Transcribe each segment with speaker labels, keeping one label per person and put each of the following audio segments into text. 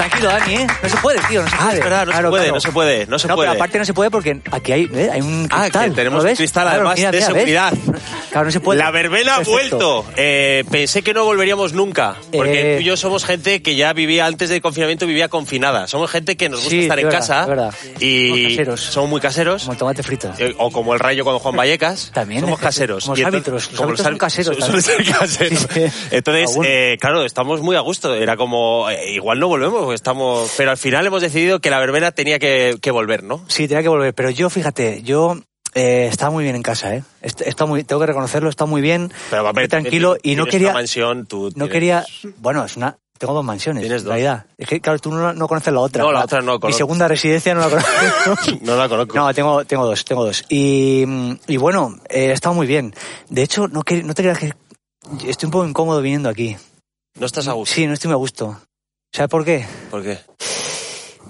Speaker 1: diciendo, Dani, ¿eh? No se puede, tío. No se puede.
Speaker 2: Es verdad, no se
Speaker 1: Claro,
Speaker 2: puede,
Speaker 1: claro.
Speaker 2: no se puede, no se
Speaker 1: No, pero
Speaker 2: puede.
Speaker 1: aparte no se puede porque aquí hay, ¿eh? hay un
Speaker 2: Ah,
Speaker 1: cristal.
Speaker 2: que tenemos
Speaker 1: ¿no
Speaker 2: un
Speaker 1: ves?
Speaker 2: cristal
Speaker 1: Claro,
Speaker 2: además
Speaker 1: mira,
Speaker 2: de
Speaker 1: mira, ¿ves?
Speaker 2: seguridad.
Speaker 1: Claro, no se puede.
Speaker 2: La verbena ha
Speaker 1: Perfecto.
Speaker 2: vuelto. Eh, pensé que no volveríamos nunca, porque
Speaker 1: Eh.
Speaker 2: tú y yo somos gente que ya vivía antes del confinamiento, vivía confinada. Somos gente que nos gusta
Speaker 1: Sí,
Speaker 2: estar
Speaker 1: es
Speaker 2: en
Speaker 1: verdad,
Speaker 2: casa
Speaker 1: es verdad. Somos
Speaker 2: y
Speaker 1: caseros.
Speaker 2: somos muy caseros.
Speaker 1: Como el tomate frito.
Speaker 2: Eh, o como el rayo cuando Juan Vallecas.
Speaker 1: También,
Speaker 2: Somos
Speaker 1: es-
Speaker 2: caseros.
Speaker 1: como los
Speaker 2: Y entonces-
Speaker 1: árbitros, los
Speaker 2: los
Speaker 1: árbitros son
Speaker 2: árbitros
Speaker 1: caseros
Speaker 2: suelen ser
Speaker 1: también.
Speaker 2: caseros.
Speaker 1: Sí, sí.
Speaker 2: Entonces,
Speaker 1: Algunos.
Speaker 2: eh, claro, estamos muy a gusto. Era como, eh, igual no volvemos, porque estamos... Pero al final hemos decidido que la verbena tenía que, que volver, ¿no?
Speaker 1: Sí, tenía que volver. Pero yo, fíjate, yo eh, estaba muy bien en casa, ¿eh? Est- Está muy, tengo que reconocerlo, está muy bien,
Speaker 2: Pero, a ver,
Speaker 1: muy tranquilo y
Speaker 2: tienes
Speaker 1: no
Speaker 2: una
Speaker 1: quería,
Speaker 2: mansión, tú
Speaker 1: no
Speaker 2: tienes-
Speaker 1: quería. Bueno, es una. Tengo dos mansiones.
Speaker 2: Tienes
Speaker 1: En
Speaker 2: dos.
Speaker 1: realidad. Es que, claro, tú no, no conoces la otra.
Speaker 2: No, la otra no
Speaker 1: Mi
Speaker 2: conozco.
Speaker 1: segunda residencia no la conozco.
Speaker 2: No la conozco.
Speaker 1: No, tengo, tengo dos, tengo dos. Y, mm, y bueno, eh, he estado muy bien. De hecho, no, que, no te creas que estoy un poco incómodo viniendo aquí.
Speaker 2: No estás a gusto.
Speaker 1: Sí, no estoy muy a gusto. ¿Sabes por qué?
Speaker 2: ¿Por qué?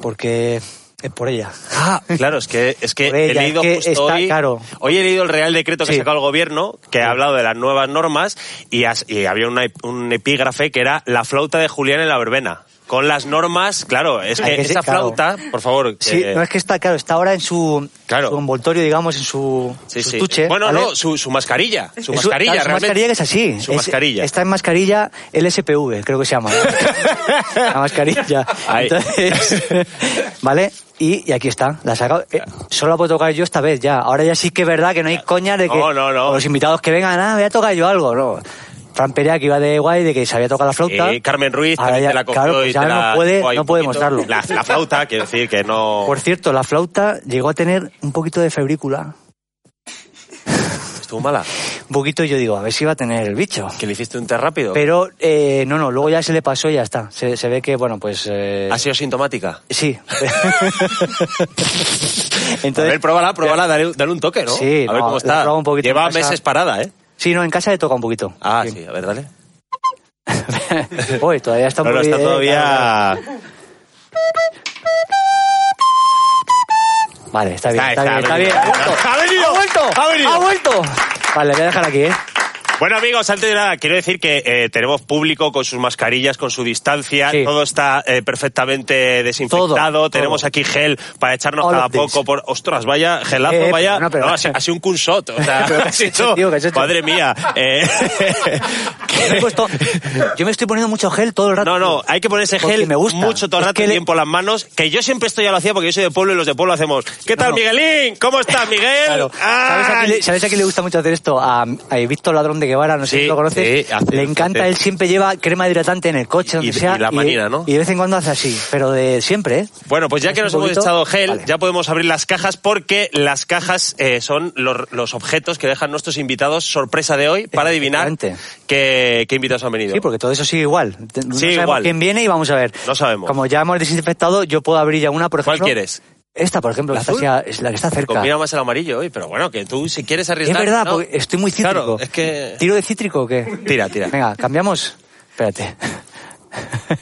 Speaker 1: Porque es por ella.
Speaker 2: Ah, claro, es que, es que
Speaker 1: Por ella,
Speaker 2: he leído
Speaker 1: es que
Speaker 2: justo
Speaker 1: está-
Speaker 2: hoy.
Speaker 1: claro.
Speaker 2: Hoy he leído el Real Decreto que
Speaker 1: Sí.
Speaker 2: sacó el gobierno, que ha hablado de las nuevas normas, y, as- y había una- un epígrafe que era la flauta de Julián en la verbena. Con las normas, claro, es
Speaker 1: Hay
Speaker 2: que,
Speaker 1: que ser-
Speaker 2: esa
Speaker 1: claro.
Speaker 2: flauta, por favor.
Speaker 1: Sí,
Speaker 2: eh,
Speaker 1: no es que está, claro, está ahora en su,
Speaker 2: Claro.
Speaker 1: su envoltorio, digamos, en su,
Speaker 2: sí,
Speaker 1: su
Speaker 2: sí.
Speaker 1: estuche.
Speaker 2: Bueno,
Speaker 1: ¿vale?
Speaker 2: no, su, su mascarilla. Su
Speaker 1: Es
Speaker 2: mascarilla,
Speaker 1: claro, su
Speaker 2: realmente.
Speaker 1: mascarilla que es así.
Speaker 2: Su
Speaker 1: Es-
Speaker 2: mascarilla.
Speaker 1: Está en mascarilla LSPV, creo que se llama. la mascarilla.
Speaker 2: Ahí.
Speaker 1: Entonces, ¿vale? Y, y aquí está, la saca. solo la puedo tocar yo esta vez ya. Ahora ya sí que es verdad que no hay coña de que
Speaker 2: No, no, no.
Speaker 1: o los invitados que vengan, ah, voy a tocar yo algo, no. Fran Perea que iba de guay de que se había tocado la flauta.
Speaker 2: Eh, Carmen Ruiz
Speaker 1: Ahora
Speaker 2: también
Speaker 1: ya-
Speaker 2: te la cogió
Speaker 1: claro, pues
Speaker 2: y
Speaker 1: ya
Speaker 2: te
Speaker 1: no
Speaker 2: la
Speaker 1: puede-
Speaker 2: dejó ahí
Speaker 1: no
Speaker 2: un
Speaker 1: puede
Speaker 2: poquito.
Speaker 1: mostrarlo.
Speaker 2: La, la flauta, quiero decir que no.
Speaker 1: Por cierto, la flauta llegó a tener un poquito de febrícula.
Speaker 2: Estuvo mala.
Speaker 1: Un poquito y yo digo, a ver si va a tener el bicho.
Speaker 2: Que le hiciste un té rápido.
Speaker 1: Pero eh, no, no, luego ya se le pasó y ya está. Se, se ve que, bueno, pues... eh,
Speaker 2: ¿Ha sido sintomática?
Speaker 1: Sí.
Speaker 2: A
Speaker 1: Entonces,
Speaker 2: ver, pruébala, pruébala, dale, dale un toque, ¿no?
Speaker 1: Sí,
Speaker 2: a ver
Speaker 1: no,
Speaker 2: cómo
Speaker 1: la
Speaker 2: está.
Speaker 1: pruebo un poquito
Speaker 2: Lleva
Speaker 1: en casa.
Speaker 2: meses parada, ¿eh?
Speaker 1: sí, no, en casa le toca un poquito.
Speaker 2: Ah, sí, a ver, dale.
Speaker 1: Hoy todavía está un
Speaker 2: Pero
Speaker 1: poquito-
Speaker 2: está todavía.
Speaker 1: Vale, está bien,
Speaker 2: Está-
Speaker 1: está,
Speaker 2: está
Speaker 1: bien, está bien.
Speaker 2: bien.
Speaker 1: Ha vuelto.
Speaker 2: ¡Ha venido!
Speaker 1: ¡Ha vuelto!
Speaker 2: ¡Ha venido!
Speaker 1: ¡Ha vuelto! Vale, voy a dejar aquí, ¿eh?
Speaker 2: Bueno, amigos, antes de nada, quiero decir que eh, tenemos público con sus mascarillas, con su distancia.
Speaker 1: Sí.
Speaker 2: Todo está eh, perfectamente desinfectado.
Speaker 1: todo.
Speaker 2: tenemos aquí gel para echarnos
Speaker 1: All
Speaker 2: cada
Speaker 1: of this.
Speaker 2: poco. Por... Ostras, vaya gelazo,
Speaker 1: Eh,
Speaker 2: vaya.
Speaker 1: pero no, pero-
Speaker 2: No, ha sido ha sido un cunsot. O sea,
Speaker 1: Pero ¿qué has
Speaker 2: has
Speaker 1: hecho,
Speaker 2: hecho-
Speaker 1: tío? ¿Qué has hecho? Pues
Speaker 2: Madre mía. eh,
Speaker 1: Me he puesto- Yo me estoy poniendo mucho gel todo el rato.
Speaker 2: No, no, hay que ponerse
Speaker 1: Porque
Speaker 2: gel
Speaker 1: me gusta.
Speaker 2: mucho todo el
Speaker 1: Es
Speaker 2: rato
Speaker 1: que
Speaker 2: y
Speaker 1: le-
Speaker 2: bien por las manos, que yo siempre esto ya lo hacía porque yo soy de pueblo y los de pueblo hacemos ¿Qué tal,
Speaker 1: no.
Speaker 2: Miguelín? ¿Cómo estás, Miguel?
Speaker 1: Claro. ¿Sabes a,
Speaker 2: ¡Ay!
Speaker 1: quién le, sabes a quién le gusta mucho hacer esto? A, a Víctor Ladrón de Guevara, no sé
Speaker 2: Sí,
Speaker 1: si lo conoces.
Speaker 2: sí, hace-
Speaker 1: le encanta,
Speaker 2: hace-
Speaker 1: él siempre lleva crema hidratante en el coche, donde
Speaker 2: Y-
Speaker 1: sea.
Speaker 2: y la manina, ¿no?
Speaker 1: Y de vez en cuando hace así, pero de siempre, ¿eh?
Speaker 2: Bueno, pues ya que
Speaker 1: Un
Speaker 2: nos hemos
Speaker 1: poquito.
Speaker 2: echado gel,
Speaker 1: Vale.
Speaker 2: ya podemos abrir las cajas porque las cajas eh, son los, los objetos que dejan nuestros invitados sorpresa de hoy para adivinar
Speaker 1: Efectivamente.
Speaker 2: qué, qué invitados han venido.
Speaker 1: Sí, porque todo eso sigue igual. Te- no sabemos
Speaker 2: igual.
Speaker 1: quién viene y vamos a ver.
Speaker 2: No sabemos.
Speaker 1: Como ya hemos desinfectado, yo puedo abrir ya una, por
Speaker 2: ¿Cuál
Speaker 1: ejemplo.
Speaker 2: quieres?
Speaker 1: Esta, por ejemplo,
Speaker 2: ¿La
Speaker 1: que está
Speaker 2: azul?
Speaker 1: hacia- es la que está cerca.
Speaker 2: Combina Pues más el amarillo hoy, pero bueno, que tú si quieres
Speaker 1: Es
Speaker 2: arriesgar...
Speaker 1: verdad,
Speaker 2: ¿no?
Speaker 1: porque estoy muy cítrico.
Speaker 2: Claro, es que...
Speaker 1: ¿Tiro de cítrico o qué?
Speaker 2: Tira, tira.
Speaker 1: Venga, cambiamos. Espérate.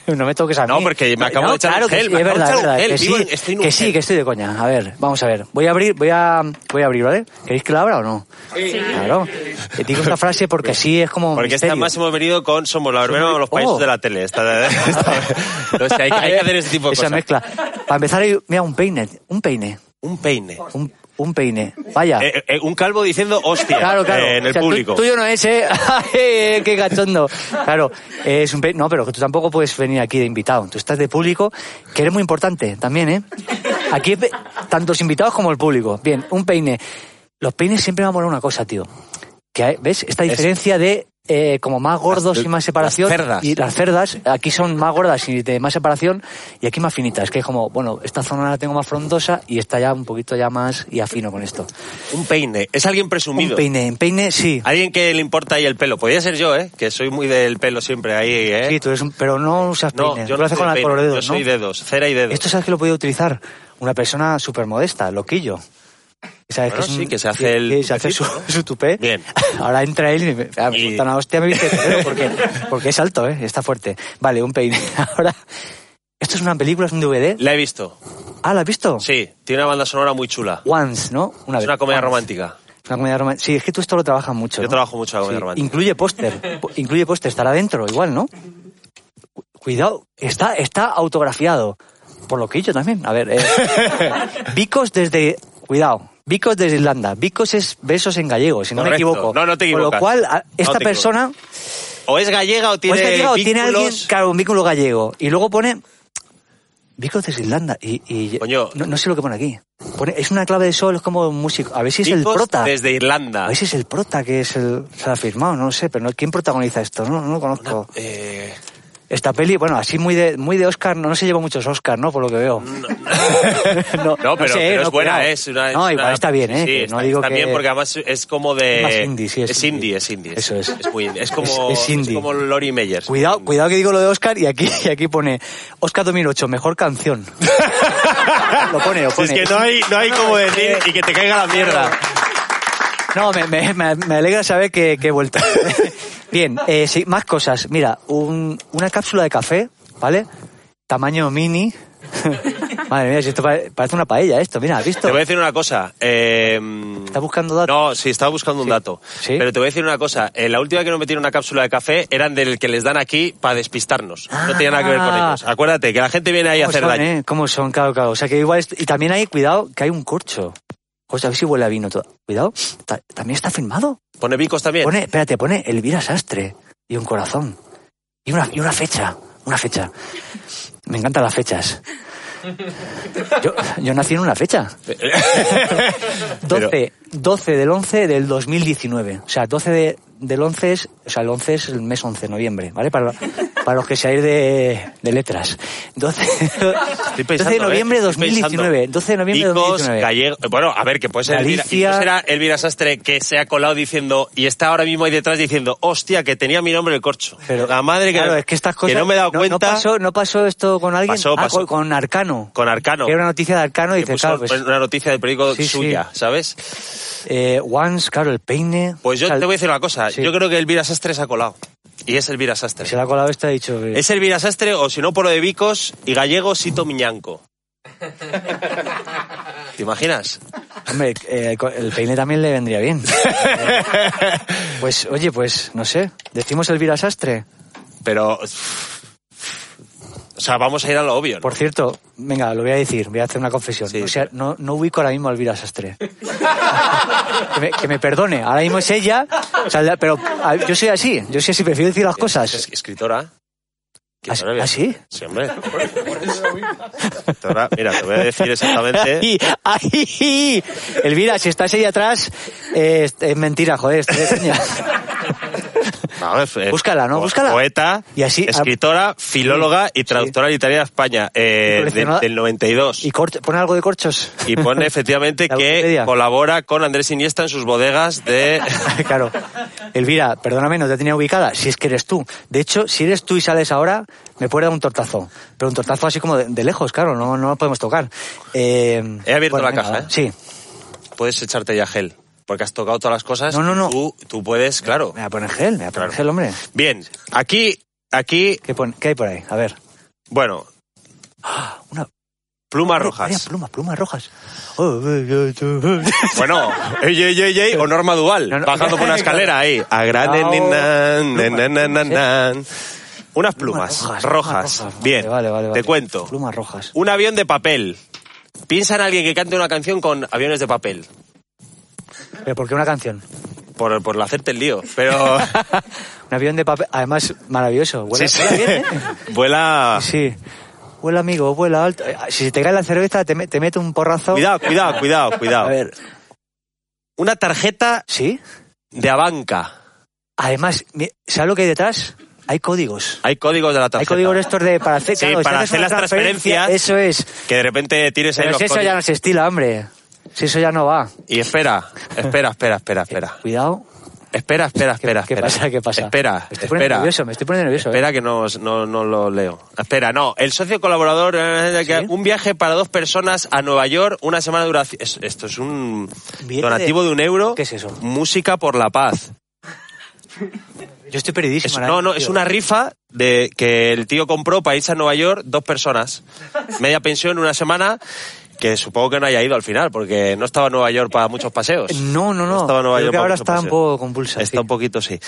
Speaker 1: no me toques a mí.
Speaker 2: No, porque me acabo de echar
Speaker 1: claro
Speaker 2: un
Speaker 1: que
Speaker 2: gel,
Speaker 1: sí,
Speaker 2: me
Speaker 1: es
Speaker 2: acabo de
Speaker 1: verdad,
Speaker 2: echar
Speaker 1: es
Speaker 2: un
Speaker 1: verdad.
Speaker 2: gel,
Speaker 1: Que
Speaker 2: vivo
Speaker 1: sí,
Speaker 2: en- estoy en un
Speaker 1: que sí,
Speaker 2: gel.
Speaker 1: que estoy de coña. A ver, vamos a ver. Voy a abrir, voy a, voy a abrir, ¿vale? ¿Queréis que la abra o no? Claro. Digo esta frase porque así es como un
Speaker 2: Pues Porque esta
Speaker 1: misterio.
Speaker 2: más hemos venido con Somos la verbena o los países
Speaker 1: Oh.
Speaker 2: de la tele. Esta- esta- o sea, hay, que- hay que hacer este tipo de
Speaker 1: Esa
Speaker 2: cosas.
Speaker 1: mezcla. Para empezar, hay- mira, un peine. Un peine.
Speaker 2: Un peine.
Speaker 1: Un, un peine. Vaya.
Speaker 2: Eh, eh, un calvo diciendo hostia
Speaker 1: claro, claro.
Speaker 2: eh, en
Speaker 1: O
Speaker 2: el
Speaker 1: sea, tú-
Speaker 2: público.
Speaker 1: tuyo no es, ¿eh? Ay, ¡Qué cachondo! Claro. eh, es un peine. No, pero que tú tampoco puedes venir aquí de invitado. Tú estás de público, que eres muy importante también, ¿eh? Aquí, pe- tantos invitados como el público. Bien, un peine. Los peines siempre me van a poner una cosa, tío. Que, hay- ¿Ves? Esta diferencia de. eh, como más gordos
Speaker 2: Las-
Speaker 1: y más separación.
Speaker 2: las cerdas.
Speaker 1: Y las cerdas, aquí son más gordas y de más separación, y aquí más finitas, que es como, bueno, esta zona la tengo más frondosa y esta ya un poquito ya más y afino con esto.
Speaker 2: Un peine. Es alguien
Speaker 1: Un
Speaker 2: presumido.
Speaker 1: peine, en peine sí.
Speaker 2: Alguien que le importa ahí el pelo. Podría ser yo, ¿eh? Que soy muy del pelo siempre ahí, ¿eh?
Speaker 1: Sí, tú eres un- pero no usas
Speaker 2: no,
Speaker 1: peine. tú
Speaker 2: yo no
Speaker 1: lo haces
Speaker 2: soy
Speaker 1: con, la-
Speaker 2: de
Speaker 1: con los
Speaker 2: peine,
Speaker 1: dedos,
Speaker 2: Yo
Speaker 1: ¿no?
Speaker 2: soy dedos, cera y dedos.
Speaker 1: Esto sabes que lo puede utilizar una persona súper modesta, loquillo. ¿Sabes
Speaker 2: Bueno, sí, que se hace el
Speaker 1: que se hace su,
Speaker 2: tupecito, ¿no?
Speaker 1: su tupé.
Speaker 2: Bien.
Speaker 1: Ahora entra él y me, ah, me
Speaker 2: Y-
Speaker 1: suelta una hostia, me dice, "Pero, porque, porque es alto, ¿eh? Está fuerte. Vale, un peine. Ahora, ¿esto es una película, es un DVD?
Speaker 2: La he visto.
Speaker 1: Ah, ¿la has visto?
Speaker 2: Sí, tiene una banda sonora muy chula.
Speaker 1: Once, ¿no?
Speaker 2: Es
Speaker 1: vez.
Speaker 2: una comedia
Speaker 1: Once.
Speaker 2: romántica.
Speaker 1: Es una comedia romántica. Sí, es que tú esto lo trabajas mucho.
Speaker 2: Yo
Speaker 1: ¿no?
Speaker 2: trabajo mucho la comedia
Speaker 1: Sí.
Speaker 2: romántica.
Speaker 1: Incluye póster. Po- Incluye póster. Estará dentro, igual, ¿no? Cuidado, está, está autografiado. Por lo que yo también. A ver, eh, Vicos desde. Cuidado. Vicos desde Irlanda. Vicos es besos en gallego, si no me
Speaker 2: Correcto.
Speaker 1: equivoco.
Speaker 2: No, no te
Speaker 1: Con lo
Speaker 2: equivocas.
Speaker 1: cual, a-
Speaker 2: No
Speaker 1: esta
Speaker 2: te
Speaker 1: persona
Speaker 2: O es gallega o
Speaker 1: o
Speaker 2: tiene
Speaker 1: es gallega o tiene alguien,
Speaker 2: vínculos-
Speaker 1: claro, un vínculo gallego. Y luego pone Vicos desde Irlanda. Y, y-
Speaker 2: Coño.
Speaker 1: No, no sé lo que pone aquí. Pone- es una clave de sol, es como un músico. A ver si es el
Speaker 2: Vicos
Speaker 1: prota.
Speaker 2: Desde Irlanda.
Speaker 1: A ver si es el prota que es el, se lo ha firmado, no lo sé, pero no, ¿quién protagoniza esto? No, no lo conozco.
Speaker 2: Eh,
Speaker 1: Esta peli, bueno, así muy de, muy de Oscar, no, no se lleva muchos Oscar, ¿no? Por lo que veo. No,
Speaker 2: no, pero,
Speaker 1: sé,
Speaker 2: pero es
Speaker 1: no,
Speaker 2: buena,
Speaker 1: cuidado.
Speaker 2: es una... es
Speaker 1: No, igual
Speaker 2: una-
Speaker 1: está bien, ¿eh?
Speaker 2: Sí,
Speaker 1: Que
Speaker 2: está,
Speaker 1: no digo
Speaker 2: está
Speaker 1: que...
Speaker 2: bien porque además es como de...
Speaker 1: Más indie, sí, es
Speaker 2: Es
Speaker 1: indie.
Speaker 2: indie, es indie.
Speaker 1: Eso es.
Speaker 2: Es, muy indie. es como,
Speaker 1: Es- es
Speaker 2: es,
Speaker 1: indie.
Speaker 2: como Lori Meyer.
Speaker 1: Cuidado, cuidado que digo lo de Oscar y aquí, y aquí pone Oscar 2008, mejor canción. lo pone, lo
Speaker 2: Si
Speaker 1: pone.
Speaker 2: es que no hay, no hay como decir y que te caiga la mierda.
Speaker 1: No, me, me- me- me alegra saber que, que he vuelto. Bien, eh, sí, más cosas. Mira, un- una cápsula de café, ¿vale? Tamaño mini. Madre mía, si esto pare- parece una paella esto, mira, ¿has visto?
Speaker 2: Te voy a decir una cosa. Eh,
Speaker 1: Está buscando datos.
Speaker 2: No, sí, estaba buscando un dato.
Speaker 1: Sí.
Speaker 2: Pero te voy a decir una cosa. Eh, la última que nos metieron una cápsula de café eran del que les dan aquí para despistarnos. No tenía nada que ver con
Speaker 1: Ah.
Speaker 2: ellos. Acuérdate que la gente viene ahí a
Speaker 1: ¿Cómo
Speaker 2: hacer
Speaker 1: son,
Speaker 2: daño.
Speaker 1: eh? ¿Cómo son? Claro, claro. O sea que igual... es- Y también hay, cuidado, que hay un corcho. O sea, a ver si huele a vino. todo. Cuidado, ta- también está firmado.
Speaker 2: Pone picos también.
Speaker 1: E. Pone, espérate, pone Elvira Sastre y un corazón. Y una, y una fecha, una fecha. Me encantan las fechas. Yo, yo nací en una fecha. 12, 12 del 11 del 2019. O sea, 12 de- del 11 es, o sea, el 11 es el mes 11 de noviembre, ¿vale? Para, para los que seáis de, de letras. 12, 12 de
Speaker 2: pensando,
Speaker 1: noviembre
Speaker 2: ¿eh?
Speaker 1: de
Speaker 2: Estoy
Speaker 1: 2019.
Speaker 2: pensando.
Speaker 1: 12 de noviembre de
Speaker 2: Picos,
Speaker 1: 2019.
Speaker 2: Gallego. Bueno, a ver, que puede ser Elvira.
Speaker 1: Galicia.
Speaker 2: Y no será Elvira Sastre que se ha colado diciendo y está ahora mismo ahí detrás diciendo, hostia, que tenía mi nombre el corcho.
Speaker 1: Pero,
Speaker 2: la madre que,
Speaker 1: claro, es que estas cosas
Speaker 2: no me he dado cuenta
Speaker 1: No pasó, no pasó esto con alguien.
Speaker 2: Pasó,
Speaker 1: Ah,
Speaker 2: pasó.
Speaker 1: con, con Arcano.
Speaker 2: con Arcano.
Speaker 1: Que era una noticia de Arcano y dice,
Speaker 2: que puso
Speaker 1: claro, pues,
Speaker 2: una noticia del periódico
Speaker 1: Sí, sí.
Speaker 2: suya, ¿sabes?
Speaker 1: eh, Once, claro, el peine.
Speaker 2: Pues yo
Speaker 1: o sea,
Speaker 2: te voy a decir una cosa.
Speaker 1: sí.
Speaker 2: Yo creo que Elvira Sastre se ha colado. Y es Elvira Sastre.
Speaker 1: Se la ha colado esta y ha dicho. eh,
Speaker 2: Es Elvira Sastre o si no por lo de Vicos y gallego Sito Miñanco. ¿Te imaginas?
Speaker 1: Hombre, eh, co- el peine también le vendría bien. Eh, pues, oye, pues, no sé. Decimos Elvira Sastre.
Speaker 2: Pero... O sea, vamos a ir a lo obvio. ¿no?
Speaker 1: Por cierto, venga, lo voy a decir, voy a hacer una confesión.
Speaker 2: Sí.
Speaker 1: O sea, no, no ubico ahora mismo a Elvira Sastre. que, me, que me perdone, ahora mismo es ella, o sea, la- pero ah, yo soy así, yo soy así, prefiero decir las
Speaker 2: Es
Speaker 1: cosas.
Speaker 2: escritora.
Speaker 1: ¿Ah,
Speaker 2: Escritora, mira.
Speaker 1: sí?
Speaker 2: Sí, hombre. Escritora, Mira, te voy a decir exactamente...
Speaker 1: Ahí, ahí. Elvira, si estás ahí atrás, eh, es, es mentira, joder. estoy de coña.
Speaker 2: No, es- es
Speaker 1: Búscala, ¿no?
Speaker 2: eh, po-
Speaker 1: Búscala.
Speaker 2: Poeta,
Speaker 1: Y así- ah,
Speaker 2: escritora, filóloga y traductora literaria de España eh,
Speaker 1: Y coleccionada-
Speaker 2: de- del 92.
Speaker 1: ¿Y corcho- pone algo de corchos?
Speaker 2: Y pone efectivamente
Speaker 1: La
Speaker 2: que
Speaker 1: Wikipedia.
Speaker 2: colabora con Andrés Iniesta en sus bodegas de...
Speaker 1: claro. Elvira, perdóname, no te tenía ubicada. Si es que eres tú. De hecho, si eres tú y sales ahora, me puede dar un tortazo. Pero un tortazo así como de, de lejos, claro, no, no lo podemos tocar. Eh,
Speaker 2: He abierto la
Speaker 1: venga,
Speaker 2: caja,
Speaker 1: va.
Speaker 2: ¿eh?
Speaker 1: Sí.
Speaker 2: Puedes echarte ya gel, porque has tocado todas las cosas.
Speaker 1: No, no, no.
Speaker 2: y Tú, tú puedes, claro.
Speaker 1: Me voy a poner gel, me voy a poner
Speaker 2: Claro.
Speaker 1: gel, hombre.
Speaker 2: Bien, aquí, aquí,
Speaker 1: ¿Qué, pon- qué hay por ahí? A ver.
Speaker 2: bueno,
Speaker 1: Una,
Speaker 2: plumas
Speaker 1: Vaya
Speaker 2: rojas.
Speaker 1: pluma, plumas rojas.
Speaker 2: Bueno, ey, ey, ey, ey, o Norma Duval,
Speaker 1: No, no.
Speaker 2: bajando por una escalera ahí. A
Speaker 1: No, plumas, ¿eh?
Speaker 2: Unas plumas
Speaker 1: Plumas
Speaker 2: rojas.
Speaker 1: rojas.
Speaker 2: Bien,
Speaker 1: Vale, vale, vale.
Speaker 2: te cuento.
Speaker 1: Plumas rojas.
Speaker 2: Un avión de papel. Piensa en alguien que cante una canción con aviones de papel.
Speaker 1: ¿Pero por qué una canción?
Speaker 2: Por, por hacerte el lío. Pero.
Speaker 1: Un avión de papel, además maravilloso. Huele,
Speaker 2: Sí, Ah.
Speaker 1: huele
Speaker 2: sí.
Speaker 1: bien, ¿eh?
Speaker 2: Vuela.
Speaker 1: Sí. Huele amigo, vuela alto. Eh, Si se te cae la cerveza, te, me- te mete un porrazo.
Speaker 2: Cuidado, cuidado, cuidado,
Speaker 1: A
Speaker 2: cuidado.
Speaker 1: ver,
Speaker 2: Una tarjeta
Speaker 1: ¿sí?
Speaker 2: de Abanca.
Speaker 1: Además, mi- ¿sabes lo que hay detrás? Hay códigos.
Speaker 2: Hay códigos de la tarjeta.
Speaker 1: Hay códigos estos de para hacer,
Speaker 2: Sí,
Speaker 1: claro, si
Speaker 2: para
Speaker 1: haces
Speaker 2: hacer
Speaker 1: una
Speaker 2: las
Speaker 1: transferencia,
Speaker 2: transferencias.
Speaker 1: Eso es.
Speaker 2: Que de repente tires
Speaker 1: este-
Speaker 2: ahí
Speaker 1: Pero
Speaker 2: los
Speaker 1: si eso ya
Speaker 2: códigos.
Speaker 1: no se estila, hombre. Si eso ya no va.
Speaker 2: Y espera, espera, espera, espera, espera.
Speaker 1: Cuidado.
Speaker 2: Espera, espera, espera.
Speaker 1: ¿Qué
Speaker 2: espera.
Speaker 1: pasa? ¿Qué pasa?
Speaker 2: Espera,
Speaker 1: Me estoy poniendo
Speaker 2: espera.
Speaker 1: nervioso, me estoy poniendo nervioso. ¿eh?
Speaker 2: Espera que no, os- no, no lo leo. Espera, no. El socio colaborador, eh, que-
Speaker 1: ¿Sí?
Speaker 2: un viaje para dos personas a Nueva York, una semana de duración. Es- Esto es un
Speaker 1: Billete
Speaker 2: donativo
Speaker 1: de-
Speaker 2: de... un euro.
Speaker 1: ¿Qué es eso?
Speaker 2: Música por la paz.
Speaker 1: Yo estoy
Speaker 2: Es-
Speaker 1: periodísimo. ahora,
Speaker 2: no, no,
Speaker 1: tío.
Speaker 2: es una rifa de que el tío compró para irse a Nueva York dos personas. Media pensión, una semana, que supongo que no haya ido al final, porque no estaba en Nueva York para muchos paseos.
Speaker 1: No, no, no.
Speaker 2: estaba en Nueva
Speaker 1: Creo que
Speaker 2: York para
Speaker 1: ahora
Speaker 2: muchos
Speaker 1: está un
Speaker 2: paseos.
Speaker 1: poco convulsa.
Speaker 2: Está
Speaker 1: sí.
Speaker 2: un poquito, sí.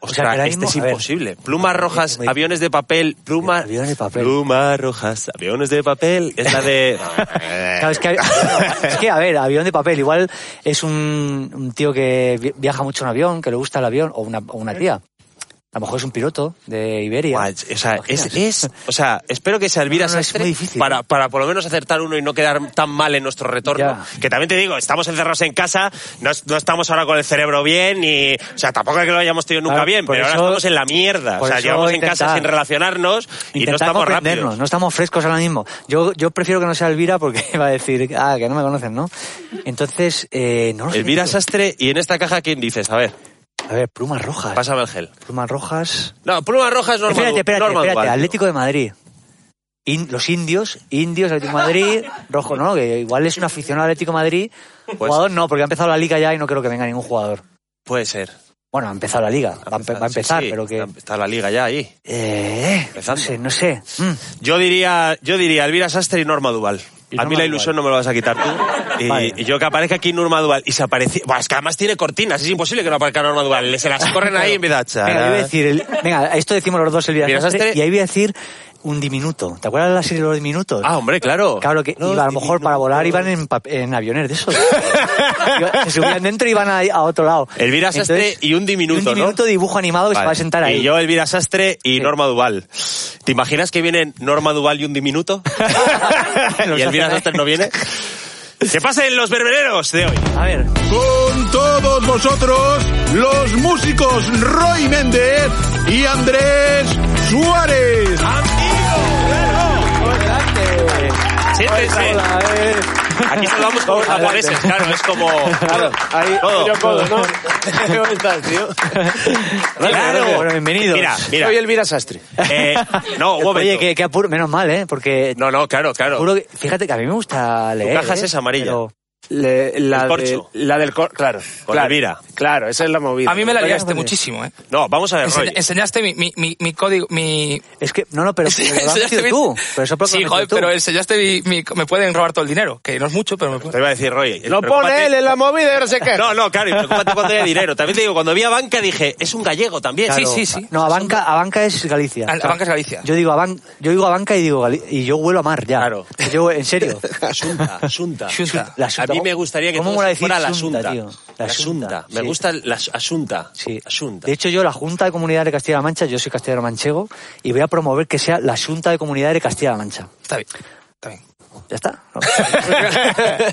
Speaker 2: Ostras,
Speaker 1: que ahora
Speaker 2: este
Speaker 1: mismo-
Speaker 2: es
Speaker 1: a ver. eh,
Speaker 2: imposible. Plumas rojas,
Speaker 1: me-
Speaker 2: aviones de papel, plumas...
Speaker 1: eh, Aviones de papel.
Speaker 2: Plumas rojas, aviones de papel. Es la de...
Speaker 1: Claro, es, que, es que, a ver, avión de papel. Igual es un, un tío que vi- viaja mucho en avión, que le gusta el avión, o una, o una tía. A lo mejor es un piloto de Iberia.
Speaker 2: Guau, o sea, es,
Speaker 1: imaginas?
Speaker 2: es- o sea, espero que se Elvira
Speaker 1: No, no, es
Speaker 2: Sastre
Speaker 1: muy difícil.
Speaker 2: para, para por lo menos acertar uno y no quedar tan mal en nuestro retorno.
Speaker 1: Ya.
Speaker 2: Que también te digo, estamos encerrados en casa, no, es- no estamos ahora con el cerebro bien y, o sea, tampoco es que lo hayamos tenido nunca
Speaker 1: Claro,
Speaker 2: bien,
Speaker 1: por
Speaker 2: pero
Speaker 1: eso-
Speaker 2: ahora estamos en la mierda. O
Speaker 1: por
Speaker 2: sea,
Speaker 1: eso
Speaker 2: llevamos en casa
Speaker 1: intentar-
Speaker 2: sin relacionarnos y no
Speaker 1: Intentar
Speaker 2: estamos
Speaker 1: comprendernos,
Speaker 2: rápidos.
Speaker 1: no estamos frescos ahora mismo. Yo, yo prefiero que no sea Elvira porque va a decir, ah, que no me conocen, ¿no? Entonces, eh, no lo sé,
Speaker 2: Elvira
Speaker 1: tío.
Speaker 2: Sastre y en esta caja quién dices, a ver,
Speaker 1: A ver, plumas rojas.
Speaker 2: pásame el gel.
Speaker 1: Plumas rojas.
Speaker 2: No, pluma roja es normal.
Speaker 1: espérate, espérate, espérate. Atlético de Madrid. In- los indios, indios, Atlético de Madrid, rojo, no, que igual es un aficionado al Atlético de Madrid.
Speaker 2: Pues
Speaker 1: Jugador no, porque ha empezado la liga ya y no creo que venga ningún jugador.
Speaker 2: Puede ser.
Speaker 1: Bueno, ha empezado la liga, va, a empe- va a
Speaker 2: Sí,
Speaker 1: empezar,
Speaker 2: sí,
Speaker 1: pero que...
Speaker 2: Está la liga ya ahí.
Speaker 1: Eh, no
Speaker 2: Empezando.
Speaker 1: sé, no sé. Mm,
Speaker 2: Yo diría, yo diría Elvira Sastre y Norma Duval.
Speaker 1: Y
Speaker 2: a
Speaker 1: Norma
Speaker 2: mí la
Speaker 1: Duval.
Speaker 2: ilusión no me la vas a quitar tú. Y,
Speaker 1: Vale.
Speaker 2: y yo que aparezca aquí Norma Duval y se aparece. Buah, es que además tiene cortinas, es imposible que no aparezca Norma Duval. Se las corren ahí y empieza a
Speaker 1: Venga, yo voy a
Speaker 2: echar.
Speaker 1: decir... el- venga, esto decimos los dos el día
Speaker 2: Mira, este-
Speaker 1: desastre,
Speaker 2: Sastre-
Speaker 1: y ahí voy a decir un diminuto. ¿Te acuerdas de la serie de los diminutos?
Speaker 2: Ah, hombre, claro.
Speaker 1: Claro que
Speaker 2: Los
Speaker 1: iba, a lo mejor para volar iban en, pa- en aviones de esos. Iba- se subían dentro y iban a, a otro lado.
Speaker 2: Elvira Sastre
Speaker 1: Entonces,
Speaker 2: y un diminuto,
Speaker 1: Un diminuto
Speaker 2: ¿no?
Speaker 1: dibujo animado que se
Speaker 2: Vale.
Speaker 1: va a pues sentar ahí.
Speaker 2: Y yo, Elvira Sastre y
Speaker 1: Sí.
Speaker 2: Norma Duval. ¿Te imaginas que vienen Norma Duval y un diminuto?
Speaker 1: Los
Speaker 2: y Elvira
Speaker 1: hacen-
Speaker 2: Sastre no viene. ¡Que pasen los berbereros de hoy!
Speaker 1: A ver,
Speaker 3: Con todos vosotros, los músicos Roy Méndez y Andrés Suárez.
Speaker 2: ¡Amigo! ¡Claro! ¡Siéntense! Aquí saludamos como los
Speaker 1: Adelante.
Speaker 2: japoneses, claro, es como... Claro,
Speaker 4: Ahí,
Speaker 2: Todo.
Speaker 4: yo codo, ¿no? ¿Cómo estás, tío?
Speaker 1: Bueno, bienvenidos.
Speaker 2: Mira, mira.
Speaker 4: Soy Elvira Sastre.
Speaker 2: Eh, no, un momento.
Speaker 1: Oye, que, que apuro, menos mal, ¿eh? Porque
Speaker 2: No, no, claro, claro.
Speaker 1: juro que- fíjate que a mí me gusta leer.
Speaker 2: caja
Speaker 1: ¿eh?
Speaker 2: es amarilla.
Speaker 1: pero-
Speaker 4: Le-
Speaker 2: El
Speaker 4: la, de,
Speaker 2: corcho.
Speaker 4: la del cor, claro.
Speaker 2: Con
Speaker 4: claro,
Speaker 2: Elvira.
Speaker 4: Claro, esa es la movida.
Speaker 5: A mí me la
Speaker 1: Vaya,
Speaker 5: liaste
Speaker 1: vale.
Speaker 5: muchísimo, ¿eh?
Speaker 2: No, vamos a ver,
Speaker 5: Ense-
Speaker 2: Roy.
Speaker 5: enseñaste mi, mi, mi, mi código, mi...
Speaker 1: Es que, no, no, pero, pero lo has
Speaker 5: enseñaste
Speaker 1: metido tú.
Speaker 5: mi-
Speaker 1: Pero eso es porque
Speaker 5: sí,
Speaker 1: lo has
Speaker 5: joder,
Speaker 1: metido tú.
Speaker 5: pero enseñaste mi, mi- Me pueden robar todo el dinero, que no es mucho, pero me
Speaker 2: Te
Speaker 5: pueden...
Speaker 2: iba a decir, Roy.
Speaker 4: Lo
Speaker 2: preocúpate-
Speaker 4: pone él en la movida, no sé qué.
Speaker 2: No, no, claro, y preocúpate cuando haya dinero. También te digo, cuando vi a Banca dije, es un gallego también.
Speaker 5: Claro.
Speaker 2: Sí, sí.
Speaker 5: sí, sí.
Speaker 1: No, Abanca, Abanca es Galicia.
Speaker 5: Al- Abanca es Galicia.
Speaker 1: Yo digo Aban- yo digo Abanca y digo Gali- y yo huelo a mar ya.
Speaker 2: Claro.
Speaker 1: Yo en serio.
Speaker 2: Asunta, asunta.
Speaker 5: Xunta.
Speaker 1: La Xunta.
Speaker 2: A mí me gustaría que
Speaker 1: ¿Cómo
Speaker 2: todo
Speaker 1: mola decir
Speaker 2: fuera la
Speaker 1: Xunta,
Speaker 2: asunta.
Speaker 1: tío?
Speaker 2: La
Speaker 1: La
Speaker 2: asunta.
Speaker 1: Xunta,
Speaker 2: Me
Speaker 1: sí.
Speaker 2: gusta la asunta.
Speaker 1: Sí.
Speaker 2: Asunta.
Speaker 1: De hecho, yo la Junta de Comunidades de Castilla-La Mancha, yo soy castellano manchego y voy a promover que sea la Junta de Comunidades de Castilla-La Mancha.
Speaker 5: Está bien, está bien.
Speaker 1: Ya está. No,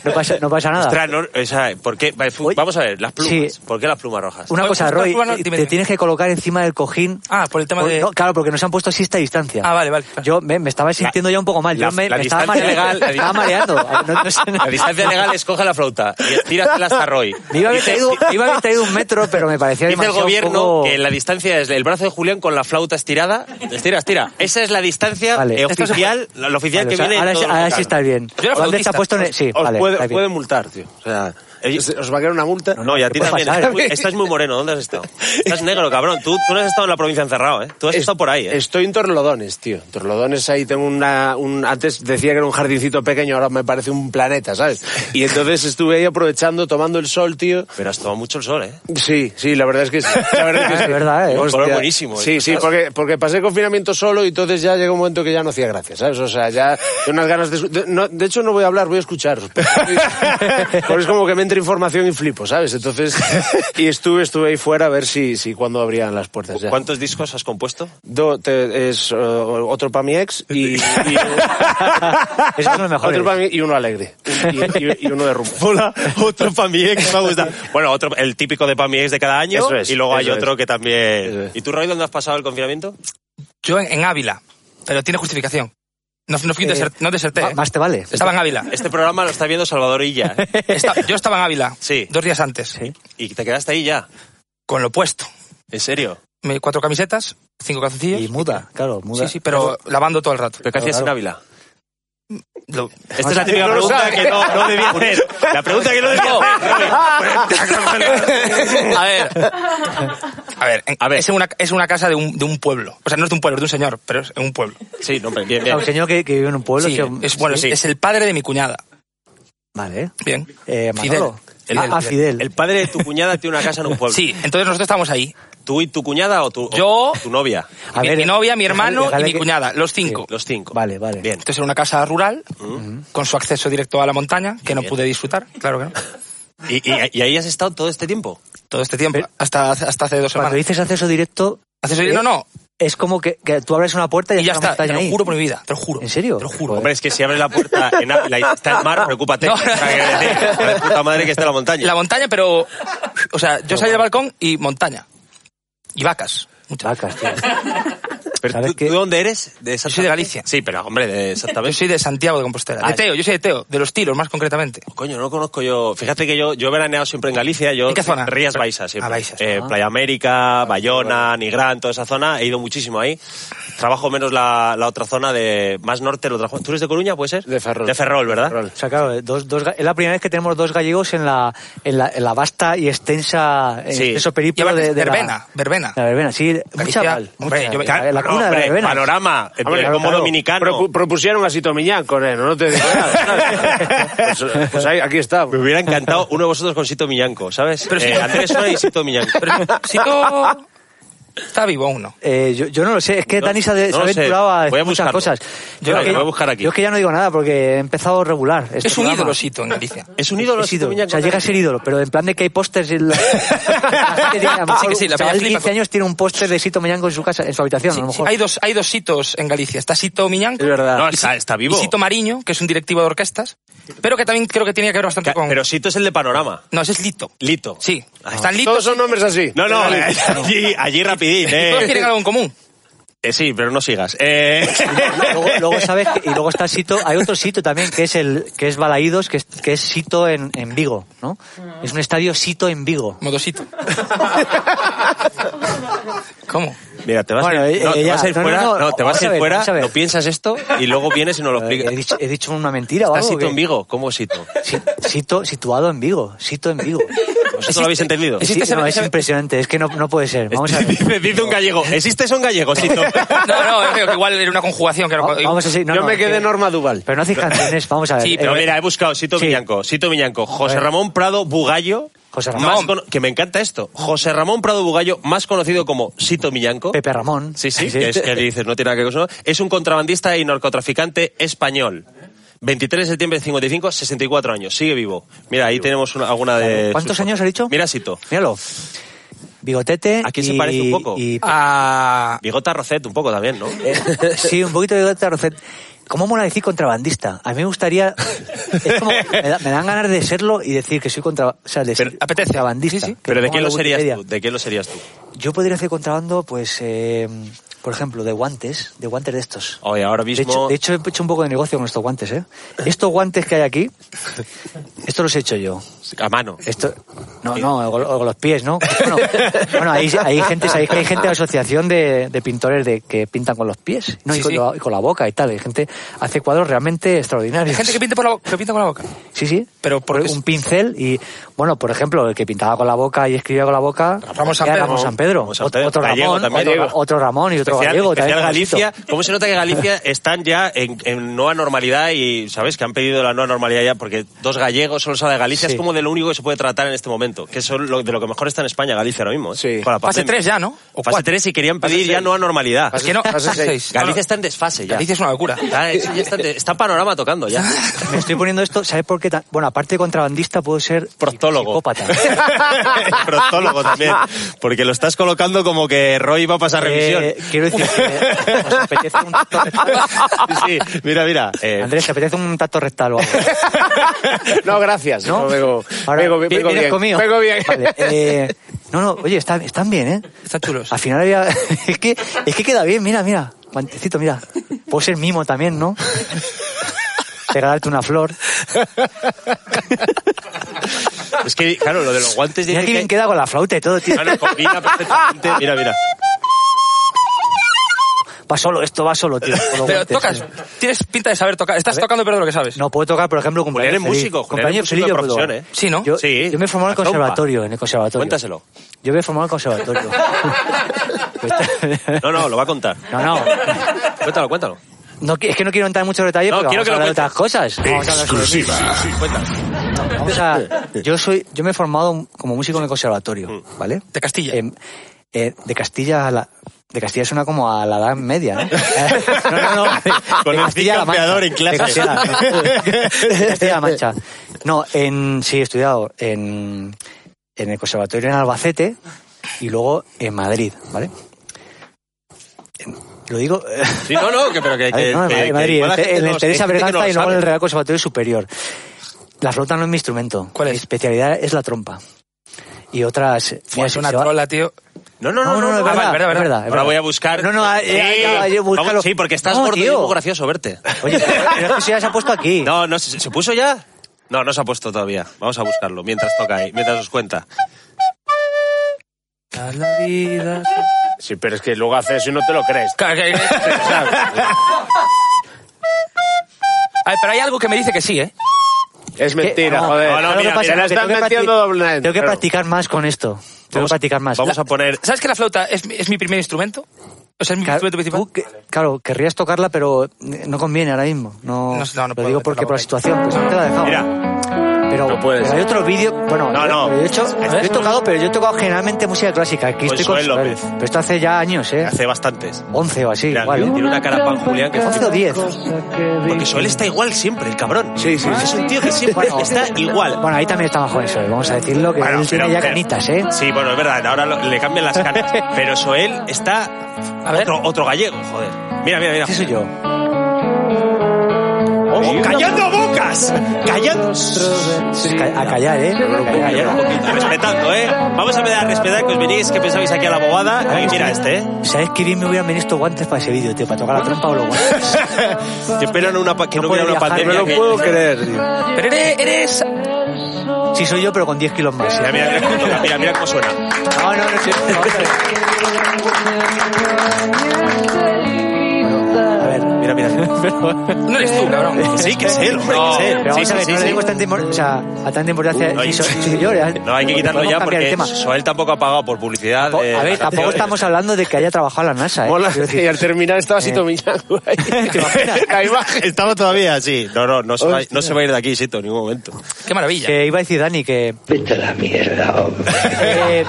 Speaker 1: No pasa, no pasa nada.
Speaker 2: Ostras, no- o sea, ¿por qué? Vale, fu-
Speaker 1: Oye.
Speaker 2: Vamos a ver, las plumas.
Speaker 1: Sí.
Speaker 2: ¿Por qué las plumas rojas?
Speaker 1: Una
Speaker 5: Oye,
Speaker 1: cosa,
Speaker 5: una
Speaker 1: Roy,
Speaker 5: cosa, bueno,
Speaker 1: te
Speaker 5: dime, dime.
Speaker 1: tienes que colocar encima del cojín.
Speaker 5: Ah, por el tema de-
Speaker 1: no, claro, porque nos han puesto así esta distancia.
Speaker 5: Ah, vale, vale.
Speaker 1: Yo me, me estaba sintiendo ya un poco mal. Yo
Speaker 2: la-
Speaker 1: me,
Speaker 2: la
Speaker 1: me estaba,
Speaker 2: distancia
Speaker 1: mareando,
Speaker 2: legal- la
Speaker 1: me estaba mareando. No- no sé-
Speaker 2: La distancia legal es coge la flauta y estíratela hasta Roy.
Speaker 1: Me iba, a haber
Speaker 2: Dice-
Speaker 1: traído, me iba a haber traído un metro, pero me parecía
Speaker 2: Dice el
Speaker 1: demasiado
Speaker 2: gobierno
Speaker 1: poco-
Speaker 2: que la distancia es el brazo de Julián con la flauta estirada. Estira, estira. Esa es la distancia
Speaker 1: Vale.
Speaker 2: eh, oficial, la la oficial
Speaker 1: Vale,
Speaker 2: que
Speaker 1: o sea,
Speaker 2: viene. en
Speaker 1: ahora,
Speaker 2: todos
Speaker 1: sí-
Speaker 2: los
Speaker 1: ahora sí
Speaker 2: locales.
Speaker 1: está bien.
Speaker 5: Yo era
Speaker 1: ¿Dónde está
Speaker 5: flautista.
Speaker 1: puesto? en el- Sí,
Speaker 4: Os
Speaker 1: vale.
Speaker 4: puede-
Speaker 1: está
Speaker 4: os
Speaker 1: bien.
Speaker 4: pueden multar, tío. O sea,
Speaker 2: Ey.
Speaker 4: os os va a quedar una multa. Pues
Speaker 2: No, y a ti
Speaker 1: puede
Speaker 2: también.
Speaker 1: pasar?
Speaker 2: Estás muy- Estás muy moreno. ¿Dónde has estado? Estás negro, cabrón. Tú, tú no has estado en la provincia encerrado, ¿eh? Tú has
Speaker 4: Es-
Speaker 2: estado por ahí, ¿eh?
Speaker 4: Estoy en Torlodones, tío. En Torlodones ahí tengo una... Un, antes decía que era un jardincito pequeño, ahora me parece un planeta, ¿sabes? Y entonces estuve ahí aprovechando, tomando el sol, tío.
Speaker 2: Pero has tomado mucho el sol, ¿eh?
Speaker 4: Sí, sí, la verdad es que sí. La verdad es que
Speaker 1: Es
Speaker 4: sí.
Speaker 1: verdad, ¿eh?
Speaker 4: Hostia.
Speaker 2: Color buenísimo, ¿eh?
Speaker 4: Sí, sí, porque, porque pasé confinamiento solo y entonces ya llegó un momento que ya no hacía gracia, ¿sabes? O sea, ya de unas ganas de... escu- De, no, de hecho, no voy a hablar, voy a escuchar. Porque es como que me entra información y flipo, ¿sabes? Entonces, y estuve, estuve ahí fuera a ver si, si cuándo abrían las puertas ya.
Speaker 2: ¿Cuántos discos has compuesto?
Speaker 4: Do- te- es eh, otro para mi ex y, y-
Speaker 1: Eso es lo mejor. eh.
Speaker 4: otro pa' mí y uno alegre y, y- y uno de rumba.
Speaker 2: Hola, otro para
Speaker 4: eh,
Speaker 2: mi ex, me gusta. Bueno, otro, el típico de para mi ex de cada año.
Speaker 4: Eso es,
Speaker 2: y luego hay
Speaker 4: eso es.
Speaker 2: otro que
Speaker 4: Eso
Speaker 2: también.
Speaker 4: es.
Speaker 2: ¿Y tú, Roy, dónde has pasado el confinamiento?
Speaker 5: Yo en, en Ávila, pero tiene justificación. No, no fui
Speaker 1: Eh,
Speaker 5: deser- no deserté,
Speaker 1: Ma-
Speaker 5: ¿eh?
Speaker 1: Más te vale.
Speaker 5: Estaba en Ávila.
Speaker 2: Este programa lo está viendo Salvador Illa. ¿eh?
Speaker 5: Esta- yo estaba en Ávila
Speaker 2: Sí.
Speaker 5: dos días antes,
Speaker 2: Y te quedaste ahí ya.
Speaker 5: con lo puesto.
Speaker 2: ¿En serio?
Speaker 5: Me- Cuatro camisetas, cinco calzoncillos.
Speaker 1: Y muda, claro, muda.
Speaker 5: Sí, sí, pero lavando todo el rato.
Speaker 2: ¿Pero qué hacías en Ávila?
Speaker 5: Lo-
Speaker 2: Esta es la típica pregunta que no, no debía hacer. La pregunta que no debía hacer.
Speaker 5: A ver. A ver, en-
Speaker 2: A ver.
Speaker 5: Es, en una, es una casa de un, de un pueblo. O sea, no es de un pueblo, es de un señor, pero es en un pueblo.
Speaker 2: Sí, no, pero bien,
Speaker 1: Claro, un
Speaker 2: bien.
Speaker 1: señor que, que vive en un pueblo.
Speaker 5: Sí,
Speaker 1: que-
Speaker 5: es, bueno,
Speaker 2: sí.
Speaker 5: es el padre de mi cuñada.
Speaker 1: Vale.
Speaker 5: Bien.
Speaker 1: Eh,
Speaker 5: Fidel.
Speaker 1: Manolo.
Speaker 5: El-
Speaker 1: Ah,
Speaker 5: el-
Speaker 1: ah, Fidel.
Speaker 2: El padre de tu cuñada tiene una casa en un pueblo.
Speaker 5: Sí, entonces nosotros estábamos ahí.
Speaker 2: ¿Tú y tu cuñada o tu, o
Speaker 5: Yo-
Speaker 2: tu novia?
Speaker 1: A
Speaker 5: mi,
Speaker 1: ver, eh,
Speaker 5: mi novia, mi
Speaker 1: déjale-
Speaker 5: hermano
Speaker 1: déjale
Speaker 5: y mi
Speaker 1: que-
Speaker 5: cuñada, los cinco.
Speaker 2: Los cinco.
Speaker 1: Vale, vale.
Speaker 2: Bien.
Speaker 5: Entonces era una casa rural, con su acceso directo a la montaña, que no
Speaker 2: bien.
Speaker 5: pude disfrutar, claro que no.
Speaker 2: ¿Y, y- y ahí has estado todo este tiempo?
Speaker 5: Todo este tiempo,
Speaker 1: Pero-
Speaker 5: hasta, hace- hasta hace dos
Speaker 1: Cuando
Speaker 5: semanas.
Speaker 1: dices acceso directo,
Speaker 5: Acceso directo, no, no,
Speaker 1: es como que, que tú abres una puerta y,
Speaker 5: y ya
Speaker 1: una
Speaker 5: está, te
Speaker 1: montaña
Speaker 5: lo
Speaker 1: ahí.
Speaker 5: juro por mi vida, te lo juro.
Speaker 1: ¿En serio?
Speaker 5: Te lo juro.
Speaker 1: Joder.
Speaker 2: Hombre, es que si abres la puerta en Ávila y está el mar, preocúpate.
Speaker 5: No.
Speaker 2: O sea, que decir, joder, puta madre que está la montaña.
Speaker 5: La montaña, pero... O sea, yo salí al balcón y montaña. Y vacas. muchas.
Speaker 1: Vacas, tío.
Speaker 2: Pero,
Speaker 1: ¿sabes
Speaker 2: ¿tú,
Speaker 1: qué?
Speaker 2: tú dónde eres? De
Speaker 5: Yo soy de Galicia.
Speaker 2: Sí, pero hombre, de
Speaker 5: Yo
Speaker 2: exactamente.
Speaker 5: soy de Santiago de Compostela.
Speaker 2: Ah,
Speaker 5: De Teo, yo soy de Teo, de los tiros más concretamente.
Speaker 2: Pues Coño, no conozco yo. Fíjate que yo, yo he veraneado siempre en Galicia. Yo,
Speaker 5: ¿En qué zona?
Speaker 2: Rías Baixas, siempre.
Speaker 5: Ah, Baixas.
Speaker 2: Eh, Playa América, Bayona, Nigrán, toda esa zona. He ido muchísimo ahí. Trabajo menos la, la otra zona de más norte. La otra... jo- ¿Tú eres de Coruña, puede ser?
Speaker 4: De Ferrol.
Speaker 2: De Ferrol, ¿verdad?
Speaker 4: Ferrol.
Speaker 1: O sea, claro, dos, dos, ga- es la primera vez que tenemos dos gallegos en la, en la, en la vasta y extensa, en
Speaker 2: Sí.
Speaker 1: extenso
Speaker 5: Y
Speaker 1: periplo
Speaker 5: aparte,
Speaker 1: de, de la-
Speaker 5: verbena, verbena.
Speaker 1: La verbena, sí.
Speaker 5: Galicia,
Speaker 1: Mucha val,
Speaker 5: hombre,
Speaker 1: mucha-
Speaker 5: yo me-
Speaker 1: la, la
Speaker 2: No,
Speaker 1: cuna de la
Speaker 2: hombre,
Speaker 1: verbena.
Speaker 2: panorama. eh,
Speaker 1: Hombre,
Speaker 2: como
Speaker 1: claro.
Speaker 2: dominicano.
Speaker 4: Propu- propusieron a Sito Miñán con él, no te digo nada. pues, eh, pues ahí- aquí está.
Speaker 2: Me hubiera encantado uno de vosotros con Sito Miñanco, ¿sabes?
Speaker 5: Pero sí.
Speaker 2: Eh, Andrés Suárez y Sito Miñanco.
Speaker 5: Si tú... Está vivo aún, ¿no?
Speaker 1: Eh, yo, yo no lo sé, es que
Speaker 2: No-
Speaker 1: Dani se, ha de-
Speaker 2: no
Speaker 1: se ha
Speaker 2: lo sé.
Speaker 1: aventurado a
Speaker 2: Voy a
Speaker 1: decir muchas cosas.
Speaker 2: buscarlo. Yo
Speaker 1: es
Speaker 2: lo
Speaker 1: que-
Speaker 2: voy a buscar aquí.
Speaker 1: Yo es que ya no digo nada porque he empezado regular. este
Speaker 5: Es un
Speaker 1: programa.
Speaker 5: ídolosito en Galicia.
Speaker 2: Es un ídolo,
Speaker 1: Es
Speaker 2: Sito
Speaker 1: ídolo. O
Speaker 2: Miñanco.
Speaker 1: sea, llega a ser ídolo, pero en plan de que hay pósters. En la...
Speaker 5: Sí que sí, la peña
Speaker 1: de
Speaker 5: flipa
Speaker 1: 15
Speaker 5: con-
Speaker 1: años tiene un póster de Sito Meñanco en su casa, en su habitación,
Speaker 5: Sí,
Speaker 1: a lo
Speaker 5: sí,
Speaker 1: mejor.
Speaker 5: Hay dos, hay dos sitos en Galicia. Está Sito Miñanco.
Speaker 4: Es verdad.
Speaker 2: No, está, está vivo.
Speaker 5: Y Sito Mariño, que es un directivo de orquestas, pero que también creo que tenía que ver bastante
Speaker 2: Ca-
Speaker 5: con...
Speaker 2: Pero Sito es el de Panorama.
Speaker 5: No, ese es Lito.
Speaker 2: Lito. Ah.
Speaker 5: Sí, están
Speaker 4: Todos
Speaker 5: Litos.
Speaker 4: son nombres así.
Speaker 2: No, no,
Speaker 4: Vale.
Speaker 2: allí, allí rapidín,
Speaker 5: Todos tienen
Speaker 2: eh.
Speaker 5: algo en común.
Speaker 2: Eh, Sí, pero no sigas. Eh,
Speaker 1: luego, luego, sabes que- y luego está Sito hay otro Sito también que es el que es Balaídos que es, que es Sito en, en Vigo no es un estadio Sito en Vigo
Speaker 5: Modosito. ¿Cómo?
Speaker 2: Mira, te vas,
Speaker 1: Bueno,
Speaker 2: a, ir,
Speaker 1: eh,
Speaker 2: no, te
Speaker 1: eh, ya.
Speaker 2: vas a ir
Speaker 1: No, no,
Speaker 2: fuera,
Speaker 1: no,
Speaker 2: no, te vas
Speaker 1: vamos a
Speaker 2: a ir
Speaker 1: ver,
Speaker 2: fuera,
Speaker 1: vamos a ver.
Speaker 2: no piensas esto y luego vienes y nos lo
Speaker 1: Eh, he
Speaker 2: explicas.
Speaker 1: dicho, he dicho una mentira o
Speaker 2: ¿Está
Speaker 1: algo
Speaker 2: Sito
Speaker 1: que-
Speaker 2: en Vigo? ¿Cómo Sito?
Speaker 1: Si- Sito situado en Vigo Sito en Vigo
Speaker 2: ¿Vosotros lo habéis entendido?
Speaker 1: Sí,
Speaker 5: Existe ese-
Speaker 1: no, es
Speaker 5: ese-
Speaker 1: impresionante es que no, no puede ser vamos a ver.
Speaker 2: Este
Speaker 1: Eh,
Speaker 2: Dice, dice un gallego. ¿Existe son gallegos, Sito?
Speaker 5: No, no, yo creo que igual era una conjugación que no...
Speaker 1: Va- vamos a seguir, no,
Speaker 4: Yo
Speaker 1: no,
Speaker 4: me
Speaker 1: es
Speaker 4: quedé
Speaker 1: que-
Speaker 4: Norma Duval.
Speaker 1: pero no hacéis canciones vamos a ver
Speaker 5: Sí,
Speaker 1: Eh,
Speaker 2: Pero mira, he buscado Sito
Speaker 1: Sí.
Speaker 2: Miñanco, Sito Miñanco, José
Speaker 1: ver.
Speaker 2: Ramón Prado Bugallo.
Speaker 1: José
Speaker 2: más
Speaker 1: Ramón.
Speaker 2: cono- que me encanta esto. José Ramón Prado Bugallo, más conocido como Sito Miñanco.
Speaker 1: Pepe Ramón
Speaker 2: Sí, sí, que es que dices, no tiene nada que ver con eso. Es un contrabandista y narcotraficante español. 23 de septiembre de 55, 64 años. Sigue vivo. Mira, ahí tenemos una- alguna de...
Speaker 1: ¿Cuántos
Speaker 2: sus-
Speaker 1: años ha dicho?
Speaker 2: Mira, Sito.
Speaker 1: míralo bigotete
Speaker 2: Aquí se
Speaker 1: y-
Speaker 2: parece un poco.
Speaker 1: y
Speaker 5: Ah,
Speaker 2: Bigota Rocet un poco también, ¿no?
Speaker 1: Eh, Sí, un poquito de Gata Rocet. ¿Cómo mola decir contrabandista? A mí me gustaría... es como- me, da- me dan ganas de serlo y decir que soy contra, o sea, de ser
Speaker 5: apetece.
Speaker 1: contrabandista.
Speaker 5: Sí, sí.
Speaker 1: Que
Speaker 2: Pero ¿de
Speaker 1: ponga
Speaker 2: quién
Speaker 1: en
Speaker 2: lo
Speaker 1: la
Speaker 2: serías
Speaker 1: Wikipedia.
Speaker 2: tú? ¿De quién lo serías tú?
Speaker 1: Yo podría hacer contrabando, pues, eh, por ejemplo, de guantes, de guantes de estos.
Speaker 2: Oye, ahora
Speaker 1: De hecho,
Speaker 2: mismo...
Speaker 1: de hecho, he hecho un poco de negocio con estos guantes, ¿eh? Estos guantes que hay aquí, estos los he hecho yo.
Speaker 2: a mano.
Speaker 1: Esto, no, no, o, o con los pies, ¿no? Bueno, bueno, hay, hay gente, sabéis que hay gente de la asociación de, de pintores de, que pintan con los pies, ¿no? y,
Speaker 5: Sí,
Speaker 1: con
Speaker 5: sí.
Speaker 1: La, y con la boca y tal. Hay gente, hace cuadros realmente
Speaker 5: hay
Speaker 1: extraordinarios.
Speaker 5: gente que pinta, por la boca, que pinta con la boca.
Speaker 1: Sí, sí.
Speaker 5: Pero porque es-
Speaker 1: un pincel y, bueno, por ejemplo, el que pintaba con la boca y escribía con la boca.
Speaker 5: Ramón San
Speaker 1: era
Speaker 5: Pedro.
Speaker 1: Ramón San Pedro.
Speaker 2: Ramón San Pedro,
Speaker 1: Otro
Speaker 2: gallego
Speaker 1: Ramón,
Speaker 2: también.
Speaker 1: otro,
Speaker 2: Gallego.
Speaker 1: otro Ramón y otro
Speaker 2: especial,
Speaker 1: gallego.
Speaker 2: especial
Speaker 1: también
Speaker 2: Galicia.
Speaker 1: Josito.
Speaker 2: ¿Cómo se nota que Galicia están ya en, en nueva normalidad y, ¿sabes? Que han pedido la nueva normalidad ya porque dos gallegos solo sale de Galicia.
Speaker 1: Sí.
Speaker 2: Es como de lo único que se puede tratar en este momento. Que es lo- de lo que mejor está en España, Galicia ahora mismo. ¿eh?
Speaker 4: Sí.
Speaker 2: Con la
Speaker 5: Fase
Speaker 2: pandemia.
Speaker 5: 3 ya, ¿no? O
Speaker 2: Fase 3 y querían pedir ya
Speaker 4: seis.
Speaker 2: nueva normalidad.
Speaker 5: Es que no,
Speaker 4: Fase seis.
Speaker 5: seis.
Speaker 2: Galicia
Speaker 5: Bueno,
Speaker 2: está en desfase ya.
Speaker 5: Galicia es una locura.
Speaker 2: Está, es- ya está, en de- está panorama tocando ya.
Speaker 1: Me estoy poniendo esto, ¿sabes por qué? tan- Bueno, aparte de contrabandista, puedo ser
Speaker 2: Proctólogo.
Speaker 1: psicópata.
Speaker 2: Proctólogo también. Porque lo estás colocando como que Roy va a pasar revisión.
Speaker 1: Eh, quiero decir que os apetece un tacto,
Speaker 2: Sí, sí. Mira, mira. eh,
Speaker 1: Andrés, ¿te apetece un tacto rectal o algo?
Speaker 4: No, gracias.
Speaker 1: ¿No?
Speaker 4: No, vengo,
Speaker 1: Ahora,
Speaker 4: vengo,
Speaker 1: ¿vi-
Speaker 4: vengo
Speaker 1: vienes
Speaker 4: bien.
Speaker 1: conmigo?
Speaker 4: Vengo bien.
Speaker 1: Vale, eh, no, no, oye, están, están bien, ¿eh?
Speaker 5: Están chulos.
Speaker 1: Al final había... Es que, es que queda bien, mira, mira. Guantecito, mira. Puedo ser mimo también, ¿no? Regalarte una flor.
Speaker 2: es que, claro, lo de los guantes
Speaker 1: Mira
Speaker 2: dice
Speaker 1: que
Speaker 2: que-
Speaker 1: bien queda con la flauta y todo, tío.
Speaker 2: Bueno, combina perfectamente. Mira, mira.
Speaker 1: Va solo, esto va solo, tío. con los
Speaker 5: Pero
Speaker 1: guantes,
Speaker 5: tocas,
Speaker 1: tío.
Speaker 5: tienes pinta de saber tocar. Estás tocando pero de lo que sabes.
Speaker 1: No, puedo tocar, por ejemplo,
Speaker 2: Julián
Speaker 1: cumpleaños
Speaker 2: es
Speaker 1: feliz.
Speaker 2: músico, Julián
Speaker 1: Cumpleaños
Speaker 2: es
Speaker 1: feliz yo
Speaker 2: músico de
Speaker 1: puedo
Speaker 2: profesión,
Speaker 1: tocar.
Speaker 5: ¿eh? Sí, ¿no?
Speaker 1: Yo,
Speaker 2: Sí.
Speaker 1: yo me he formado en el
Speaker 2: La trompa.
Speaker 1: conservatorio, en el conservatorio.
Speaker 2: Cuéntaselo.
Speaker 1: Yo me he formado en el conservatorio. Pues
Speaker 2: No, no, lo va a contar.
Speaker 1: no, no.
Speaker 2: Cuéntalo, cuéntalo.
Speaker 1: No, qui- es que no quiero entrar en muchos detalles
Speaker 2: No,
Speaker 1: porque
Speaker 2: quiero
Speaker 1: vamos a hablar de
Speaker 2: que lo
Speaker 1: otras cosas. Vamos a hablar sobre-
Speaker 6: Exclusiva.
Speaker 1: vamos a- yo soy, yo me he formado como músico en el conservatorio,
Speaker 2: Mm.
Speaker 1: ¿vale?
Speaker 5: De Castilla.
Speaker 1: Em, eh, de Castilla a la, de Castilla suena como a la edad media, ¿no? no, no, no. de-
Speaker 2: Con
Speaker 1: de
Speaker 2: el
Speaker 1: Castilla a la Mancha.
Speaker 2: campeador en clase.
Speaker 1: De Castilla, de Castilla a la Mancha. No, en, sí, he estudiado en, en el conservatorio en Albacete y luego en Madrid, ¿vale? En- Lo digo,
Speaker 2: Sí, no, no, que, pero que,
Speaker 1: a
Speaker 2: que,
Speaker 1: ver, no, en
Speaker 2: que-
Speaker 1: Madrid,
Speaker 2: Eh, que
Speaker 1: Madrid,
Speaker 2: igual la
Speaker 1: en,
Speaker 2: gente
Speaker 1: en
Speaker 2: no-
Speaker 1: el
Speaker 2: hay
Speaker 1: Teresa
Speaker 2: gente que no
Speaker 1: Berganza
Speaker 2: lo
Speaker 1: y luego en
Speaker 2: sabe.
Speaker 1: el Real Conservatorio Superior. La flauta no es mi instrumento.
Speaker 5: ¿Cuál
Speaker 1: Mi
Speaker 5: es?
Speaker 1: especialidad es la trompa. Y otras... mira,
Speaker 5: es
Speaker 1: se-
Speaker 5: una
Speaker 1: se va-
Speaker 5: trola, tío.
Speaker 2: No, no, no, no,
Speaker 1: es
Speaker 2: no,
Speaker 5: vale,
Speaker 1: verdad,
Speaker 5: verdad,
Speaker 1: es
Speaker 5: verdad.
Speaker 1: es
Speaker 2: Ahora voy a buscar.
Speaker 1: No, no, ah,
Speaker 2: Sí,
Speaker 1: eh, ya, ya, ya,
Speaker 2: vamos,
Speaker 1: búscalo.
Speaker 2: sí, porque estás
Speaker 1: No,
Speaker 2: gordo y es
Speaker 1: tío.
Speaker 2: muy gracioso verte.
Speaker 1: Oye, pero es que si ya se ha puesto aquí.
Speaker 2: No, no, ¿se, se puso ya? No, no se ha puesto todavía. Vamos a buscarlo mientras toca ahí, mientras os cuenta.
Speaker 5: A la vida.
Speaker 4: Sí, pero es que luego haces eso y no te lo crees.
Speaker 5: Ca- que- A ver, pero hay algo que me dice que sí, ¿eh?
Speaker 4: Es
Speaker 1: ¿Qué?
Speaker 4: mentira,
Speaker 1: Eh, No,
Speaker 4: joder.
Speaker 2: no, no,
Speaker 1: ¿sabes lo que
Speaker 2: mira,
Speaker 1: pasa?
Speaker 2: se la
Speaker 1: Tengo
Speaker 4: están
Speaker 1: que practi-
Speaker 4: metiendo doblemente,
Speaker 1: Tengo que
Speaker 4: pero-
Speaker 1: practicar más con esto. Tengo que practicar más.
Speaker 2: Vamos
Speaker 1: La-
Speaker 2: a poner.
Speaker 5: ¿Sabes que la flauta es, mi- es mi primer instrumento? O sea, es mi
Speaker 1: Claro,
Speaker 5: instrumento principal.
Speaker 1: tú que- claro, querrías tocarla, pero no conviene ahora mismo. No,
Speaker 5: No, no, no
Speaker 1: lo
Speaker 5: puedo
Speaker 1: digo
Speaker 5: meterla
Speaker 1: porque por
Speaker 5: por
Speaker 1: la
Speaker 5: ahí.
Speaker 1: situación. Pues no te la he dejado.
Speaker 2: Mira,
Speaker 1: pero,
Speaker 4: no puedes.
Speaker 1: pero hay otro vídeo. Bueno, yo-
Speaker 2: No, no.
Speaker 1: pero yo he, hecho- yo he tocado, pero yo he tocado generalmente música clásica. Aquí estoy con
Speaker 2: Consuelo López.
Speaker 1: Pero esto hace ya años, ¿eh?
Speaker 2: hace bastantes.
Speaker 1: 11 o así,
Speaker 2: Mira,
Speaker 1: igual.
Speaker 2: tiene una cara pan Julián que
Speaker 1: 11 o 10.
Speaker 2: Porque Soel está igual siempre, el cabrón.
Speaker 1: Sí, sí, sí.
Speaker 2: Es un tío que siempre
Speaker 1: Bueno.
Speaker 2: está igual.
Speaker 1: Bueno, ahí también está más joven Soel, vamos a decirlo, que
Speaker 2: Bueno,
Speaker 1: él tiene
Speaker 2: pero-
Speaker 1: ya
Speaker 2: pero-
Speaker 1: canitas, ¿eh?
Speaker 2: Sí, bueno, es verdad, ahora lo- le cambian las caras. Pero Soel está
Speaker 5: A ver.
Speaker 2: otro, otro gallego, joder. Mira, mira, mira.
Speaker 1: Sí, soy yo.
Speaker 2: ¡Oh, ¡Callando bocas! ¡Callando!
Speaker 1: Ca- A callar, ¿eh? A
Speaker 2: Callar un
Speaker 1: callar.
Speaker 2: poquito, respetando, ¿eh? Vamos a empezar a respetar que os venís, que pensabais aquí a la bobada. Y mira este, ¿eh?
Speaker 1: ¿Sabes qué bien me hubieran venido estos guantes para ese vídeo, tío? Para tocar la trompa o los guantes.
Speaker 2: Que esperan una, pa- que
Speaker 1: No
Speaker 2: no,
Speaker 1: puede
Speaker 2: hubiera una
Speaker 1: viajar,
Speaker 2: pandemia.
Speaker 1: no lo
Speaker 2: que-
Speaker 4: puedo creer, tío.
Speaker 5: Pero eres, eres-
Speaker 1: Sí, soy yo, pero con 10 kilos más. ¿eh?
Speaker 2: Mira, mira, mira cómo toca, mira, mira cómo suena.
Speaker 1: No, no, no, sí, no, pero- A ver,
Speaker 2: Mira, mira.
Speaker 5: No eres
Speaker 1: Eh,
Speaker 5: tú, cabrón.
Speaker 2: Sí, que es él, eh, hombre,
Speaker 5: No,
Speaker 2: que es él.
Speaker 1: pero
Speaker 2: Sí,
Speaker 1: vamos a
Speaker 2: sí,
Speaker 1: ver,
Speaker 2: sí,
Speaker 1: no le
Speaker 2: sí.
Speaker 1: dimos tanta, impor- o sea, a tanta importancia.
Speaker 2: No,
Speaker 1: Sí,
Speaker 2: hay-
Speaker 1: soy- sí, yo, ya-
Speaker 2: No, hay que quitarlo
Speaker 1: ¿eh? podemos cambiar el
Speaker 2: ya porque
Speaker 1: tema.
Speaker 2: Soel tampoco ha pagado por publicidad.
Speaker 1: Po-
Speaker 2: eh,
Speaker 1: a ver,
Speaker 2: las
Speaker 1: tampoco
Speaker 2: canciones.
Speaker 1: estamos hablando de que haya trabajado en la NASA. ¿eh?
Speaker 4: Mola,
Speaker 1: Quiero decir,
Speaker 4: y al terminar estabas así tomillando ahí.
Speaker 1: ¿Te imaginas?
Speaker 4: La imagen.
Speaker 2: Estamos todavía así. No, no, no se, va, no se va a ir de aquí, Sito, en ningún momento.
Speaker 5: Qué maravilla.
Speaker 1: que iba a decir Dani que.
Speaker 7: Vete a la mierda, hombre.
Speaker 1: eh,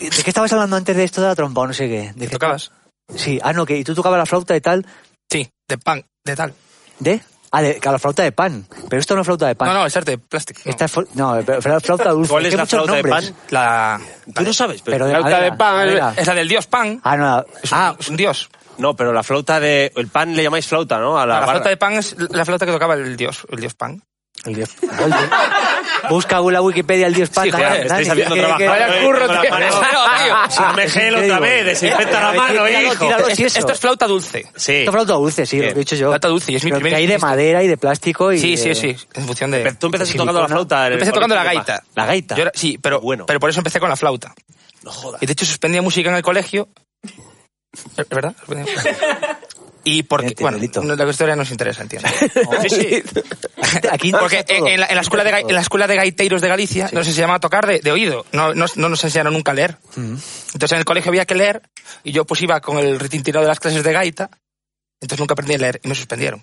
Speaker 1: ¿De qué estabas hablando antes de esto de la trompa o no sé qué? ¿De
Speaker 5: ¿Te
Speaker 1: qué?
Speaker 5: tocabas?
Speaker 1: Sí, ah, no, que y tú tocabas la flauta y tal.
Speaker 5: Sí, de pan, de tal.
Speaker 1: ¿De? Ah, de, que a la flauta de pan. Pero esto no es flauta de pan.
Speaker 5: No, no, es arte de plástico. no.
Speaker 1: Esta es fol- no, pero pero la flauta dulce.
Speaker 2: ¿Cuál es
Speaker 1: que
Speaker 2: la
Speaker 1: muchos
Speaker 2: flauta de
Speaker 1: nombres.
Speaker 2: pan? Pues
Speaker 5: La...
Speaker 2: Tú no sabes, pero...
Speaker 1: Pero de
Speaker 4: Flauta
Speaker 1: madera,
Speaker 4: de pan, eh.
Speaker 1: madera.
Speaker 5: Es la del dios pan.
Speaker 1: Ah, no.
Speaker 5: Es un- es un dios.
Speaker 2: No, pero la flauta de... El pan le llamáis flauta, ¿no? A la,
Speaker 5: La,
Speaker 2: barra.
Speaker 5: flauta de pan es la flauta que tocaba el dios, el dios pan.
Speaker 1: El dios. Oye, busca en la Wikipedia el dios pan.
Speaker 5: Sí,
Speaker 1: Dani,
Speaker 5: joder,
Speaker 2: Estáis
Speaker 1: Dani,
Speaker 2: haciendo
Speaker 1: que-
Speaker 2: trabajo.
Speaker 1: que-
Speaker 4: Vaya
Speaker 2: eh,
Speaker 4: curro,
Speaker 2: con la
Speaker 4: tío.
Speaker 2: mano.
Speaker 5: Claro, tío.
Speaker 2: Si no me gel
Speaker 1: ¿qué
Speaker 2: otra
Speaker 1: digo?
Speaker 2: vez, desinfecta la mano,
Speaker 1: Tíralo,
Speaker 2: hijo.
Speaker 1: tíralo, Ah, sí, eso.
Speaker 5: Esto es flauta dulce.
Speaker 2: Sí.
Speaker 1: Esto es flauta dulce, sí, lo he dicho yo.
Speaker 5: Flauta dulce, y es mi
Speaker 1: Pero
Speaker 5: primer
Speaker 1: que hay de eh.
Speaker 5: instrumento.
Speaker 1: madera y de plástico y
Speaker 5: Sí,
Speaker 1: de-
Speaker 5: sí, sí. En función de.
Speaker 2: Pero Tú empezaste tocando la flauta. en
Speaker 5: Yo
Speaker 2: el
Speaker 5: empecé
Speaker 2: colegio,
Speaker 5: tocando la
Speaker 2: ¿qué
Speaker 5: gaita.
Speaker 2: pasa? La gaita.
Speaker 5: Yo era- sí, pero,
Speaker 2: Bueno.
Speaker 5: pero por eso empecé con la flauta.
Speaker 2: No jodas.
Speaker 5: Y de hecho suspendía música en el colegio. ¿Es verdad? Suspendía música. Y porque,
Speaker 1: Mete,
Speaker 5: bueno,
Speaker 1: delito.
Speaker 5: no, la historia nos interesa, entiendo. Sí, sí.
Speaker 1: Aquí interesa
Speaker 5: Porque en,
Speaker 1: todo.
Speaker 5: en la, en la escuela de, ga- en la escuela de gaiteros de Galicia no nos enseñaban a tocar de, de oído, no, no- no nos enseñaron nunca a leer. Entonces en el colegio había que leer y yo pues iba con el retintirado de las clases de gaita, entonces nunca aprendí a leer y me suspendieron.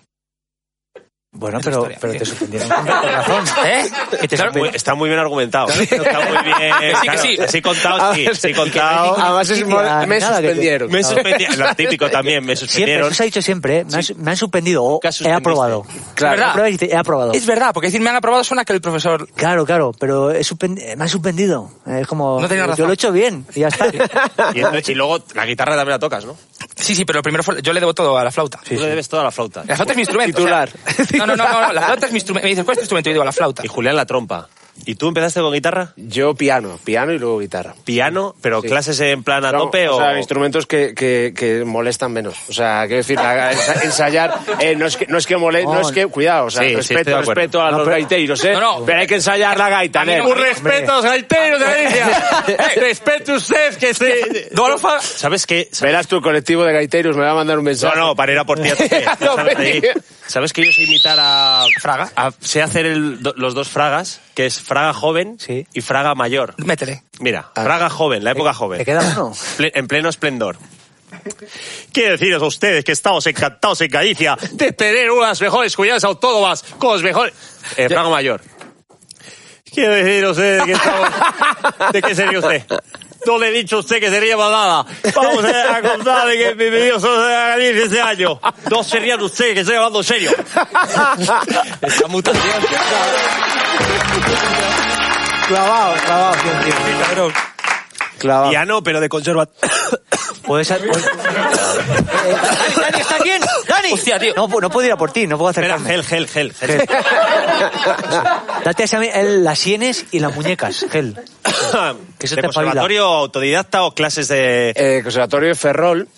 Speaker 1: Bueno,
Speaker 5: Esa
Speaker 1: pero,
Speaker 5: historia,
Speaker 1: pero
Speaker 5: sí.
Speaker 1: te suspendieron con razón.
Speaker 5: ¿Eh?
Speaker 1: Que te
Speaker 5: Claro,
Speaker 1: suspendieron.
Speaker 2: Muy- está muy bien argumentado. Está muy bien.
Speaker 5: Que sí, que
Speaker 2: claro.
Speaker 5: sí.
Speaker 2: Así contado, Ah, sí. Sí contado.
Speaker 4: Además es mo-
Speaker 1: Nada,
Speaker 4: me
Speaker 1: que te-
Speaker 4: suspendieron.
Speaker 2: Me suspendieron. Lo típico también,
Speaker 1: Siempre,
Speaker 2: me
Speaker 1: eso
Speaker 2: suspendieron.
Speaker 1: se ha dicho siempre, ¿eh? me, han, su- me han suspendido o
Speaker 2: Nunca
Speaker 1: he
Speaker 2: suspendiste.
Speaker 1: aprobado.
Speaker 5: Claro.
Speaker 1: He aprobado y dice, he aprobado.
Speaker 5: Es verdad, porque decir me han aprobado suena que el profesor...
Speaker 1: Claro, claro, pero he suspen- eh, me han suspendido. Eh, Es como,
Speaker 5: No tenía
Speaker 1: yo
Speaker 5: razón.
Speaker 1: lo he hecho bien y ya está.
Speaker 2: Y, entonces- y luego la guitarra también la tocas, ¿no?
Speaker 5: Sí, sí, pero lo primero fue... Yo le debo todo a la flauta.
Speaker 2: Tú le debes toda la flauta.
Speaker 5: La flauta es mi instrumento.
Speaker 4: Titular.
Speaker 5: o sea, no, no, no, no, la flauta es mi instrumento. Me dices, ¿cuál es tu instrumento? Y digo, la flauta.
Speaker 2: Y Julián la trompa. ¿Y tú empezaste con guitarra?
Speaker 4: Yo piano, piano y luego guitarra.
Speaker 2: ¿Piano? ¿Pero
Speaker 4: Sí.
Speaker 2: clases en plan a
Speaker 4: Vamos,
Speaker 2: tope o...?
Speaker 4: o sea, instrumentos que, que, que molestan menos. O sea, quiero decir, la- ensa- ensayar eh, no es que no es que mole, no es que cuidado, o sea,
Speaker 2: Sí, sí, estoy de
Speaker 4: respeto,
Speaker 2: acuerdo.
Speaker 4: respeto a
Speaker 1: No,
Speaker 4: los
Speaker 1: pero-
Speaker 4: gaiteros, eh.
Speaker 5: No, no.
Speaker 4: Pero hay que ensayar la gaita,
Speaker 5: A mí
Speaker 4: ¿eh?
Speaker 5: no- Un
Speaker 1: respeto,
Speaker 4: gaiteros de Galicia.
Speaker 5: Eh,
Speaker 4: respeto ustedes que se
Speaker 5: Dolofa.
Speaker 2: ¿Sabes qué?
Speaker 4: Verás tu colectivo de gaiteros me va a mandar un
Speaker 2: No,
Speaker 4: mensaje.
Speaker 2: no, para ir a por ti. a tope.
Speaker 4: No,
Speaker 2: ¿Sabes,
Speaker 4: me-
Speaker 2: ahí? ¿Sabes que yo sé imitar a...
Speaker 5: Fraga.
Speaker 2: a- sé hacer el- do- los dos fragas, que es fraga joven
Speaker 1: Sí.
Speaker 2: y fraga mayor.
Speaker 5: Métele.
Speaker 2: Ah. Mira, fraga joven, la época
Speaker 1: ¿Te
Speaker 2: joven.
Speaker 1: queda uno?
Speaker 2: Ple- en pleno esplendor. Quiero deciros a ustedes que estamos encantados en Galicia de tener unas mejores comunidades autónomas con los mejores... Eh, Franco Mayor. Quiero decir a ustedes que estamos... ¿De qué sería usted? No le he dicho a usted que sería balada. Vamos a, a contar de que bienvenidos a Galicia este año. No serían ustedes que estoy hablando en serio. Esa mutación.
Speaker 1: Clavado, eh. clavado, Clavado.
Speaker 2: Ya no, pero de conserva...
Speaker 1: Puedes... a- puedes- Eh, ¡Dani, está bien! ¡Dani!
Speaker 5: Hostia, tío.
Speaker 1: No, pu- no puedo ir a por ti, no puedo
Speaker 2: Espera,
Speaker 1: acercarme.
Speaker 2: gel, gel, gel, gel.
Speaker 1: Date a esa- el- las sienes y las muñecas, gel. Que eso
Speaker 2: ¿De
Speaker 1: te espabila.
Speaker 2: conservatorio, autodidacta o clases de...?
Speaker 4: Eh, conservatorio de Ferrol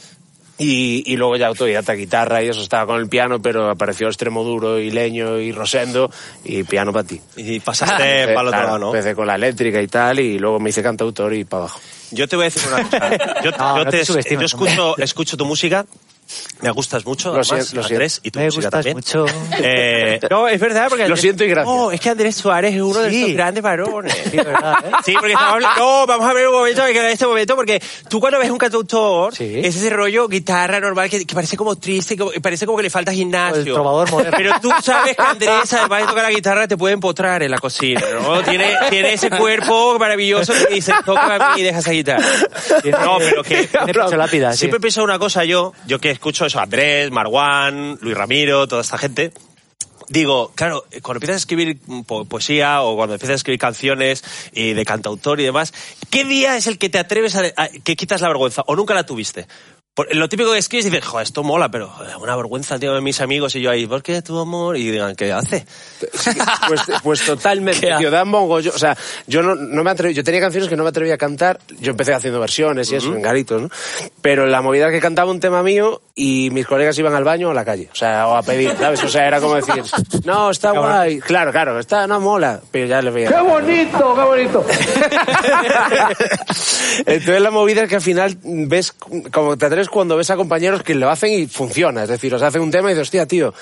Speaker 4: y, y luego ya autodidacta guitarra y eso estaba con el piano, pero apareció extremo duro y leño y rosendo y piano para ti.
Speaker 2: Y pasaste para Eh,
Speaker 4: Empecé,
Speaker 2: el otro
Speaker 4: claro,
Speaker 2: lado, ¿no?
Speaker 1: Pues-
Speaker 4: Empecé con la eléctrica y tal y luego me hice cantautor y para abajo.
Speaker 2: Yo te voy a decir una cosa. Yo,
Speaker 1: No,
Speaker 2: yo
Speaker 1: no
Speaker 2: te-
Speaker 1: te subestimes,
Speaker 2: yo escucho, escucho tu música, me gustas mucho,
Speaker 4: Lo
Speaker 2: además,
Speaker 4: siento, lo
Speaker 2: Andrés,
Speaker 4: siento.
Speaker 2: y tu
Speaker 1: Me
Speaker 2: música
Speaker 1: gustas
Speaker 2: también.
Speaker 1: mucho.
Speaker 2: Eh,
Speaker 4: No, es verdad, porque... Lo siento y gracias.
Speaker 2: no, es que Andrés Suárez es uno
Speaker 1: Sí.
Speaker 2: de los grandes varones.
Speaker 1: Sí, verdad, ¿eh?
Speaker 2: Sí, porque estamos hablando... No, vamos a ver un momento, hay que ver este momento, porque tú cuando ves un cantautor,
Speaker 1: Sí.
Speaker 2: es ese rollo guitarra normal que, que parece como triste, como- que parece como que le falta gimnasio.
Speaker 1: El trovador moderno.
Speaker 2: Pero tú sabes que Andrés, además de tocar la guitarra, te puede empotrar en la cocina, ¿no? Tiene, tiene ese cuerpo maravilloso que dice, toca a mí y deja esa guitarra.
Speaker 1: Tiene-
Speaker 2: No, pero que...
Speaker 1: tiene pecho lápida, sí.
Speaker 2: Siempre he pensado una cosa yo, yo que escucho eso, Andrés, Marwan, Luis Ramiro, toda esta gente... Digo, claro, eh, cuando empiezas a escribir mm, po- poesía o cuando empiezas a escribir canciones y de cantautor y demás, ¿qué día es el que te atreves a, a- que quitas la vergüenza o nunca la tuviste? Por- lo típico que escribes y dices, joder, esto mola, pero joder, una vergüenza, tío, de mis amigos y yo ahí, ¿por qué tu amor? Y digan, ¿qué hace?
Speaker 4: Pues, pues totalmente.
Speaker 2: ¿Qué hace?
Speaker 4: Yo dan mogollón- O sea, yo no, no me atreví. Yo tenía canciones que no me atrevía a cantar. Yo empecé haciendo versiones y eso, en garitos, ¿no? Pero la movida era que cantaba un tema mío y mis colegas iban al baño o a la calle. O sea, o a pedir, ¿sabes? O sea, era como decir, no, está guay. Claro, claro, está, no mola. Pero ya les veía. ¡Qué bonito, qué bonito! Entonces la movida es que al final ves, como te atreves cuando ves a compañeros que lo hacen y funciona. Es decir, os hacen un tema y dices, hostia, tío,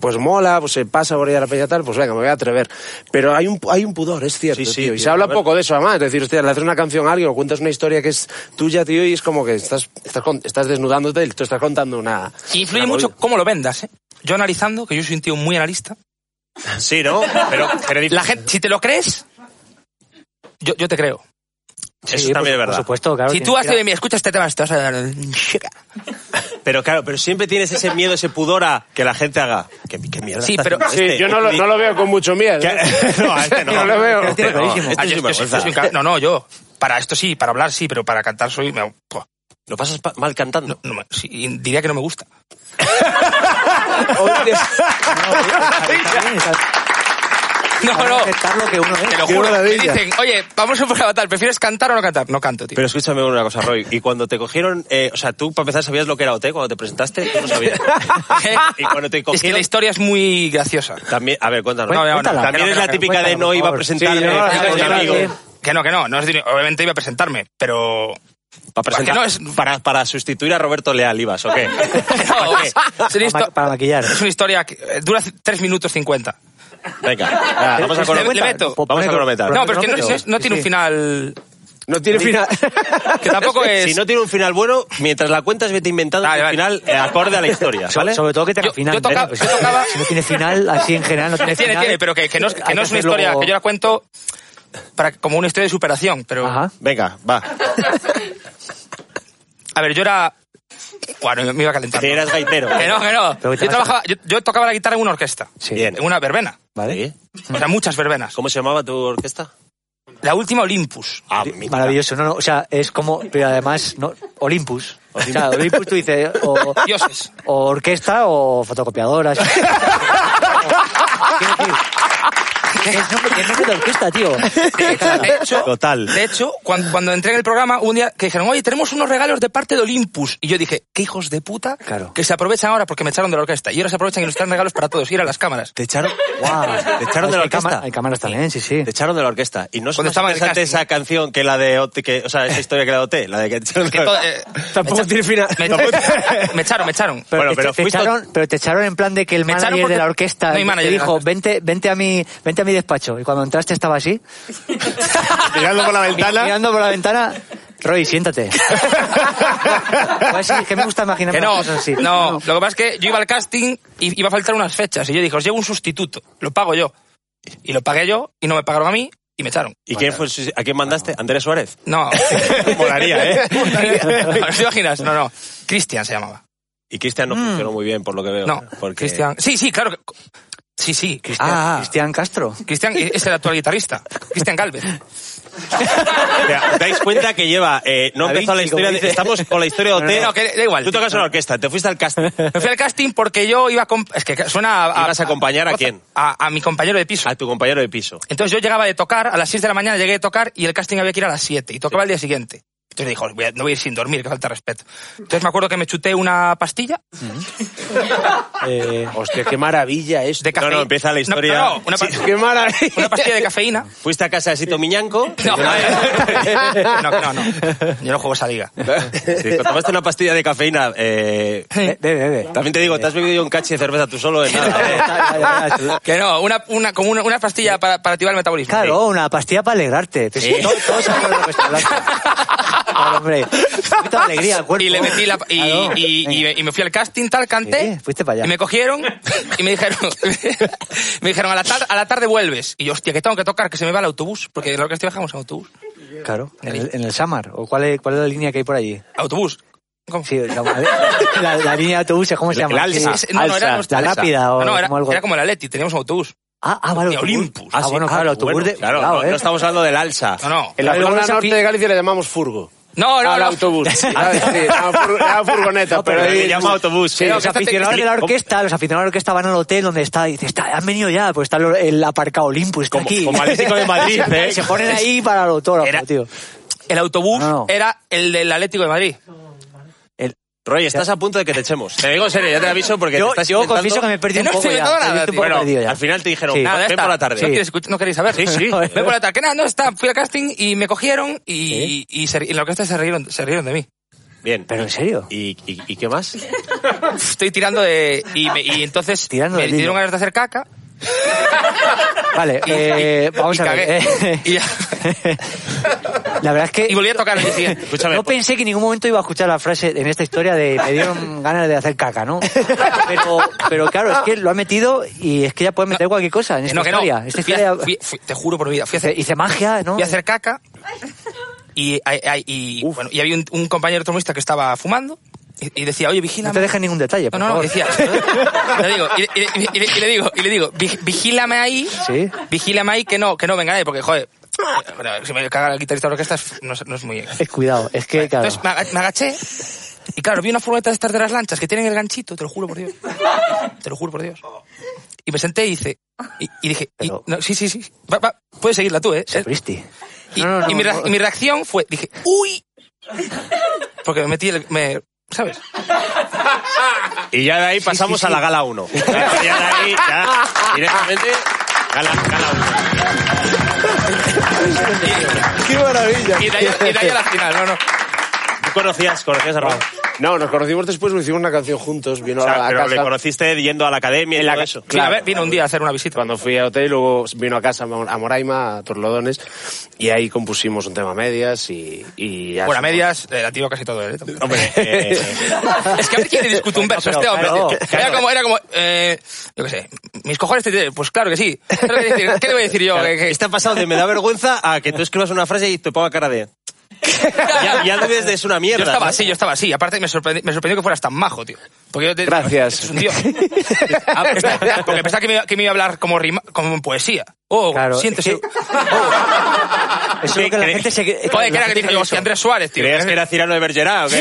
Speaker 4: pues mola, pues se pasa por ahí a la peña tal, pues venga, me voy a atrever. Pero hay un, hay un pudor, es cierto,
Speaker 2: Sí, sí,
Speaker 4: tío. Y
Speaker 2: tío,
Speaker 4: se habla
Speaker 2: a ver.
Speaker 4: poco de eso, además. Es decir, hostia, le haces una canción a alguien o cuentas una historia que es tuya, tío, y es como que estás, estás, con- estás desnudándote y tú estás contando una...
Speaker 5: Influye
Speaker 4: una
Speaker 5: mucho
Speaker 4: movida.
Speaker 5: cómo lo vendas, ¿eh? Yo analizando, que yo soy un tío muy analista,
Speaker 2: Sí, ¿no? Pero, pero
Speaker 5: la gente, si te lo crees, yo, yo te creo.
Speaker 2: eso
Speaker 1: Sí,
Speaker 2: también
Speaker 1: por,
Speaker 2: es verdad.
Speaker 1: por supuesto, claro.
Speaker 5: si
Speaker 1: tienes
Speaker 5: tú
Speaker 1: que
Speaker 5: haces,
Speaker 1: ir a-
Speaker 5: mira, escucha este tema, te vas a dar...
Speaker 2: Pero claro, pero siempre tienes ese miedo, ese pudor a que la gente haga. ¿Qué, qué mierda?
Speaker 5: Sí,
Speaker 2: está
Speaker 5: pero-
Speaker 2: haciendo
Speaker 4: Sí,
Speaker 2: este?
Speaker 4: yo no lo, no lo veo con mucho miedo. ¿eh?
Speaker 2: ¿Qué- No, a este no.
Speaker 4: No lo veo.
Speaker 2: Este no.
Speaker 1: Clarísimo.
Speaker 2: Este
Speaker 5: Ah,
Speaker 2: es
Speaker 5: yo-
Speaker 2: un
Speaker 5: yo soy- yo
Speaker 2: vergüenza.
Speaker 5: soy un ca- no, no, yo. Para esto sí, para hablar sí, pero para cantar soy... me- po,
Speaker 2: Lo pasas pa- mal cantando.
Speaker 5: no me- sí, diría que no me gusta.
Speaker 1: Está bien, está bien.
Speaker 5: No,
Speaker 1: Hay que
Speaker 5: no,
Speaker 1: aceptar lo que uno es.
Speaker 5: te lo
Speaker 4: Qué
Speaker 5: juro. Me
Speaker 4: maravilla.
Speaker 5: dicen, oye, vamos a un programa tal, ¿prefieres cantar o no cantar? No canto, tío.
Speaker 2: Pero escúchame una cosa, Roy. Y cuando te cogieron, eh, o sea, tú para empezar sabías lo que era OT cuando te presentaste, tú no sabías. y cuando te
Speaker 5: es que
Speaker 2: cogieron,
Speaker 5: la historia es muy graciosa.
Speaker 2: también, a ver, cuéntanos.
Speaker 5: No, no, no, Cuéntala.
Speaker 2: también
Speaker 5: que
Speaker 2: es
Speaker 5: no,
Speaker 2: la
Speaker 5: que no,
Speaker 2: típica de
Speaker 1: cuéntala,
Speaker 2: no
Speaker 1: por
Speaker 2: iba a
Speaker 1: favor.
Speaker 2: presentarme
Speaker 4: Sí,
Speaker 5: Eh,
Speaker 4: no,
Speaker 2: a
Speaker 4: no,
Speaker 2: Ah, un
Speaker 4: no,
Speaker 2: amigo.
Speaker 4: sí.
Speaker 5: Que no, que no, no es decir, obviamente iba a presentarme, pero...
Speaker 2: Para, presentar-
Speaker 5: no es-
Speaker 2: para, para sustituir a Roberto Leal ibas, ¿o qué?
Speaker 5: No, es, es una
Speaker 1: Para ma-
Speaker 5: histo-
Speaker 1: para maquillar.
Speaker 5: es una historia que eh, dura 3 minutos 50.
Speaker 2: Venga, va, vamos a
Speaker 5: ¿Te- te
Speaker 2: coro-
Speaker 5: cuenta? meto.
Speaker 1: Pues
Speaker 2: Vamos a
Speaker 1: pone-
Speaker 2: cronometrar.
Speaker 5: No, pero es que no,
Speaker 1: cronómetro.
Speaker 5: es- no tiene un
Speaker 1: Sí, sí.
Speaker 5: final...
Speaker 4: No tiene final.
Speaker 5: Que tampoco es...
Speaker 2: Si no tiene un final bueno, mientras la cuentas vete inventando
Speaker 5: Vale,
Speaker 2: el
Speaker 5: vale.
Speaker 2: final eh, acorde a la historia, ¿vale?
Speaker 1: Sobre todo que tenga
Speaker 5: Yo-
Speaker 1: final.
Speaker 5: yo toca-
Speaker 1: ¿eh?
Speaker 5: yo tocaba-
Speaker 1: Si no tiene final, así en general no tiene,
Speaker 5: tiene,
Speaker 1: final.
Speaker 5: tiene, pero que, que no, es- que
Speaker 1: hay
Speaker 5: no es una
Speaker 1: hacerlo-
Speaker 5: historia, que yo la cuento para, como una historia de superación, pero...
Speaker 1: Ajá.
Speaker 2: Venga, va.
Speaker 5: A ver, yo era... Bueno, me iba a calentar.
Speaker 2: Te eras gaitero.
Speaker 5: Que no, que
Speaker 1: Pero
Speaker 5: no.
Speaker 1: que te
Speaker 5: Yo,
Speaker 1: vas a-
Speaker 5: trabajaba, yo, yo tocaba la guitarra en una orquesta,
Speaker 1: Sí.
Speaker 2: Bien.
Speaker 5: en una verbena.
Speaker 1: ¿Vale?
Speaker 5: O sea, muchas verbenas.
Speaker 2: ¿Cómo se llamaba tu orquesta?
Speaker 5: La última Olympus.
Speaker 2: Ah, mira.
Speaker 1: Maravilloso. No, no, o sea, es como. Pero además, no, Olympus. O sea, Olympus tú dices. O,
Speaker 5: Dioses.
Speaker 1: o orquesta o fotocopiadoras. Es nombre, es nombre de orquesta, tío.
Speaker 5: De hecho,
Speaker 2: Total.
Speaker 5: de hecho cuando, cuando entré en el programa, hubo un día que dijeron, oye, tenemos unos regalos de parte de Olympus. Y yo dije, qué hijos de puta
Speaker 1: Claro.
Speaker 5: que se aprovechan ahora porque me echaron de la orquesta. Y ahora se aprovechan y nos traen regalos para todos. Y eran las cámaras.
Speaker 2: Te echaron,
Speaker 1: Guau.
Speaker 2: te echaron de la
Speaker 5: Pues
Speaker 1: Hay cámara-
Speaker 2: orquesta.
Speaker 1: Hay cámaras también, sí, sí.
Speaker 2: Te echaron de la orquesta. Y no es
Speaker 5: Cuando
Speaker 2: más
Speaker 5: estaba en el
Speaker 2: interesante
Speaker 5: casting.
Speaker 2: esa canción que la de OT, que, o sea, esa historia que la de OT, la de que te echaron de
Speaker 5: Que
Speaker 2: la
Speaker 5: to-
Speaker 2: orquesta.
Speaker 5: eh,
Speaker 4: Tampoco tiene final.
Speaker 5: me, echaron, me echaron, me echaron.
Speaker 1: Pero,
Speaker 2: Bueno,
Speaker 1: te,
Speaker 2: pero
Speaker 1: te
Speaker 2: fuiste-
Speaker 1: echaron, pero te echaron en plan de que el
Speaker 5: Me echaron
Speaker 1: manager
Speaker 5: porque-
Speaker 1: de la orquesta
Speaker 5: No hay
Speaker 1: te
Speaker 5: manager de la
Speaker 1: dijo,
Speaker 5: orquesta.
Speaker 1: vente, vente a mi, vente a mi despacho. Y cuando entraste estaba así,
Speaker 2: Mirando por la
Speaker 1: mirando por la ventana, Roy, siéntate. A ver si- que me gusta imaginar
Speaker 5: Que no,
Speaker 1: cosas así.
Speaker 5: no, lo que pasa es que yo iba al casting y iba a faltar unas fechas. Y yo dije, os llevo un sustituto, lo pago yo. Y lo pagué yo y no me pagaron a mí y me echaron.
Speaker 2: ¿Y quién fue, su- a quién mandaste? ¿Andrés Suárez?
Speaker 5: No.
Speaker 2: Molaría, ¿eh?
Speaker 5: ¿Te imaginas? No, no. Cristian se llamaba.
Speaker 2: Y Cristian no funcionó muy bien, por lo que veo.
Speaker 5: Mm. No,
Speaker 2: porque...
Speaker 5: Cristian. Sí, sí, claro. que- Sí, sí. Cristian.
Speaker 1: Ah, Cristian Castro.
Speaker 5: Cristian este es el actual guitarrista. Cristian Galvez.
Speaker 2: O sea, ¿Dais cuenta que lleva... eh, no
Speaker 1: A
Speaker 2: empezó la
Speaker 1: Vinci, como
Speaker 2: historia... de-
Speaker 1: dice.
Speaker 2: estamos con la historia de OT.
Speaker 5: No, no, que da igual.
Speaker 2: Tú tocas una orquesta, te fuiste al casting.
Speaker 5: Me fui al casting porque yo iba a... comp- Es que suena a...
Speaker 2: ¿Ibas a acompañar a quién?
Speaker 5: A, a mi compañero de piso.
Speaker 2: A tu compañero de piso.
Speaker 5: Entonces yo llegaba de tocar, a las 6 de la mañana llegué a tocar y el casting había que ir a las 7 y tocaba el día siguiente. Entonces dije, "Joder, voy a- no voy a ir sin dormir, que falta de respeto. Entonces me acuerdo que me chuté una pastilla
Speaker 4: Hostia, qué maravilla esto.
Speaker 5: de cafeína.
Speaker 2: no, empieza la historia.
Speaker 5: No, no, una, pa-
Speaker 4: Qué maravilla.
Speaker 5: una pastilla de cafeína.
Speaker 2: Fuiste a casa de Sito Miñanco.
Speaker 5: No, no, no, no. Yo no juego esa liga.
Speaker 2: Sí, tomaste una pastilla de cafeína. eh,
Speaker 1: Bebe, bebe.
Speaker 2: también te digo, te has bebido yo un cache de cerveza tú solo en nada. ¿eh?
Speaker 5: Que no, una, una, como una, una pastilla para, para activar el metabolismo.
Speaker 1: Claro, una pastilla para alegrarte. Te-
Speaker 5: Sí.
Speaker 1: to- Todos sabemos de lo que estoy hablando. Claro, hombre. Un poquito de alegría al cuerpo.
Speaker 5: Y le metí la, y,
Speaker 1: Claro.
Speaker 5: y- y-
Speaker 1: Venga.
Speaker 5: y me fui al casting, tal, canté.
Speaker 1: Eh, fuiste para allá.
Speaker 5: Y me cogieron y me dijeron, me dijeron, a la, tar- a la tarde vuelves. Y yo, hostia, que tengo que tocar, que se me va el autobús, porque lo que estoy bajamos es autobús.
Speaker 1: Claro, en el, en el Samar. ¿O cuál es, cuál es la línea que hay por allí?
Speaker 5: Autobús. ¿Cómo?
Speaker 1: Sí, la, la- la línea de autobuses, ¿cómo se llama?
Speaker 2: el Alsa.
Speaker 1: Sí.
Speaker 5: Ese- no, no, era nuestra
Speaker 1: la
Speaker 5: Alsa.
Speaker 1: lápida o
Speaker 5: No, no, era,
Speaker 1: como algo.
Speaker 5: era como el Atleti, teníamos un autobús.
Speaker 1: Ah, ah, vale,
Speaker 5: de
Speaker 1: autobús.
Speaker 5: Olympus.
Speaker 1: Ah,
Speaker 5: Ah, sí,
Speaker 1: bueno,
Speaker 5: ah,
Speaker 1: claro, autobús
Speaker 2: Bueno,
Speaker 1: de...
Speaker 2: claro,
Speaker 1: cuidado,
Speaker 2: no,
Speaker 1: ¿eh?
Speaker 2: no estamos hablando del alza.
Speaker 5: No, no.
Speaker 4: En
Speaker 5: No,
Speaker 4: la
Speaker 1: Algo
Speaker 4: zona
Speaker 1: más
Speaker 4: norte
Speaker 1: aquí.
Speaker 4: de Galicia le llamamos furgo.
Speaker 5: no, no.
Speaker 4: al autobús. ¿sabes? Sí, a fur- a furgoneta,
Speaker 1: No, pero
Speaker 4: pero,
Speaker 2: Pero
Speaker 4: ahí-
Speaker 2: le llama autobús.
Speaker 5: Sí,
Speaker 2: Eh,
Speaker 1: Los
Speaker 5: que este está-
Speaker 1: aficionados de la
Speaker 2: ¿Cómo-
Speaker 1: orquesta, los aficionados de la orquesta van al hotel donde está y dicen, está, han venido ya, pues está el, el aparcado Olympus, está
Speaker 2: Como-
Speaker 1: aquí.
Speaker 2: como Atlético de Madrid, ¿eh?
Speaker 1: Se ponen ahí para el autógrafo,
Speaker 5: Era-
Speaker 1: tío.
Speaker 5: El autobús
Speaker 1: No, no.
Speaker 5: era el del Atlético de Madrid.
Speaker 2: Roy, estás a punto de que te echemos. Te digo en serio, ya te aviso porque
Speaker 1: Yo,
Speaker 2: te estás
Speaker 1: yo
Speaker 2: inventando-
Speaker 1: confieso que me he perdido
Speaker 5: Que no
Speaker 1: un poco
Speaker 5: estoy
Speaker 1: ya.
Speaker 5: viendo
Speaker 1: me he
Speaker 5: nada.
Speaker 1: visto un poco
Speaker 5: Bueno,
Speaker 1: perdido ya.
Speaker 2: Al final te dijeron,
Speaker 1: Sí.
Speaker 2: "Ah,
Speaker 5: Nada,
Speaker 2: ven
Speaker 5: esta.
Speaker 2: por la tarde.
Speaker 5: No, queréis, escuch- no queréis saber.
Speaker 2: Sí, sí.
Speaker 5: Ven por la tarde. Que nada, no, está. Fui al casting y me cogieron y, y, se- y en la orquesta se rieron, se rieron de mí.
Speaker 2: Bien.
Speaker 1: Pero en serio.
Speaker 2: ¿Y, y, y qué más?
Speaker 5: Estoy tirando de. Y, me- y entonces
Speaker 1: Tirando
Speaker 5: me
Speaker 1: del hilo.
Speaker 5: dieron ganas de hacer caca.
Speaker 1: Vale,
Speaker 5: Y-
Speaker 1: eh,
Speaker 5: y-
Speaker 1: vamos
Speaker 5: y
Speaker 1: a ver.
Speaker 5: cagué.
Speaker 1: eh.
Speaker 5: Y ya.
Speaker 1: la verdad es que
Speaker 5: Y volví pues- a tocar el día siguiente.
Speaker 2: Escúchame.
Speaker 1: no pensé que en ningún momento iba a escuchar la frase en esta historia de me dieron ganas de hacer caca, ¿no? Pero, pero claro, es que lo ha metido y es que ya puede meter cualquier cosa en esta
Speaker 5: No, que no.
Speaker 1: historia. Este Esta
Speaker 5: Fui a-
Speaker 1: historia
Speaker 5: fui- fui- te juro por mi vida. Fui a hacer
Speaker 1: hice, hice magia, ¿no?
Speaker 5: Voy a hacer caca. Y, ay, ay, y, bueno, y había un, un compañero trombonista que estaba fumando y, y decía, oye,
Speaker 1: No te
Speaker 5: vigílame.
Speaker 1: dejes ningún detalle,
Speaker 5: No,
Speaker 1: por
Speaker 5: no,
Speaker 1: favor.
Speaker 5: decía. le digo, y, y- y- y le- y le digo, y le digo, "Vi- vigílame ahí.
Speaker 1: Sí.
Speaker 5: Vigílame ahí que no, que no venga nadie, porque joder. bueno, si me caga el guitarrista de orquesta es- no, es- no es muy.
Speaker 1: Es cuidado, es que claro.
Speaker 5: Entonces me, aga- me agaché y claro, vi una furgoneta de estas de las lanchas que tienen el ganchito, te lo juro por Dios. Te lo juro por Dios. Y me senté y hice. Y, y dije, y-
Speaker 1: Pero-
Speaker 5: no, sí, sí, sí. Va, va, puedes seguirla tú, ¿eh?
Speaker 1: Sapristi.
Speaker 5: Y,
Speaker 1: No, no, no,
Speaker 5: y mi, re-
Speaker 1: no.
Speaker 5: y mi reacción fue, dije, uy. Porque me metí el... Me, ¿Sabes?
Speaker 2: Y ya de ahí pasamos
Speaker 1: sí, sí.
Speaker 2: a la gala 1. Ya, ya de ahí, ya, directamente, gala, gala
Speaker 4: ¡Qué maravilla!
Speaker 5: Y de ahí, y de ahí a la final, no, no.
Speaker 2: 1. ¿Tú conocías, conocías a Raúl?
Speaker 4: No, nos conocimos después, hicimos una canción juntos, vino
Speaker 2: O sea,
Speaker 4: a la
Speaker 2: pero le
Speaker 4: casa.
Speaker 2: conociste yendo a la academia y
Speaker 4: En la
Speaker 2: todo
Speaker 4: ca-
Speaker 2: eso.
Speaker 5: Sí, a ver, vino un día a hacer una visita.
Speaker 4: Cuando fui a hotel, luego vino a casa a Mor- a Moraima, a Torlodones, y ahí compusimos un tema a medias y... y ya
Speaker 5: Bueno, a
Speaker 4: somos-
Speaker 5: medias, eh, la tiro casi todo él. ¿eh?
Speaker 2: Hombre, eh,
Speaker 5: es que a ver quién le discute un verso a este hombre.
Speaker 1: claro,
Speaker 5: Era como, era como, eh, yo qué sé, mis cojones te tienen. Pues claro que sí. ¿Qué le voy a decir, ¿Qué le voy a decir yo?
Speaker 1: eh,
Speaker 5: Que- que-
Speaker 2: este ha pasado de me da vergüenza a que tú escribas una frase y te ponga cara de... Ya, ya lo ves de es una
Speaker 5: Yo
Speaker 2: mierda.
Speaker 5: estaba
Speaker 2: ¿no?
Speaker 5: así, yo estaba así. Aparte, me, sorprendi- me sorprendió que fueras tan majo, tío. Porque yo te-
Speaker 4: Gracias.
Speaker 5: Es un tío. Ah, pensaba- Porque pensaba que me, iba- que me iba a hablar como, rima, como en poesía. Oh,
Speaker 1: Claro,
Speaker 5: siéntese.
Speaker 1: es que- Eso es lo que la
Speaker 2: cre-
Speaker 1: gente se... que-
Speaker 5: Joder,
Speaker 1: la
Speaker 5: que era que
Speaker 1: gente
Speaker 5: dije yo,
Speaker 1: piensa.
Speaker 5: hostia, Andrés Suárez, tío.
Speaker 2: ¿Creías que era Cirano de Bergerac o qué?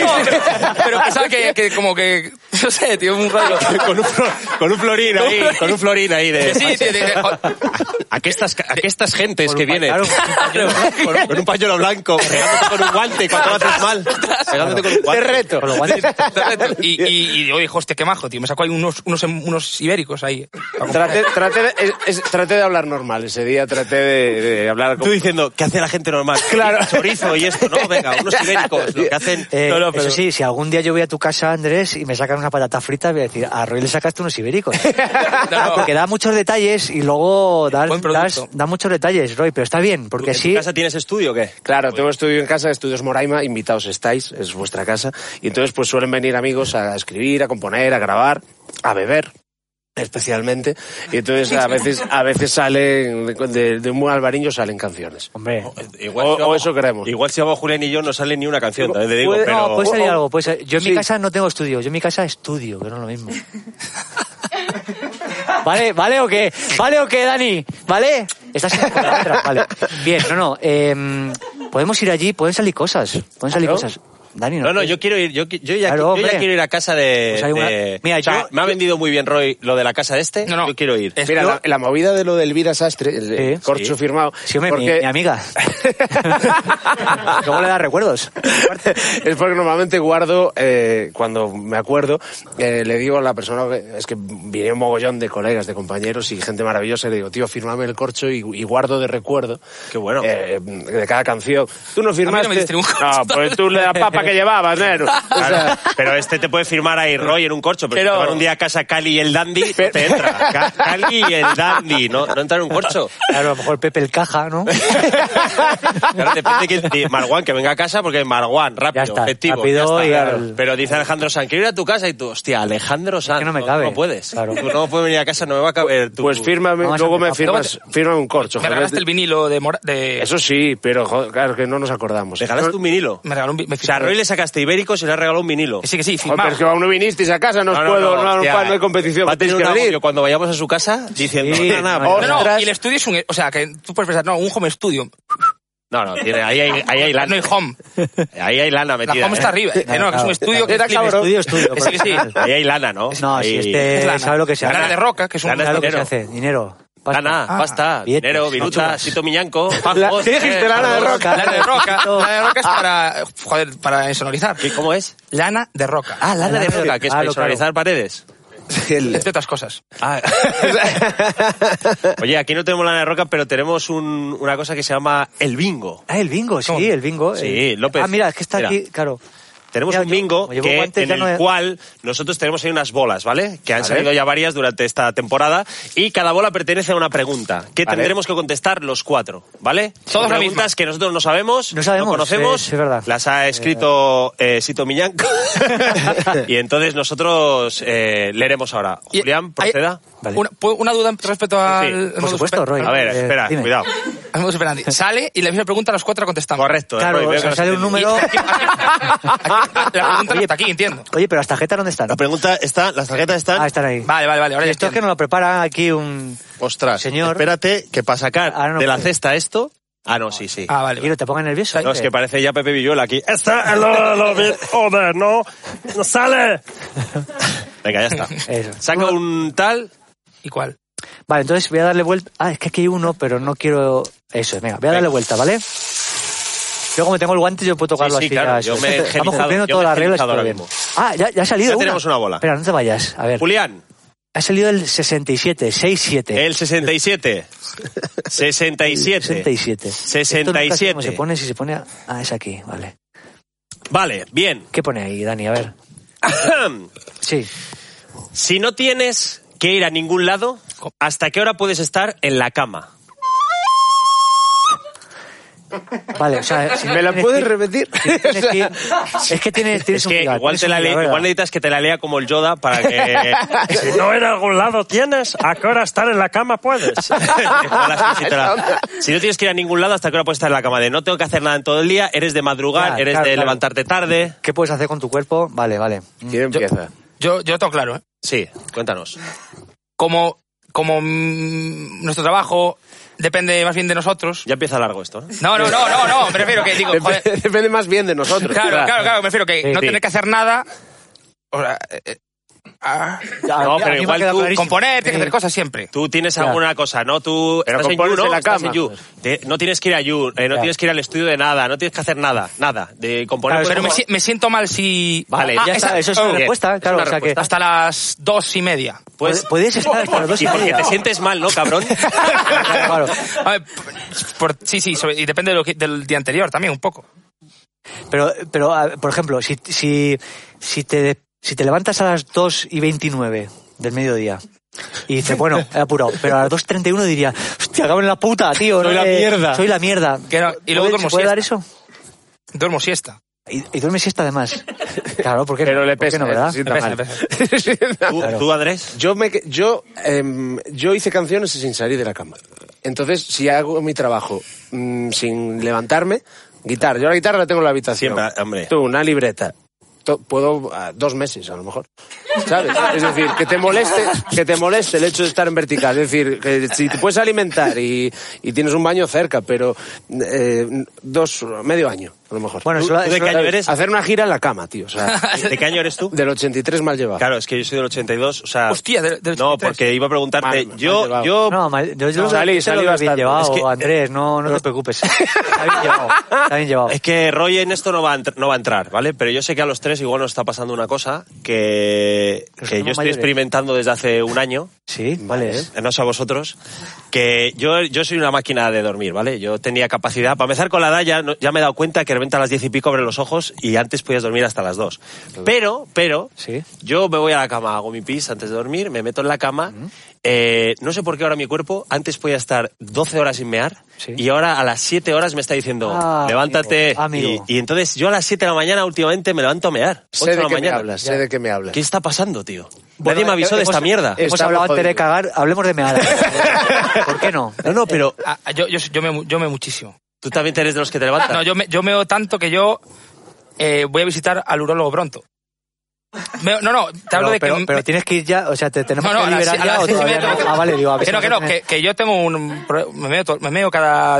Speaker 5: No, pero pensaba que, que como que, no sé, tío, un rollo.
Speaker 2: con, un, flo- con un florín ahí, con un florín ahí de...
Speaker 5: Que sí, tío, de- de-
Speaker 2: A- a que estas, a que estas gentes
Speaker 1: Con
Speaker 2: que
Speaker 1: un pa-
Speaker 2: vienen
Speaker 1: claro, con un pañuelo
Speaker 2: con, un- con un pañuelo blanco, pegándote con un guante cuando lo haces mal, pegándote con un guante.
Speaker 1: Con los guantes.
Speaker 5: y, y, y yo dije, hostia, qué majo, tío. Me sacó ahí unos, unos, em, unos ibéricos ahí.
Speaker 4: Traté, traté, de, es- es- traté de hablar normal ese día, traté de, de hablar
Speaker 2: Tú
Speaker 4: con...
Speaker 2: diciendo, ¿qué hace la gente normal?
Speaker 4: Claro.
Speaker 2: Chorizo y esto, ¿no? Venga, unos ibéricos, lo que hacen...
Speaker 1: Eh,
Speaker 2: No, no, pero-
Speaker 1: Eso sí, si algún día yo voy a tu casa, Andrés, y me sacan una a patatas fritas voy a decir, a Roy le sacaste unos ibéricos.
Speaker 5: No, no.
Speaker 1: Porque da muchos detalles y luego das-
Speaker 5: Buen producto.
Speaker 1: das- da muchos detalles, Roy, pero está bien, porque
Speaker 2: ¿En tu
Speaker 1: sí...
Speaker 2: casa tienes estudio o qué?
Speaker 4: Claro, tengo estudio en casa, Estudios Moraima, invitados estáis, es vuestra casa. Y entonces pues suelen venir amigos a escribir, a componer, a grabar, a beber especialmente y entonces a veces a veces salen de, de un buen albariño salen canciones
Speaker 1: Hombre,
Speaker 2: Igual
Speaker 4: O-
Speaker 2: si vamos-
Speaker 4: o eso creemos.
Speaker 2: Igual si vamos Julián y yo no sale ni una canción, también te digo,
Speaker 4: Puede-
Speaker 2: pero...
Speaker 1: no, Pues- puede salir algo. puede salir- Yo en mi
Speaker 4: Sí.
Speaker 1: casa no tengo estudio, yo en mi casa estudio, que no es lo mismo. ¿Vale, vale o qué? ¿Vale o qué, Dani? ¿Vale? Estás en la letra, Vale. Bien, no, no. em, podemos ir allí, pueden salir cosas. Pueden salir
Speaker 4: Claro.
Speaker 1: cosas. Dani, no.
Speaker 2: No, no, yo quiero ir, yo, qui- yo ya,
Speaker 1: Claro,
Speaker 2: yo ya
Speaker 1: hombre.
Speaker 2: quiero ir a casa de...
Speaker 1: Pues hay una-
Speaker 2: de-
Speaker 1: Mira,
Speaker 2: o sea,
Speaker 1: yo-
Speaker 2: me ha vendido muy bien Roy lo de la casa de este,
Speaker 5: No, no.
Speaker 2: yo quiero ir.
Speaker 5: Es-
Speaker 4: mira
Speaker 5: Yo-
Speaker 4: la, la movida de lo de Elvira Sastre el de
Speaker 1: Sí.
Speaker 4: corcho firmado
Speaker 1: Sí, hombre, mi- mi, amiga. Luego le da recuerdos.
Speaker 4: Aparte, es porque normalmente guardo, eh, cuando me acuerdo, eh, le digo a la persona, que- es que viene un mogollón de colegas, de compañeros y gente maravillosa, y le digo, tío, firmame el corcho y, y guardo de recuerdo.
Speaker 2: Qué bueno.
Speaker 4: eh, de cada canción. Tú no
Speaker 5: no me
Speaker 4: firmaste.
Speaker 5: diste ningún corcho.
Speaker 4: No, pues tú la papa que llevabas, nero. O sea,
Speaker 2: Claro, pero este te puede firmar ahí Roy en un corcho, pero,
Speaker 5: Pero-
Speaker 2: si te van un día a casa Cali y el Dandy, te entra. Ca- Cali y el Dandy, no, no entra en un corcho.
Speaker 1: Claro, a lo mejor Pepe el caja, ¿no?
Speaker 2: Claro, depende que de Marguán que venga a casa porque Marguán, rápido,
Speaker 1: Ya está,
Speaker 2: efectivo.
Speaker 1: rápido
Speaker 2: ya está.
Speaker 1: y al-
Speaker 2: Pero dice Alejandro San, quiero ir a tu casa y tú, hostia, Alejandro San,
Speaker 1: que no me cabe.
Speaker 2: no puedes.
Speaker 1: Claro.
Speaker 2: Tú no puedes venir a casa, no me va a caber tu...
Speaker 4: pues fírmame,
Speaker 1: Vamos a-
Speaker 4: luego me
Speaker 1: vamos a-
Speaker 4: firmas, firma un corcho.
Speaker 5: Me
Speaker 4: joder.
Speaker 5: regalaste el vinilo de... Mora- de-
Speaker 4: Eso sí, pero joder, claro que no nos acordamos.
Speaker 2: Le ganaste un vinilo.
Speaker 5: Me regaló un... vi- Me
Speaker 2: O sea, a Roy le sacaste ibérico y se le ha regalado un vinilo.
Speaker 5: Sí, que sí,
Speaker 4: Joder, pero
Speaker 5: firmado.
Speaker 4: es que aún no vinisteis a casa, no, os puedo, no, no,
Speaker 2: hostia,
Speaker 4: no hay competición.
Speaker 2: Va a tener
Speaker 4: tenéis
Speaker 2: un
Speaker 4: que venir.
Speaker 2: agobio cuando vayamos a su casa diciendo...
Speaker 1: Sí,
Speaker 2: "Nada, nada,
Speaker 1: no,
Speaker 2: por
Speaker 5: No, no,
Speaker 4: ostras.
Speaker 5: y el estudio es un... O sea, que tú puedes pensar, no, un home studio.
Speaker 2: No, no, tiene, ahí, hay, ahí hay
Speaker 5: No
Speaker 2: lana.
Speaker 5: hay home.
Speaker 2: Ahí hay lana
Speaker 5: La
Speaker 2: metida.
Speaker 5: home está
Speaker 2: ¿eh?
Speaker 5: arriba. Eh, no, que es un estudio que
Speaker 4: Era
Speaker 5: flipas.
Speaker 4: cabrón.
Speaker 1: Estudio, estudio.
Speaker 5: Sí, sí.
Speaker 1: profesional.
Speaker 2: Ahí hay lana, ¿no?
Speaker 1: No, si
Speaker 2: Ahí-
Speaker 1: este
Speaker 5: Es lana.
Speaker 1: sabe lo que se
Speaker 5: Lana de
Speaker 1: hace.
Speaker 5: roca, que es un...
Speaker 2: Lana
Speaker 1: Sabe lo que se
Speaker 2: dinero.
Speaker 1: hace. Dinero. Pasta. Ah,
Speaker 2: Lana, pasta,
Speaker 1: billetes,
Speaker 2: dinero,
Speaker 1: no
Speaker 2: viruta,
Speaker 1: chulas.
Speaker 2: sito miñanco,
Speaker 4: La-
Speaker 2: pajos,
Speaker 4: sí, dijiste
Speaker 2: eh,
Speaker 4: lana de
Speaker 2: pajos.
Speaker 1: roca.
Speaker 5: Lana de roca. Lana de roca es para... Joder, para insonorizar.
Speaker 2: ¿Y cómo es?
Speaker 5: Lana de roca.
Speaker 2: Ah, lana, de roca, que es
Speaker 1: Claro,
Speaker 2: personalizar paredes.
Speaker 5: Entre otras cosas.
Speaker 2: Ah. Oye, aquí no tenemos lana de roca, pero tenemos un- una cosa que se llama el bingo.
Speaker 1: Ah, el bingo, sí,
Speaker 5: ¿Cómo?
Speaker 1: el bingo.
Speaker 2: Sí,
Speaker 1: eh.
Speaker 2: López.
Speaker 1: Ah, mira, es que está
Speaker 2: Mira.
Speaker 1: aquí, claro.
Speaker 2: Tenemos
Speaker 1: Mira,
Speaker 2: un
Speaker 1: yo,
Speaker 2: bingo
Speaker 1: como llevo
Speaker 2: que-
Speaker 1: guantes,
Speaker 2: en
Speaker 1: ya
Speaker 2: el
Speaker 1: no he-
Speaker 2: cual nosotros tenemos ahí unas bolas, ¿vale? Que han salido ya varias durante esta temporada y cada bola pertenece a una pregunta que tendremos que contestar los cuatro, ¿vale? Son
Speaker 5: la
Speaker 2: preguntas que nosotros no sabemos,
Speaker 1: No sabemos,
Speaker 2: conocemos,
Speaker 1: es- es verdad.
Speaker 2: las ha escrito eh, Sito Miñanco y entonces nosotros eh, leeremos ahora.
Speaker 5: Y-
Speaker 2: Julián,
Speaker 5: hay-
Speaker 2: proceda.
Speaker 1: Vale.
Speaker 5: Una, pu- una duda respecto al...
Speaker 2: Sí,
Speaker 5: al
Speaker 2: por
Speaker 5: modus
Speaker 1: supuesto,
Speaker 5: operandi.
Speaker 1: Roy.
Speaker 2: A ver,
Speaker 1: eh,
Speaker 2: espera,
Speaker 1: dime. Ah,
Speaker 2: cuidado.
Speaker 5: Al modus operandi. Sale y la misma pregunta a los cuatro contestamos.
Speaker 2: Correcto. eh, Roy,
Speaker 1: Claro,
Speaker 2: veo
Speaker 1: o
Speaker 2: que
Speaker 1: sea,
Speaker 2: no
Speaker 1: sale
Speaker 2: se
Speaker 1: un
Speaker 2: te-
Speaker 1: número.
Speaker 5: La pregunta no está aquí, entiendo.
Speaker 1: Oye, pero las tarjetas, ¿dónde están?
Speaker 2: La pregunta está, las tarjetas están.
Speaker 1: Ah, están ahí.
Speaker 5: Vale, vale, vale. Ahora ya
Speaker 1: Esto es que
Speaker 5: entiendo.
Speaker 1: nos lo prepara aquí un.
Speaker 2: Ostras,
Speaker 1: Señor.
Speaker 2: espérate que para sacar
Speaker 1: Ahora no
Speaker 2: de la
Speaker 1: puedo.
Speaker 2: cesta esto. Ah, no, sí, sí.
Speaker 5: Ah, vale.
Speaker 1: Quiero, te ponga nervioso.
Speaker 2: No, es que
Speaker 1: ¿eh?
Speaker 2: parece ya Pepe Villuela aquí. Esta es lo, lo vi- joder, no, no sale. Venga, ya está.
Speaker 1: Eso.
Speaker 2: Saca un tal.
Speaker 5: ¿Y cuál?
Speaker 1: Vale, entonces voy a darle vuelta. Ah, es que aquí hay uno, pero no quiero. Eso, venga, voy a darle
Speaker 2: Venga.
Speaker 1: vuelta, ¿vale? Yo como tengo el guante, yo puedo tocarlo
Speaker 2: Sí, sí,
Speaker 1: así.
Speaker 2: claro,
Speaker 1: ya,
Speaker 2: yo
Speaker 1: sí.
Speaker 2: me he
Speaker 1: Estamos
Speaker 2: gelizado,
Speaker 1: cumpliendo
Speaker 2: yo
Speaker 1: todas
Speaker 2: me he
Speaker 1: las reglas.
Speaker 2: gelizado
Speaker 1: pero
Speaker 2: ahora
Speaker 1: bien.
Speaker 2: mismo.
Speaker 1: Ah, ya, ya ha salido.
Speaker 2: Ya tenemos una bola.
Speaker 1: Espera, no te vayas. A ver,
Speaker 2: Julián,
Speaker 1: ha salido el 67, 67.
Speaker 2: el 67. 67.
Speaker 1: 67.
Speaker 2: 67.
Speaker 1: Esto nunca sé ¿Cómo se pone? Si se pone. a- Ah, es aquí, vale.
Speaker 2: Vale, bien.
Speaker 1: ¿Qué pone ahí, Dani? A ver. Sí.
Speaker 2: Si no tienes que ir a ningún lado, ¿hasta qué hora puedes estar en la cama?
Speaker 1: Vale, o sea, si
Speaker 4: ¿Me la
Speaker 1: tienes
Speaker 4: puedes
Speaker 1: que-
Speaker 4: repetir?
Speaker 1: si tienes que- es que tienes, tienes
Speaker 2: Es
Speaker 1: un
Speaker 2: que
Speaker 1: guión,
Speaker 2: igual,
Speaker 1: tienes
Speaker 2: te
Speaker 1: un
Speaker 2: la
Speaker 1: guión,
Speaker 2: lea-
Speaker 1: ¿verdad?
Speaker 2: igual necesitas que te la lea como el Yoda para que... si no en algún lado tienes, ¿a qué hora estar en la cama puedes? Igual así, si, te la- si no tienes que ir a ningún lado, ¿hasta qué hora puedes estar en la cama? De no tengo que hacer nada en todo el día, eres de madrugar,
Speaker 1: Claro,
Speaker 2: eres
Speaker 1: claro,
Speaker 2: de
Speaker 1: claro.
Speaker 2: levantarte tarde...
Speaker 1: ¿Qué puedes hacer con tu cuerpo? Vale, vale.
Speaker 4: ¿Quién empieza?
Speaker 5: Yo, yo lo tengo claro, ¿eh?
Speaker 2: Sí, cuéntanos.
Speaker 5: Como, como mm, nuestro trabajo depende más bien de nosotros.
Speaker 2: Ya empieza largo esto, ¿no?
Speaker 5: No, no, no, no, no. Me refiero que digo, joder,
Speaker 4: Dep- Depende más bien de nosotros.
Speaker 5: Claro, claro, claro. Me refiero que no
Speaker 2: Sí.
Speaker 5: tener que hacer nada. O sea, eh, eh, ah,
Speaker 1: Ya,
Speaker 2: No,
Speaker 1: ya, a mí
Speaker 2: pero
Speaker 1: me ha
Speaker 2: igual
Speaker 1: quedado
Speaker 2: tú
Speaker 1: clarísimo.
Speaker 5: componer, tienes que hacer cosas siempre.
Speaker 2: Tú tienes
Speaker 1: Claro.
Speaker 2: alguna cosa, ¿no? Tú
Speaker 4: Pero
Speaker 2: estás en
Speaker 4: compones
Speaker 2: You, ¿no?
Speaker 4: en la
Speaker 2: Estás
Speaker 4: cama.
Speaker 2: en You. Te- no tienes que ir a You, eh, no
Speaker 1: Claro.
Speaker 2: tienes que ir al estudio de nada, no tienes que hacer nada, nada. De componer...
Speaker 5: Pero me,
Speaker 2: pues,
Speaker 5: si- me siento mal si.
Speaker 2: Vale,
Speaker 5: Ah,
Speaker 2: ya
Speaker 5: esa-
Speaker 2: está,
Speaker 1: Eso es una
Speaker 2: Bien,
Speaker 1: respuesta,
Speaker 2: es
Speaker 1: claro.
Speaker 2: una
Speaker 1: o sea que
Speaker 2: respuesta.
Speaker 5: Hasta las dos y media.
Speaker 2: pues-
Speaker 1: puedes estar hasta las dos y
Speaker 2: y porque
Speaker 1: media.
Speaker 2: te sientes mal, ¿no, cabrón?
Speaker 1: Claro.
Speaker 5: A ver, por- sí, sí, sobre- y depende de lo que- del día anterior también, un poco.
Speaker 1: ah, Pero, pero a ver, por ejemplo, si, si, si te si te levantas a las 2 y 29 del mediodía y dices, bueno, he apurado, pero a las 2.31 diría, hostia, cago en la puta, tío.
Speaker 2: Soy
Speaker 1: no
Speaker 2: la
Speaker 1: le-
Speaker 2: mierda.
Speaker 1: Soy la mierda.
Speaker 5: Que no, y
Speaker 1: ¿Puede-
Speaker 5: luego duermo
Speaker 1: ¿Se puede
Speaker 5: siesta.
Speaker 1: dar eso?
Speaker 5: Duermo siesta.
Speaker 1: Y, y duerme siesta además. Claro, porque
Speaker 4: Pero le pesa,
Speaker 1: no, ¿verdad?
Speaker 4: necesita
Speaker 5: Me pesa,
Speaker 4: mal.
Speaker 5: me pesa.
Speaker 2: ¿Tú, tú, Andrés?
Speaker 4: Yo me que- yo em, yo hice canciones sin salir de la cama. Entonces, si hago mi trabajo mm, sin levantarme, guitarra. Yo la guitarra la tengo en la habitación.
Speaker 2: Siempre, hombre.
Speaker 4: Tú, una libreta. To- Puedo ah, dos meses a lo mejor, ¿sabes? Es decir, que te moleste, que te moleste el hecho de estar en vertical. Es decir, que si te puedes alimentar y, y tienes un baño cerca, pero eh, dos medio año a lo mejor.
Speaker 1: Bueno,
Speaker 2: ¿Tú-
Speaker 1: eso, la-
Speaker 2: tú de
Speaker 1: eso
Speaker 2: qué
Speaker 1: la-
Speaker 2: año eres?
Speaker 4: Hacer una gira en la cama, tío. O sea,
Speaker 2: ¿De qué año eres tú?
Speaker 4: del 83 mal llevado.
Speaker 2: Claro, es que yo soy del 82, o sea...
Speaker 5: Hostia, del- del
Speaker 2: No,
Speaker 5: 83.
Speaker 2: porque iba a preguntarte,
Speaker 4: Mal,
Speaker 2: yo...
Speaker 4: mal llevado.
Speaker 2: yo
Speaker 1: No, mal- yo, yo lo-
Speaker 4: Salí,
Speaker 1: yo te lo
Speaker 4: salí
Speaker 1: veo bien
Speaker 4: bastante.
Speaker 1: llevado,
Speaker 4: Es que-
Speaker 1: Andrés, no, no te preocupes. Está bien llevado, está bien llevado.
Speaker 2: Es que Roy en esto no va, a entr- no va a entrar, ¿vale? Pero yo sé que a los tres igual nos está pasando una cosa que,
Speaker 1: Que
Speaker 2: que yo
Speaker 1: somos
Speaker 2: estoy
Speaker 1: mayores.
Speaker 2: experimentando desde hace un año,
Speaker 1: Sí, vale. ¿eh?
Speaker 2: eh, no sé a vosotros, que yo, yo soy una máquina de dormir, ¿vale? Yo tenía capacidad, para empezar con la edad ya, no- ya me he dado cuenta que de repente a las diez y pico abres los ojos y antes podías dormir hasta las dos. Pero, pero,
Speaker 1: Sí.
Speaker 2: yo me voy a la cama, hago mi pis antes de dormir, me meto en la cama, eh, no sé por qué ahora mi cuerpo, antes podía estar 12 horas sin mear
Speaker 1: Sí.
Speaker 2: y ahora a las 7 horas me está diciendo,
Speaker 1: Ah,
Speaker 2: levántate.
Speaker 1: amigo, amigo.
Speaker 2: Y, y entonces yo a las 7 de la mañana últimamente me levanto a mear.
Speaker 4: sé
Speaker 2: 8 de
Speaker 4: de
Speaker 2: la
Speaker 4: qué me
Speaker 2: mañana.
Speaker 4: hablas, sé de qué eh, me hablas.
Speaker 2: ¿Qué está pasando, tío?
Speaker 1: Bueno,
Speaker 2: Nadie me avisó de
Speaker 1: hemos-
Speaker 2: esta mierda.
Speaker 1: Hemos
Speaker 4: Estaba
Speaker 1: hablado antes de
Speaker 4: jodido.
Speaker 1: cagar, hablemos de meada. ¿Por qué no?
Speaker 2: No, no, pero
Speaker 5: Ah, ah, yo, yo, yo, me, yo me muchísimo.
Speaker 2: tú también eres de los que te levantas.
Speaker 5: No, yo me, yo meo tanto que yo eh, voy a visitar al urólogo pronto. Meo- no, no, te
Speaker 1: Pero,
Speaker 5: hablo de
Speaker 1: pero-
Speaker 5: que...
Speaker 1: pero
Speaker 5: me-
Speaker 1: tienes que ir ya, o sea, te tenemos
Speaker 5: no,
Speaker 1: que
Speaker 5: no, a las,
Speaker 1: liberar
Speaker 5: a
Speaker 1: ya
Speaker 5: las
Speaker 1: o
Speaker 5: seis y
Speaker 1: todavía
Speaker 5: media tengo
Speaker 1: no.
Speaker 5: que-
Speaker 1: Ah, vale, digo, a ver
Speaker 5: que
Speaker 1: si
Speaker 5: no, que no,
Speaker 1: tienes-
Speaker 5: que, que yo tengo un... pro- Me meo, to- me meo cada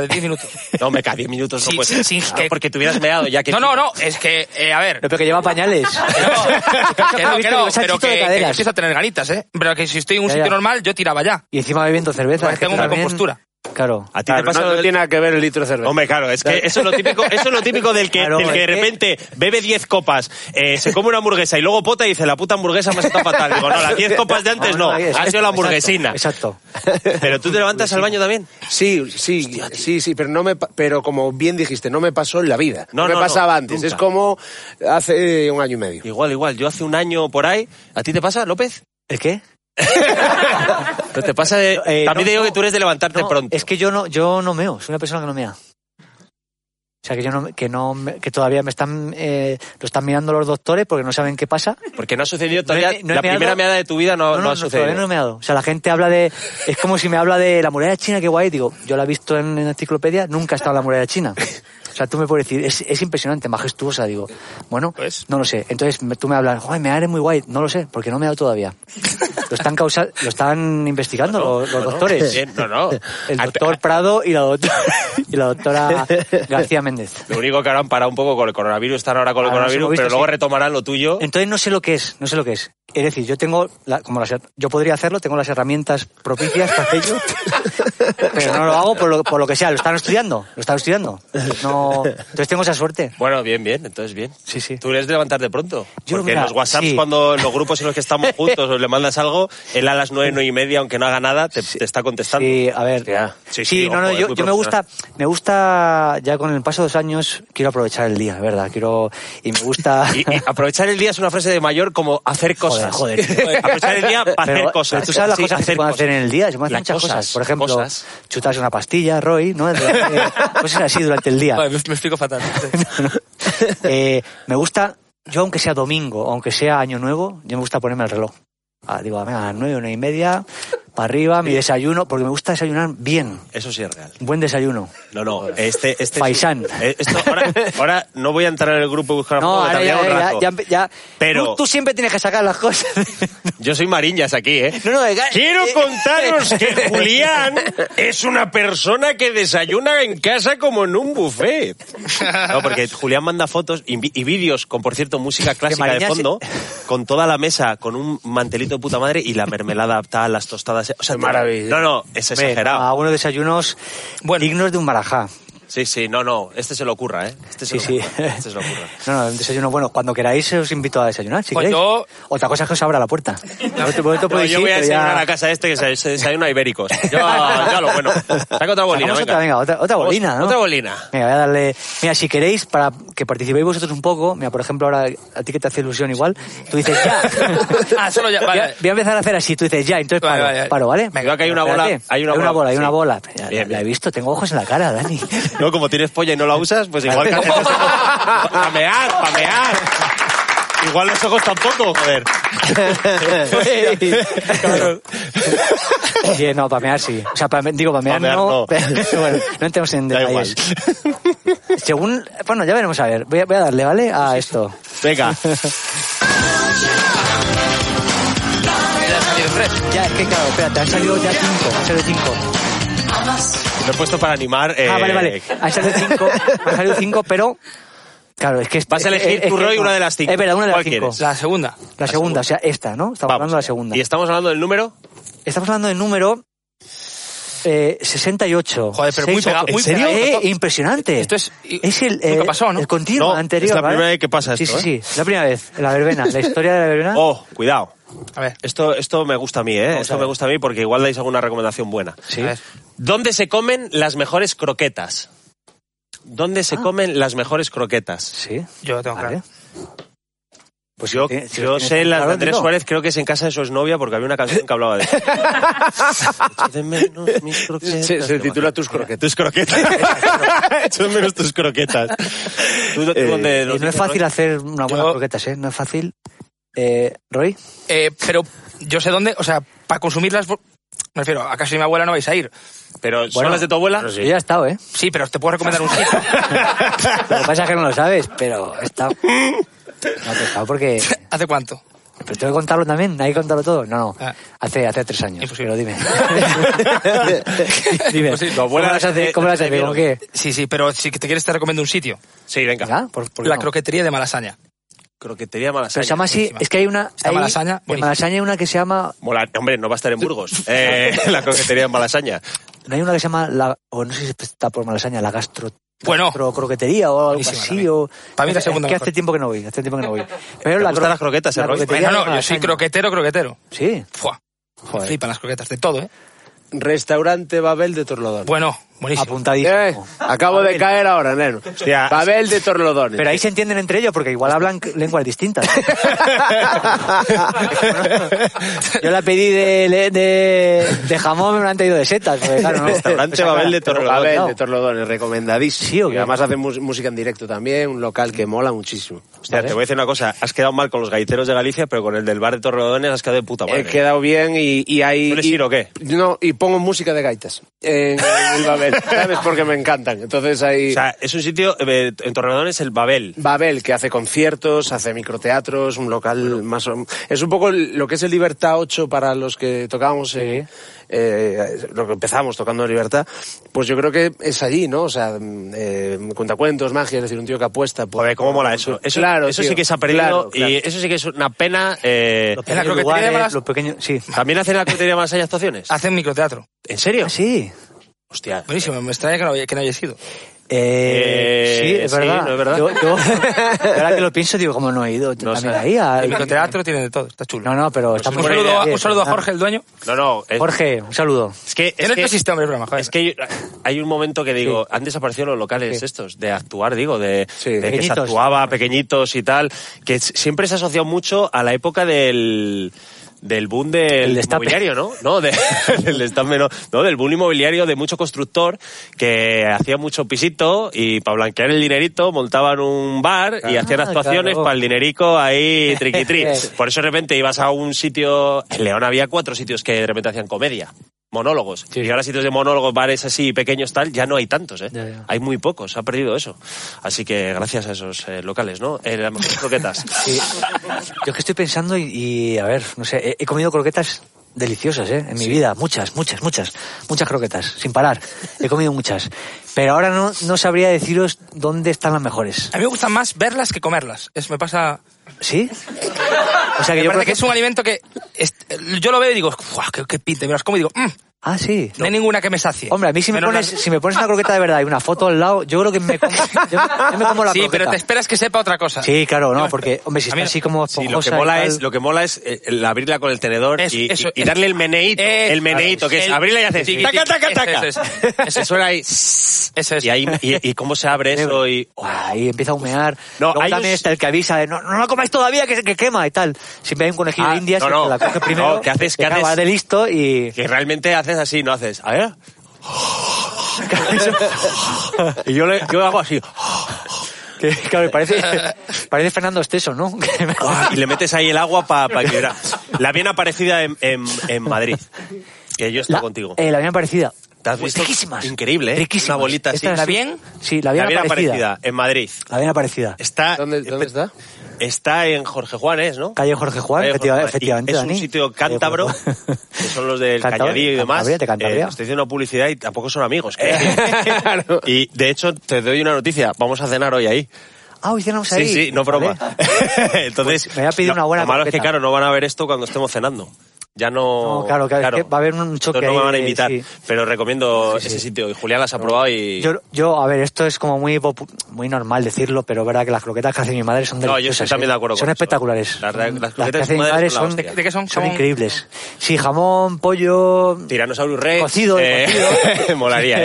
Speaker 5: 10 minutos.
Speaker 2: No, me cae 10 minutos, no
Speaker 5: Sí,
Speaker 2: puede
Speaker 5: sí,
Speaker 2: ser.
Speaker 5: sí,
Speaker 2: No,
Speaker 5: que-
Speaker 2: porque te hubieras meado ya que...
Speaker 5: No, no, no, es que, eh, a ver...
Speaker 1: No, pero que lleva pañales.
Speaker 5: Que no, que no, que no,
Speaker 1: Sanchito de
Speaker 5: pero que, que
Speaker 1: caderas.
Speaker 5: empiezo a tener ganitas, ¿eh? Pero que si estoy en un
Speaker 1: Ya,
Speaker 5: sitio
Speaker 1: ya.
Speaker 5: normal, yo tiraba ya.
Speaker 1: Y encima bebiendo cerveza.
Speaker 5: Porque
Speaker 1: es que
Speaker 5: tengo una
Speaker 1: también-
Speaker 5: compostura.
Speaker 1: Claro.
Speaker 2: A ti
Speaker 4: Claro,
Speaker 2: te pasa
Speaker 4: no,
Speaker 2: lo
Speaker 4: no
Speaker 2: del-
Speaker 4: tiene nada que ver el litro de cerveza.
Speaker 2: Hombre, claro, es que eso es lo típico, eso es lo típico del que,
Speaker 1: Claro,
Speaker 2: del que de
Speaker 1: es que-
Speaker 2: repente bebe 10 copas, eh, se come una hamburguesa y luego pota y dice, la puta hamburguesa me está fatal. Digo, no, las 10 copas de antes no,
Speaker 1: ahí es-
Speaker 2: ha sido la hamburguesina.
Speaker 1: Exacto.
Speaker 2: Pero tú te levantas al baño también.
Speaker 4: Sí, sí, sí, sí, pero no me, pa- pero como bien dijiste, no me pasó en la vida.
Speaker 2: No,
Speaker 4: No, me
Speaker 2: no, no,
Speaker 4: pasaba antes.
Speaker 2: nunca.
Speaker 4: Es como hace un año y medio.
Speaker 2: Igual, igual, yo hace un año por ahí, ¿a ti te pasa, López?
Speaker 1: ¿El qué?
Speaker 2: Pero te pasa de-
Speaker 1: Eh,
Speaker 2: también
Speaker 1: no,
Speaker 2: te digo
Speaker 1: no,
Speaker 2: que tú eres de levantarte
Speaker 1: No,
Speaker 2: pronto.
Speaker 1: Es que yo no, yo no meo, soy una persona que no mea. O sea, que yo no, que no, me- que todavía me están, eh, lo están mirando los doctores porque no saben qué pasa.
Speaker 2: Porque no ha sucedido
Speaker 1: No he-
Speaker 2: todavía,
Speaker 1: no he
Speaker 2: la
Speaker 1: meado.
Speaker 2: primera meada de tu vida no, no ha
Speaker 1: todavía no he
Speaker 2: sucedido.
Speaker 1: meado. O sea, la gente habla de, es como si me habla de la muralla china, qué guay. Digo, yo la he visto en, en enciclopedia, nunca he estado en la muralla china. O sea, tú me puedes decir, es, es impresionante, majestuosa, digo. Bueno,
Speaker 5: Pues.
Speaker 1: no lo sé. Entonces me- tú me hablas, joder, mear es muy guay. No lo sé, porque no me he meado todavía. Lo están causa- lo están investigando los, los doctores.
Speaker 2: Bien, Eh, no, no.
Speaker 1: El doctor Prado y la, doctora, y la doctora García Méndez.
Speaker 2: Lo único que ahora han parado un poco con el coronavirus, están ahora con el
Speaker 1: Ahora nos
Speaker 2: coronavirus,
Speaker 1: hemos visto,
Speaker 2: pero luego
Speaker 1: sí.
Speaker 2: retomarán lo tuyo.
Speaker 1: Entonces no sé lo que es, no sé lo que es. Es decir, yo tengo, la- como las, her- yo podría hacerlo, tengo las herramientas propicias para ello, pero no lo hago por lo, por lo que sea, lo están estudiando, lo están estudiando. No, entonces tengo esa suerte.
Speaker 2: Bueno, bien, bien, entonces bien.
Speaker 1: Sí, sí.
Speaker 2: Tú eres de levantarte pronto.
Speaker 1: Yo,
Speaker 2: porque
Speaker 1: mira,
Speaker 2: en los WhatsApps,
Speaker 1: sí.
Speaker 2: cuando en los grupos en los que estamos juntos o le mandas algo, él a las nueve, nueve y media, aunque no haga nada, te, te está contestando.
Speaker 1: Sí, a ver.
Speaker 2: Hostia.
Speaker 1: Sí,
Speaker 2: Sí, sí,
Speaker 1: no, no,
Speaker 2: ojo, es
Speaker 1: yo,
Speaker 2: muy
Speaker 1: yo me gusta, me gusta, ya con el paso de los años, quiero aprovechar el día, ¿verdad? Quiero, y me gusta...
Speaker 2: Y, y aprovechar el día es una frase de mayor como hacer cosas.
Speaker 1: joder.
Speaker 2: Aprovechar el día para hacer
Speaker 1: Pero-
Speaker 2: cosas.
Speaker 1: pero tú sabes las
Speaker 2: Sí,
Speaker 1: cosas que se pueden hacer en el día, se pueden hacer
Speaker 2: Las
Speaker 1: muchas cosas.
Speaker 2: cosas,
Speaker 1: Por ejemplo,
Speaker 2: cosas.
Speaker 1: chutarse una pastilla, Roy, ¿no? Eh, Cosas así durante el día.
Speaker 5: Joder, me, me explico fatal.
Speaker 1: Eh, me gusta, yo aunque sea domingo, aunque sea año nuevo, yo me gusta ponerme el reloj. Ah, digo, a ver, a las nueve, una y media, para arriba, mi desayuno, porque me gusta desayunar bien,
Speaker 2: Eso sí es real.
Speaker 1: un buen desayuno.
Speaker 2: No, no, este... este es-
Speaker 1: Faisán.
Speaker 2: Eh, esto, ahora, ahora no voy a entrar en el grupo y buscar a
Speaker 1: No,
Speaker 2: Juan,
Speaker 1: ahora
Speaker 2: que
Speaker 1: ya,
Speaker 2: tardaría un
Speaker 1: ya,
Speaker 2: rato.
Speaker 1: ya, ya- ya-
Speaker 2: Pero-
Speaker 1: Tú, tú siempre tienes que sacar las cosas.
Speaker 2: Yo soy Mariñas aquí, ¿eh?
Speaker 1: No, no, venga.
Speaker 2: Quiero contaros que Julián es una persona que desayuna en casa como en un buffet. No, porque Julián manda fotos y, vi- y vídeos con, por cierto, música clásica de
Speaker 1: Mariñas-
Speaker 2: fondo, con toda la mesa, con un mantelito de puta madre y la mermelada adaptada a las tostadas. eh, O sea,
Speaker 4: Qué maravilla.
Speaker 2: No, no, es
Speaker 1: Hombre, ah.
Speaker 2: exagerado.
Speaker 1: A unos desayunos dignos de un marajá.
Speaker 2: Sí, sí, no, no. Este se lo ocurra, ¿eh? Este se
Speaker 1: Sí,
Speaker 2: lo
Speaker 1: sí.
Speaker 2: ocurra, Este se lo ocurra.
Speaker 1: No, no, un desayuno bueno. Cuando queráis os invito a desayunar, si
Speaker 5: Pues
Speaker 1: queréis.
Speaker 5: yo-
Speaker 1: Otra cosa es que os abra la puerta. No, te- no te
Speaker 2: No,
Speaker 1: podéis
Speaker 2: yo
Speaker 1: ir,
Speaker 2: voy a
Speaker 1: pero
Speaker 2: desayunar
Speaker 1: ya-
Speaker 2: a la casa este que se, se desayuna ibéricos. Yo, ya lo bueno. Saca otra bolina,
Speaker 1: Sacamos
Speaker 2: venga.
Speaker 1: otra, venga, otra, otra
Speaker 2: Vamos,
Speaker 1: bolina, ¿no?
Speaker 2: Otra bolina.
Speaker 1: Venga, voy a darle... Mira, si queréis, para que participéis vosotros un poco, mira, por ejemplo, ahora a ti que te hace ilusión igual, tú dices ya.
Speaker 5: Ah, solo ya,
Speaker 1: Voy
Speaker 5: vale.
Speaker 1: a- Voy a empezar a hacer así, tú dices ya, entonces
Speaker 5: Vale,
Speaker 1: paro,
Speaker 5: vale, vale.
Speaker 1: paro, ¿vale?
Speaker 5: Venga,
Speaker 2: Veo que hay una bola,
Speaker 1: Espérate.
Speaker 2: hay una bola,
Speaker 1: bola, hay una
Speaker 2: sí.
Speaker 1: bola. Ya,
Speaker 2: Bien,
Speaker 1: La
Speaker 2: bien.
Speaker 1: he visto, tengo ojos en la cara, Dani.
Speaker 2: No, como tienes polla y no la usas, pues igual que Pamear, pamear. Igual los ojos tampoco, joder.
Speaker 1: Bien, no, pamear sí. O sea, pame- digo, pamear,
Speaker 2: Pamear
Speaker 1: no.
Speaker 2: no.
Speaker 1: pero bueno, no entremos en
Speaker 2: Da igual.
Speaker 1: detalles. Según. Bueno, ya veremos a ver. Voy a, voy a darle, ¿vale? A esto.
Speaker 2: Venga.
Speaker 5: Ya salieron tres.
Speaker 1: Ya, es que claro, espérate, han salido ya cinco. Han salido cinco.
Speaker 2: Lo he puesto para animar. eh,
Speaker 1: Ah, vale, vale. Han salido cinco. Han salido cinco, pero. Claro, es que.
Speaker 2: Vas a elegir
Speaker 1: es- es
Speaker 2: tu
Speaker 1: que-
Speaker 2: Roy una de las cinco.
Speaker 1: Es verdad, una de las
Speaker 2: ¿Cuál
Speaker 1: cinco.
Speaker 2: quieres?
Speaker 1: La,
Speaker 5: La segunda.
Speaker 1: la segunda, o sea, esta, ¿no? Estamos
Speaker 2: vamos.
Speaker 1: hablando de la segunda.
Speaker 2: Y estamos hablando del número.
Speaker 1: Estamos hablando del número. Eh, 68.
Speaker 5: Joder, pero
Speaker 1: Seis
Speaker 5: muy pegado,
Speaker 1: votos.
Speaker 5: muy
Speaker 1: ¿En serio?
Speaker 5: pegado.
Speaker 1: Eh, impresionante.
Speaker 5: Esto es-
Speaker 1: Es el, eh,
Speaker 5: nunca pasó, ¿no?
Speaker 1: el continuo
Speaker 2: No,
Speaker 1: anterior.
Speaker 2: es la
Speaker 1: ¿vale?
Speaker 2: primera vez que pasa
Speaker 1: Sí,
Speaker 2: esto, ¿eh?
Speaker 1: sí, sí. La primera vez. La verbena. La historia de la verbena.
Speaker 2: Oh, cuidado.
Speaker 5: A ver.
Speaker 2: Esto, esto me gusta a mí, ¿eh?
Speaker 1: a
Speaker 2: Esto
Speaker 1: ver.
Speaker 2: me gusta a mí porque igual dais alguna recomendación buena.
Speaker 1: sí.
Speaker 5: A ver.
Speaker 2: ¿Dónde se comen las mejores croquetas? ¿Dónde
Speaker 1: Ah.
Speaker 2: se comen las mejores croquetas?
Speaker 1: Sí.
Speaker 5: Yo lo tengo
Speaker 1: Vale.
Speaker 5: claro.
Speaker 2: Pues yo,
Speaker 1: tiene- si
Speaker 2: yo
Speaker 1: lo tienes
Speaker 2: sé
Speaker 1: tan
Speaker 2: las
Speaker 1: claro,
Speaker 2: de Andrés
Speaker 1: dilo.
Speaker 2: Suárez, creo que es en casa de su exnovia porque había una canción que hablaba de eso. Echo de menos mis croquetas.
Speaker 4: Se, se titula Tus croquetas.
Speaker 2: Tus croquetas. Echo de menos tus croquetas. ¿Tú, tú dónde
Speaker 1: Y
Speaker 2: lo
Speaker 1: Eh, no es
Speaker 2: tienes,
Speaker 1: fácil
Speaker 2: Roy?
Speaker 1: hacer una buena
Speaker 5: Yo-
Speaker 1: croquetas, ¿eh? No es fácil. Eh, Roy.
Speaker 5: Eh, pero yo sé dónde, o sea, para consumirlas, me refiero, a casa de mi abuela no vais a ir.
Speaker 2: Pero son
Speaker 1: Bueno,
Speaker 2: las de tu abuela.
Speaker 1: Yo ya he estado, ¿eh?
Speaker 5: Sí, pero te puedo recomendar un sitio.
Speaker 1: Lo que pasa es que no lo sabes, pero he estado. No, pero he estado porque.
Speaker 5: ¿Hace cuánto?
Speaker 1: Pero tengo que contarlo también, hay que contarlo todo. No, no.
Speaker 5: Ah.
Speaker 1: Hace, hace tres años.
Speaker 5: Imposible.
Speaker 1: Pero dime. dime.
Speaker 5: Imposible.
Speaker 1: ¿Cómo
Speaker 2: Buena-
Speaker 1: las hace? ¿Cómo las
Speaker 2: eh,
Speaker 1: hace?
Speaker 2: eh,
Speaker 1: ¿Cómo qué?
Speaker 5: Sí, sí, pero si te quieres te recomiendo un sitio.
Speaker 2: Sí, venga.
Speaker 1: ¿Ya? ¿Por, por qué
Speaker 5: La
Speaker 1: no?
Speaker 5: croquetería de Malasaña.
Speaker 2: Croquetería
Speaker 1: Pero
Speaker 2: Malasaña.
Speaker 1: se llama así, es que hay una.
Speaker 5: Está
Speaker 1: hay-
Speaker 5: Malasaña,
Speaker 1: En
Speaker 5: buenísimo.
Speaker 1: Malasaña hay una que se llama.
Speaker 2: Mola, hombre, no va a estar en Burgos. Eh, la croquetería en Malasaña.
Speaker 1: No hay una que se llama. La, o no sé si está por Malasaña, la gastro.
Speaker 5: Bueno.
Speaker 1: gastro croquetería o algo
Speaker 5: Buenísima
Speaker 1: así.
Speaker 5: también.
Speaker 1: O,
Speaker 5: Para mí la
Speaker 1: es
Speaker 5: segunda
Speaker 1: que
Speaker 5: mejor.
Speaker 1: hace tiempo que no voy. Hace tiempo que no voy. Pero
Speaker 2: ¿Te
Speaker 1: la
Speaker 2: gustan las croquetas, eh, Roy?
Speaker 1: croquetería
Speaker 5: Bueno,
Speaker 1: de
Speaker 5: no, yo soy
Speaker 1: Malasaña.
Speaker 5: croquetero, croquetero.
Speaker 1: Sí.
Speaker 5: Fua.
Speaker 1: Joder.
Speaker 5: Flipan las croquetas, de todo, ¿eh?
Speaker 4: Restaurante Babel de Torlodones.
Speaker 5: Bueno, buenísimo.
Speaker 1: Apuntadísimo.
Speaker 4: Eh, acabo de caer ahora, neno.
Speaker 2: Hostia.
Speaker 4: Babel de Torlodones.
Speaker 1: Pero ahí se entienden entre ellos porque igual hablan c- lenguas distintas. Yo la pedí de, le- de, de jamón, me lo han traído de setas. porque, claro, no-
Speaker 2: Restaurante
Speaker 1: o sea,
Speaker 2: Babel de
Speaker 1: claro,
Speaker 2: Torlodones.
Speaker 1: Babel
Speaker 4: Babel
Speaker 1: no.
Speaker 4: de Torlodones, recomendadísimo.
Speaker 1: Sí, ¿o qué?
Speaker 4: Y además hacen mus- música en directo también, un local que mola muchísimo.
Speaker 2: Hostia, te voy a decir una cosa. Has quedado mal con los gaiteros de Galicia, pero con el del bar de Torredones has quedado de puta madre.
Speaker 4: He quedado bien y, y ahí...
Speaker 2: ¿Sueles
Speaker 4: y-
Speaker 2: ir o qué?
Speaker 4: No, y pongo música de gaitas. En el Babel, ¿sabes? Porque me encantan. Entonces ahí...
Speaker 2: O sea, es un sitio, eh, en Torredones, el Babel.
Speaker 4: Babel, que hace conciertos, hace microteatros, un local más... o- Es un poco el- lo que es el Libertad 8 para los que tocábamos, eh, eh, lo que empezamos tocando en Libertad, pues yo creo que es allí, ¿no? O sea, mm, eh, cuentacuentos, magia, es decir, un tío que apuesta... por-
Speaker 2: Joder, cómo mola eso. Eso,
Speaker 4: Claro,
Speaker 2: eso
Speaker 4: tío,
Speaker 2: sí que se ha perdido
Speaker 4: claro, claro.
Speaker 2: y eso sí que es una pena. eh,
Speaker 1: Los
Speaker 5: En la
Speaker 1: pequeños
Speaker 5: croquetería
Speaker 1: lugares,
Speaker 5: de Malas-
Speaker 1: los pequeños- Sí.
Speaker 2: ¿También hacen la croquetería Malasaña actuaciones?
Speaker 1: pues.
Speaker 5: Hacen microteatro.
Speaker 2: ¿En serio?
Speaker 1: Ah, sí.
Speaker 2: Hostia.
Speaker 5: Buenísimo, me extraña que no, haya- que no hayas ido.
Speaker 1: Eh,
Speaker 2: Eh,
Speaker 1: sí, es
Speaker 2: sí,
Speaker 1: verdad.
Speaker 2: no es verdad.
Speaker 1: Yo- yo- ahora que lo pienso, digo, ¿cómo no he ido
Speaker 2: No
Speaker 1: también
Speaker 2: sé.
Speaker 1: ahí? al-
Speaker 5: El microteatro tiene de todo, está chulo.
Speaker 1: Ah,
Speaker 5: Pues
Speaker 1: No, no, pero está muy
Speaker 5: un, saludo,
Speaker 1: bien, ah.
Speaker 5: a- un saludo a
Speaker 1: ¿verdad?
Speaker 5: Jorge, el dueño.
Speaker 2: No, no. Es,
Speaker 1: Jorge, un saludo.
Speaker 2: es que.
Speaker 5: Es
Speaker 2: Es
Speaker 5: no
Speaker 2: que,
Speaker 5: existe hombre el programa, joder.
Speaker 2: es que yo- hay un momento que digo, han desaparecido los locales
Speaker 1: Sí.
Speaker 2: estos, de actuar, digo, de,
Speaker 1: Sí,
Speaker 2: de que se
Speaker 1: pequeñitos.
Speaker 2: actuaba, pequeñitos y tal, que s- siempre se ha asociado mucho a la época del del boom del
Speaker 1: El destape.
Speaker 2: inmobiliario, ¿no? No, de- del destape, no, no, del boom inmobiliario de mucho constructor que hacía mucho pisito y para blanquear el dinerito montaban un bar y hacían
Speaker 1: Ah,
Speaker 2: actuaciones
Speaker 1: claro.
Speaker 2: para el dinerico ahí triquitri. Por eso de repente ibas a un sitio, en León había cuatro sitios que de repente hacían comedia, monólogos.
Speaker 1: Sí.
Speaker 2: Y ahora sitios de monólogos, bares así pequeños tal, ya no hay tantos, ¿eh?
Speaker 1: Ya, ya.
Speaker 2: Hay muy pocos, ha perdido eso. Así que gracias a esos eh, locales, ¿no? Eh, las mejores croquetas.
Speaker 1: Sí. Yo es que estoy pensando y, y, a ver, no sé, he, he comido croquetas deliciosas, ¿eh? En mi vida, muchas, muchas, muchas, muchas croquetas, sin parar. He comido muchas. Pero ahora no, no sabría deciros dónde están las mejores.
Speaker 5: A mí me gusta más verlas que comerlas. Es, me pasa.
Speaker 1: ¿Sí? O sea Ah, que
Speaker 5: me
Speaker 1: yo
Speaker 5: parece
Speaker 1: por
Speaker 5: que es un alimento que. es- yo lo veo y digo, "Guau, qué, qué pinta! Y me las como y digo, "Mm,
Speaker 1: Ah, sí.
Speaker 5: No hay ninguna que me sacie.
Speaker 1: Hombre, a mí si me,
Speaker 5: Menos
Speaker 1: pones,
Speaker 5: las-
Speaker 1: si me pones una croqueta de verdad y una foto al lado, yo creo que me como, yo me, yo me como la
Speaker 5: sí, pero
Speaker 1: croqueta.
Speaker 5: te esperas que sepa otra cosa.
Speaker 1: Sí, claro, no, porque, hombre, si
Speaker 5: A mí
Speaker 1: está
Speaker 5: no-
Speaker 1: así como
Speaker 2: Sí, lo que
Speaker 1: esponjosa y
Speaker 2: mola
Speaker 1: tal-
Speaker 2: es, lo que mola es eh, el abrirla con el tenedor
Speaker 5: Es-
Speaker 2: y, y-
Speaker 5: eso,
Speaker 2: y
Speaker 5: es-
Speaker 2: darle el meneíto.
Speaker 5: Es-
Speaker 2: el meneíto, que es,
Speaker 5: el-
Speaker 2: abrirla y haces
Speaker 5: tiqui,
Speaker 2: taca, taca,
Speaker 5: tiqui,
Speaker 2: taca.
Speaker 5: eso es, eso es.
Speaker 2: Se suena ahí.
Speaker 5: Eso es.
Speaker 2: Y ahí, y, y cómo se abre eso y...
Speaker 1: Ahí empieza a humear.
Speaker 2: No,
Speaker 1: Luego
Speaker 2: hay
Speaker 1: también
Speaker 2: un-
Speaker 1: está el que avisa de, no, no lo comáis todavía, que, se- que quema y tal. Siempre hay un conejillo
Speaker 2: Ah,
Speaker 1: de indias
Speaker 2: no, no.
Speaker 1: que la coge
Speaker 2: No,
Speaker 1: primero,
Speaker 2: que haces- que
Speaker 1: acaba
Speaker 2: haces-
Speaker 1: de listo y...
Speaker 2: Que realmente haces así, no haces. A ver. y yo, le, yo hago así.
Speaker 1: que, claro, parece, parece Fernando Esteso, ¿no?
Speaker 2: Ah, Y le metes ahí el agua para que era. La bien aparecida en, en, en Madrid. Que yo estoy
Speaker 1: la,
Speaker 2: contigo.
Speaker 1: eh, la bien parecida.
Speaker 2: ¿Te has visto?
Speaker 1: Riquísimas.
Speaker 2: Increíble, ¿eh?
Speaker 1: Riquísimas.
Speaker 2: Una bolita así.
Speaker 1: Esta es
Speaker 2: ¿La
Speaker 5: bien?
Speaker 1: Sí, la bien
Speaker 2: la bien
Speaker 1: aparecida.
Speaker 2: aparecida en Madrid.
Speaker 1: La bien aparecida.
Speaker 2: Está, eh,
Speaker 4: ¿Dónde- dónde está?
Speaker 2: Está en Jorge Juanes, ¿no?
Speaker 1: Calle Jorge Juan,
Speaker 2: Calle
Speaker 1: efectiva-
Speaker 2: Juan.
Speaker 1: efectivamente,
Speaker 2: Y Es
Speaker 1: Dani.
Speaker 2: un sitio
Speaker 1: Calle
Speaker 2: cántabro,
Speaker 1: Jorge Juan.
Speaker 2: que son los del
Speaker 1: Cantabria,
Speaker 2: Cañadillo y demás.
Speaker 1: Cantabria, de Cantabria.
Speaker 2: Eh, estoy haciendo publicidad y tampoco son amigos. quiero decir. Y de hecho, te doy una noticia. Vamos a cenar hoy ahí.
Speaker 1: Ah, hoy cenamos
Speaker 2: Sí,
Speaker 1: ahí.
Speaker 2: sí, no broma.
Speaker 1: Vale.
Speaker 2: Entonces,
Speaker 1: Pues me voy a pedir
Speaker 2: lo-
Speaker 1: una buena
Speaker 2: Lo malo es que,
Speaker 1: croqueta.
Speaker 2: claro, no van a ver esto cuando estemos cenando. Ya no.
Speaker 1: No, claro, claro, es que va a haber un choque
Speaker 2: Entonces No
Speaker 1: ahí
Speaker 2: me van a
Speaker 1: de-
Speaker 2: invitar.
Speaker 1: sí.
Speaker 2: Pero recomiendo ese sitio. Y Julián las ha probado y.
Speaker 1: Yo, yo, a ver, esto es como muy popu- muy normal decirlo, pero es verdad que las croquetas que hace mi madre son
Speaker 2: No, yo
Speaker 1: deliciosas.
Speaker 2: estoy también
Speaker 1: ¿eh?
Speaker 2: de acuerdo
Speaker 1: Son
Speaker 2: con eso.
Speaker 1: espectaculares.
Speaker 2: Las- las croquetas
Speaker 1: que
Speaker 2: de
Speaker 1: hace
Speaker 2: tu
Speaker 1: mi
Speaker 2: madre
Speaker 1: madre
Speaker 2: son la
Speaker 1: son,
Speaker 2: hostia.
Speaker 5: ¿De qué son?
Speaker 1: son
Speaker 5: Jamón-
Speaker 1: increíbles. Sí, jamón, pollo...
Speaker 2: Tiranosaurus Rex.
Speaker 1: Cocido, de cocido.
Speaker 2: Eh, Molaría,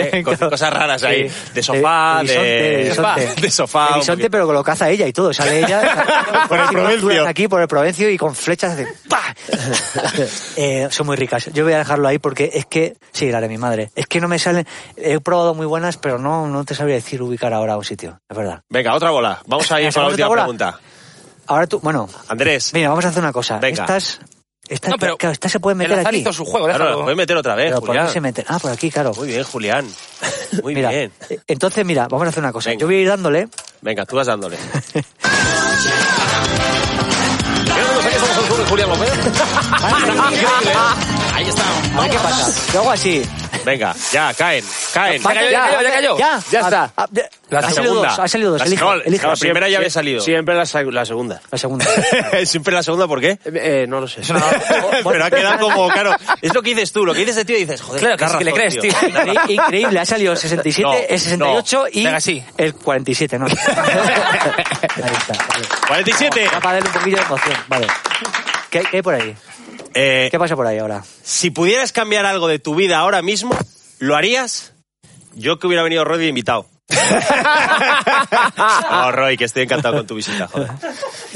Speaker 2: ¿eh? Co-
Speaker 1: Claro.
Speaker 2: Cosas raras ahí.
Speaker 1: Sí. Eh,
Speaker 2: De sofá, de.
Speaker 1: bisonte,
Speaker 2: de sofá,
Speaker 1: bisonte.
Speaker 2: De sofá.
Speaker 1: De
Speaker 2: un
Speaker 1: bisonte,
Speaker 2: poquito.
Speaker 1: pero lo caza ella y todo. Sale ella.
Speaker 2: Por el
Speaker 1: Así con
Speaker 2: Provencio.
Speaker 1: alturas Aquí, por el Provencio y con flechas de ¡pa! Eh, son muy ricas. Yo voy a dejarlo ahí porque es que. Sí, la de mi madre. Es que no me salen. He probado muy buenas, pero no, no te sabría decir ubicar ahora un sitio. Es verdad.
Speaker 2: Venga, otra bola. Vamos a ir con la
Speaker 1: ¿Hacemos
Speaker 2: última
Speaker 1: otra bola?
Speaker 2: pregunta.
Speaker 1: Ahora tú. Bueno,
Speaker 2: Andrés.
Speaker 1: mira, vamos a hacer una cosa.
Speaker 2: Venga.
Speaker 1: Estas. Estas,
Speaker 5: No, pero
Speaker 1: claro, estas se pueden
Speaker 5: El
Speaker 1: meter
Speaker 5: azar
Speaker 1: aquí.
Speaker 5: hizo su juego,
Speaker 2: Claro,
Speaker 5: déjalo.
Speaker 2: la puedes meter otra vez,
Speaker 1: Pero ¿por
Speaker 2: Eh, Julián.
Speaker 1: qué se meten? Ah, por aquí, claro.
Speaker 2: Muy bien, Julián. Muy
Speaker 1: mira,
Speaker 2: bien.
Speaker 1: eh, entonces mira, vamos a hacer una cosa.
Speaker 2: Venga.
Speaker 1: Yo voy a ir dándole.
Speaker 2: Venga, tú vas dándole. Mira cómo saques a los ojos de Julián López. Increíble, ¿eh? Ahí está.
Speaker 1: A ver qué pasa. Yo hago así.
Speaker 2: Venga, ya, caen, caen.
Speaker 5: Vale,
Speaker 1: Vale,
Speaker 5: ya cayó, ya cayó.
Speaker 1: Ya,
Speaker 4: Ya
Speaker 1: Ah,
Speaker 4: está.
Speaker 1: ah, ya.
Speaker 5: La
Speaker 1: ha salido
Speaker 2: segunda.
Speaker 1: dos, ha salido dos.
Speaker 2: La-
Speaker 1: elija,
Speaker 2: no,
Speaker 1: elija.
Speaker 2: la primera ya había
Speaker 4: Sie-
Speaker 2: salido.
Speaker 4: Siempre la, sa- la segunda.
Speaker 1: La segunda.
Speaker 2: Siempre la segunda, ¿por qué?
Speaker 4: Eh, eh, no lo sé.
Speaker 2: Pero ha quedado como, claro, es lo que dices tú, lo que dices de tío y dices, joder,
Speaker 5: Claro que
Speaker 2: qué
Speaker 5: sí, que le
Speaker 2: razón,
Speaker 5: crees, tío.
Speaker 1: Incre- Increíble, ha salido el 67,
Speaker 2: No,
Speaker 1: el 68 y
Speaker 5: Venga, sí.
Speaker 1: el 47, ¿no? Ahí está. Vale.
Speaker 2: 47.
Speaker 1: Ya para darle un poquillo de emoción. Vale. ¿Qué, qué hay por ahí?
Speaker 2: Eh,
Speaker 1: ¿Qué pasa por ahí ahora?
Speaker 2: si pudieras cambiar algo de tu vida ahora mismo, ¿lo harías? Yo que hubiera venido Roy de invitado. no, Roy, que estoy encantado con tu visita, joder.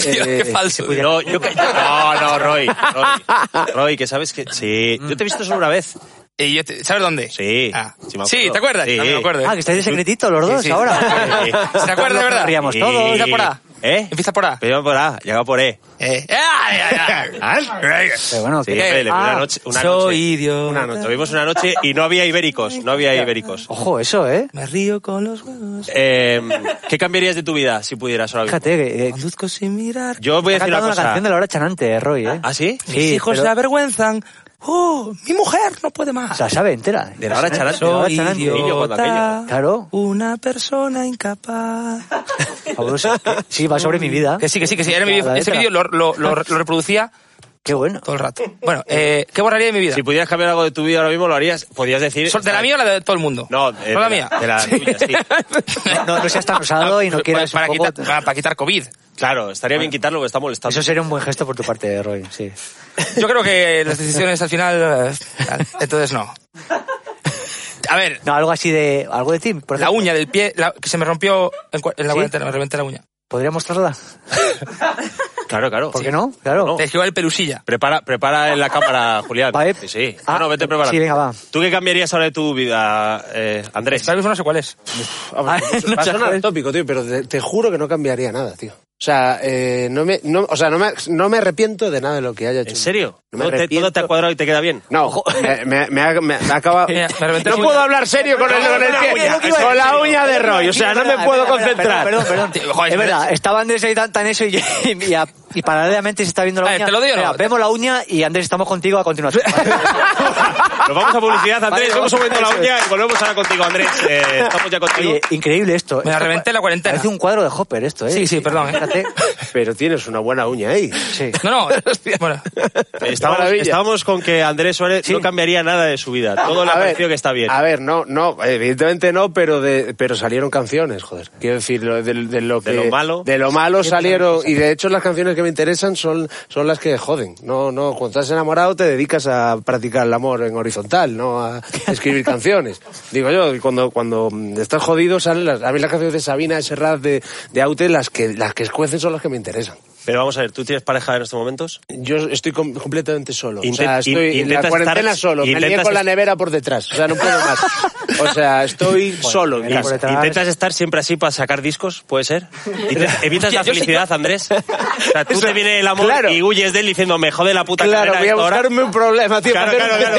Speaker 1: eh,
Speaker 5: Tío, qué falso.
Speaker 2: No, yo que- no, no, Roy, Roy. Roy, que sabes que. Sí,
Speaker 5: Mm.
Speaker 2: yo te he visto solo una vez.
Speaker 5: Y yo te- ¿Sabes dónde?
Speaker 2: Sí.
Speaker 5: Ah.
Speaker 2: Sí, me
Speaker 5: Sí,
Speaker 2: acuerdo.
Speaker 5: ¿te acuerdas?
Speaker 2: Sí.
Speaker 5: No me acuerdo. ¿eh?
Speaker 1: Ah, que estáis de secretito los dos
Speaker 5: sí.
Speaker 1: ahora.
Speaker 2: Sí.
Speaker 5: ¿Se acuerda,
Speaker 1: Nos
Speaker 5: de verdad?
Speaker 1: corríamos
Speaker 2: Sí.
Speaker 1: todos.
Speaker 5: Empieza por A.
Speaker 2: ¿Eh?
Speaker 5: Empieza por A.
Speaker 2: Pero por A, llegaba por E.
Speaker 5: Eh. ¡Ay, ay, ay!
Speaker 1: Pero bueno,
Speaker 2: Sí,
Speaker 1: que-
Speaker 2: hombre, le- una
Speaker 1: Ah,
Speaker 2: noche. Una
Speaker 5: Soy
Speaker 2: noche.
Speaker 5: idiota.
Speaker 2: Una noche. Lo vimos una noche y no había ibéricos. No había ibéricos.
Speaker 1: Ojo, eso, ¿eh?
Speaker 5: Me río con los huevos.
Speaker 2: Eh, ¿Qué cambiarías de tu vida si pudieras ahora mismo?
Speaker 1: Fíjate que... eh,
Speaker 5: Conduzco sin mirar.
Speaker 2: Yo voy a
Speaker 1: está
Speaker 2: decir una
Speaker 1: cantando la
Speaker 2: cosa.
Speaker 1: canción de la hora chanante, eh, Roy, ¿eh?
Speaker 2: ¿Ah, sí?
Speaker 5: Mis
Speaker 1: Sí,
Speaker 5: hijos
Speaker 1: pero-
Speaker 5: se avergüenzan. ¡Oh! ¡Mi mujer no puede más!
Speaker 1: O sea, sabe entera.
Speaker 2: De la hora charante.
Speaker 1: De la hora
Speaker 5: Soy
Speaker 1: charante.
Speaker 2: Niño cuando aquello.
Speaker 5: idiota.
Speaker 1: Claro. Ah.
Speaker 5: Una persona incapaz.
Speaker 1: Fabuloso. Sí, va sobre mi vida.
Speaker 5: Que sí, que sí, que sí. Era mi
Speaker 1: Ah, La
Speaker 5: vídeo. Este
Speaker 1: letra. Ah.
Speaker 5: vídeo lo, lo, lo, lo reproducía
Speaker 1: Qué bueno.
Speaker 5: todo el rato. Bueno, eh, ¿qué borraría de mi vida?
Speaker 2: Si pudieras cambiar algo de tu vida ahora mismo, lo harías. Podrías decir.
Speaker 1: pues,
Speaker 5: Sol- ¿De la mía o la de todo el mundo?
Speaker 2: No,
Speaker 5: ¿No
Speaker 2: eh,
Speaker 5: la
Speaker 2: de
Speaker 5: mía.
Speaker 2: la- de la tuya, sí.
Speaker 1: No, no seas tan osado y no quieras
Speaker 5: para,
Speaker 1: un poco-
Speaker 5: quitar, para, para quitar COVID.
Speaker 2: Claro, estaría bien quitarlo porque está molestando.
Speaker 1: Eso sería un buen gesto por tu parte, eh, Roy, sí.
Speaker 5: Yo creo que las decisiones al final. eh, tal. Entonces no. A ver,
Speaker 1: No, algo así de... ¿Algo de ti? Por
Speaker 5: la
Speaker 1: ejemplo.
Speaker 5: uña del pie la- que se me rompió en, cua- en
Speaker 1: ¿Sí?
Speaker 5: la cuarentena, me reventé la uña.
Speaker 1: ¿Podría mostrarla?
Speaker 2: Claro, claro.
Speaker 1: ¿Por qué no? Claro.
Speaker 5: Te esquivó el pelusilla.
Speaker 2: Prepara, prepara en la cámara, Julián.
Speaker 1: ¿Va, eh?
Speaker 2: Sí, sí.
Speaker 1: Ah,
Speaker 2: no, no, vete preparando.
Speaker 1: sí, venga, va.
Speaker 2: ¿Tú qué cambiarías ahora de tu vida, eh, Andrés?
Speaker 5: Tal vez no sé cuál es.
Speaker 4: Va
Speaker 1: no
Speaker 4: a
Speaker 1: sé,
Speaker 4: sonar
Speaker 1: joder.
Speaker 4: tópico, tío, pero te, te juro que no cambiaría nada, tío. O sea, eh, no, me, no, o sea no, me, no me arrepiento de nada de lo que haya hecho.
Speaker 2: ¿En serio?
Speaker 4: No me
Speaker 2: ¿Todo te,
Speaker 4: arrepiento.
Speaker 2: todo te ha cuadrado y te queda bien?
Speaker 4: No, jo- me, me, me ha, me ha acabado...
Speaker 5: Mira, me reventé
Speaker 4: no
Speaker 5: la
Speaker 4: puedo
Speaker 5: uña.
Speaker 4: hablar serio con, el, con, el pie,
Speaker 1: Es lo que iba a
Speaker 4: con la
Speaker 1: decir.
Speaker 4: uña de Roy, o sea, no me
Speaker 1: Perdón,
Speaker 4: puedo
Speaker 1: perdón,
Speaker 4: concentrar.
Speaker 1: Perdón, perdón.
Speaker 5: Tío, joder,
Speaker 1: es verdad,
Speaker 5: espera.
Speaker 1: estaba Andrés ahí tan, tan eso y, y, a- y paralelamente se está viendo la
Speaker 5: A ver,
Speaker 1: uña.
Speaker 5: te lo digo,
Speaker 1: Venga,
Speaker 5: ¿no?
Speaker 1: Vemos la uña y Andrés, estamos contigo a continuación.
Speaker 2: Nos vamos a publicidad, Andrés.
Speaker 1: Vale,
Speaker 2: Hemos subido la
Speaker 1: eso es.
Speaker 2: uña y volvemos ahora contigo, Andrés. Eh, estamos ya contigo.
Speaker 1: Oye, increíble esto.
Speaker 5: Me la
Speaker 1: Esto
Speaker 5: reventé la cuarentena.
Speaker 1: Parece un cuadro de Hopper esto, ¿eh?
Speaker 5: Sí, sí, perdón, ¿eh?
Speaker 1: Fíjate.
Speaker 4: Pero tienes una buena uña ahí.
Speaker 1: Sí.
Speaker 5: No, no. Bueno,
Speaker 2: estábamos,
Speaker 4: maravilla.
Speaker 2: estábamos con que Andrés Suárez no cambiaría nada de su vida. Todo le ha
Speaker 4: A ver,
Speaker 2: parecido que está bien.
Speaker 4: A ver, no, no, evidentemente no, pero de, pero salieron canciones, joder. Quiero decir, lo- de, de lo
Speaker 2: De
Speaker 4: que-
Speaker 2: lo malo.
Speaker 4: de lo malo salieron, y de hecho las canciones que me interesan son, son las que joden. No, no, cuando estás enamorado te dedicas a practicar el amor en horizontal, no a escribir canciones. Digo yo, y cuando, cuando estás jodido salen las, a mí las canciones de Sabina, de Serrat, de, de Aute, las que, las que escuecen son las que me interesan.
Speaker 2: Pero vamos a ver, ¿tú tienes pareja en estos momentos?
Speaker 4: Yo estoy com- completamente solo.
Speaker 2: Inten-
Speaker 4: o sea, estoy
Speaker 2: in-
Speaker 4: en la
Speaker 2: intentas
Speaker 4: cuarentena
Speaker 2: estar-
Speaker 4: solo. Me lié
Speaker 2: intentas
Speaker 4: con la
Speaker 2: est-
Speaker 4: nevera por detrás. O sea, no puedo más. O sea, estoy solo en
Speaker 1: mira,
Speaker 4: casa.
Speaker 1: por detrás.
Speaker 2: ¿Intentas estar siempre así para sacar discos? ¿Puede ser? Inte- ¿Evitas la
Speaker 5: yo sí-
Speaker 2: felicidad, Andrés? O sea, tú te viene el amor
Speaker 4: claro.
Speaker 2: y huyes de él diciendo, me jode la puta
Speaker 4: Claro,
Speaker 2: carrera
Speaker 4: voy a
Speaker 2: esto ahora".
Speaker 4: buscarme un problema, tío.
Speaker 2: Claro,
Speaker 4: para
Speaker 2: claro,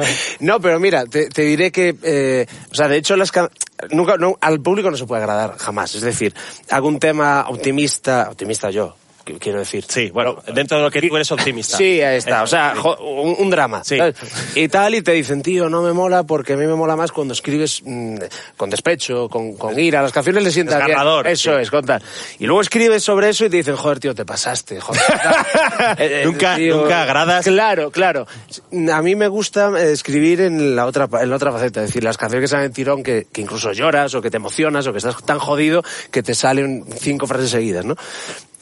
Speaker 4: hacerme- no, pero mira, te, te diré que, eh, o sea, de hecho, las can- nunca, no, al público no se puede agradar, jamás. Es decir, hago un tema optimista, optimista yo, qui- quiero decir.
Speaker 2: Sí, bueno, dentro de lo que tú eres optimista.
Speaker 4: Sí, ahí está. O sea, jo- un, un drama.
Speaker 2: Eh, Sí.
Speaker 4: ¿sabes? Y tal, y te dicen, tío, no me mola porque a mí me mola más cuando escribes mm, con despecho, con, con ira. Las canciones le sientan bien.
Speaker 2: Desgarrador,
Speaker 4: Eso
Speaker 2: sí.
Speaker 4: es, con tal. Y luego escribes sobre eso y te dicen, joder, tío, te pasaste. Joder, Eh, eh,
Speaker 2: Nunca- nunca agradas.
Speaker 4: Claro, claro. A mí me gusta eh, escribir en la otra, pa- en la otra faceta. Es decir, las canciones que salen en tirón, que, que incluso lloras o que te emocionas o que estás tan jodido que te salen cinco frases seguidas, ¿no?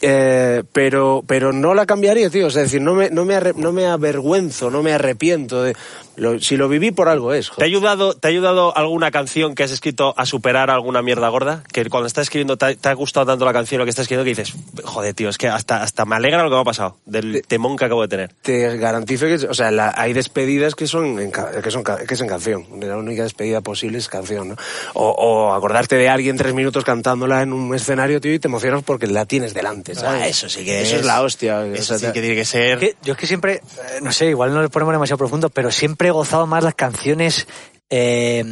Speaker 4: Eh, pero, pero no la cambiaría, tío. Es decir, no me, no me, arre- no me avergüenzo, no me arrepiento. De, lo- si lo viví por algo es.
Speaker 2: ¿Te ha,
Speaker 4: joder.
Speaker 2: ayudado, ¿Te ha ayudado alguna canción que has escrito a superar alguna mierda gorda? Que cuando estás escribiendo te ha, te ha gustado tanto la canción lo que estás escribiendo que dices, joder, tío, es que hasta, hasta me alegra lo que me ha pasado, del temón que acabo de tener.
Speaker 4: Te garantizo que, o sea, la- hay despedidas que son, en ca- que son, ca- que es en canción. La única despedida posible es canción, ¿no? O, o acordarte de alguien tres minutos cantándola en un escenario, tío, y te emocionas porque la tienes delante, ¿sabes?
Speaker 2: Ah, sí que
Speaker 4: Eso es la hostia. o
Speaker 2: Eso
Speaker 4: sea,
Speaker 2: sí
Speaker 4: te-
Speaker 2: que tiene que ser...
Speaker 1: Que- yo es que siempre, eh, no sé, igual no nos ponemos demasiado profundos, pero siempre he gozado más las canciones eh,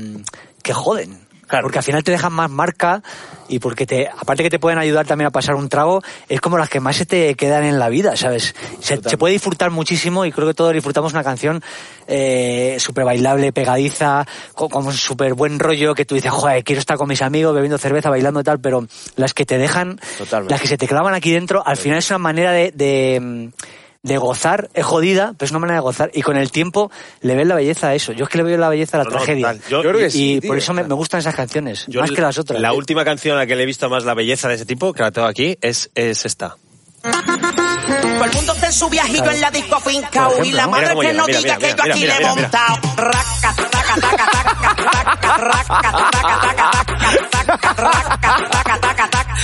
Speaker 1: que joden.
Speaker 2: Claro.
Speaker 1: Porque al final te dejan más marca y porque te, aparte que te pueden ayudar también a pasar un trago, es como las que más se te quedan en la vida, ¿sabes? Se, se puede disfrutar muchísimo y creo que todos disfrutamos una canción eh, súper bailable, pegadiza, con, con un súper buen rollo que tú dices, joder, quiero estar con mis amigos bebiendo cerveza, bailando y tal, pero las que te dejan,
Speaker 4: Totalmente.
Speaker 1: las que se te clavan aquí dentro, al final es una manera de, de, de gozar, es jodida, pero es una manera de gozar. Y con el tiempo le ves la belleza a eso. Yo es que le veo la belleza a la
Speaker 2: No, no,
Speaker 1: tragedia.
Speaker 2: tal. Yo- Yo creo
Speaker 1: y
Speaker 2: que
Speaker 4: sí,
Speaker 1: y
Speaker 4: tío,
Speaker 1: por eso me,
Speaker 4: tal.
Speaker 1: me gustan esas canciones,
Speaker 2: Yo
Speaker 1: más
Speaker 2: l-
Speaker 1: que las otras. ¿eh?
Speaker 2: La última canción a la que le he visto más la belleza de ese tipo, que la tengo aquí, es, es esta.
Speaker 6: Todo el mundo está en su viajillo en la disco afincao
Speaker 1: Por ejemplo,
Speaker 6: y la
Speaker 1: ¿no?
Speaker 6: madre
Speaker 2: Mira cómo
Speaker 6: que
Speaker 2: llega, mira,
Speaker 6: no
Speaker 2: mira,
Speaker 6: diga que yo
Speaker 2: mira,
Speaker 6: aquí
Speaker 2: mira,
Speaker 6: le he
Speaker 2: mira, mira.
Speaker 6: montado. Raca, taca, taca, taca, taca, raca, taca, taca, taca, taca, raca, taca, taca, taca, taca, raca, taca, taca, taca,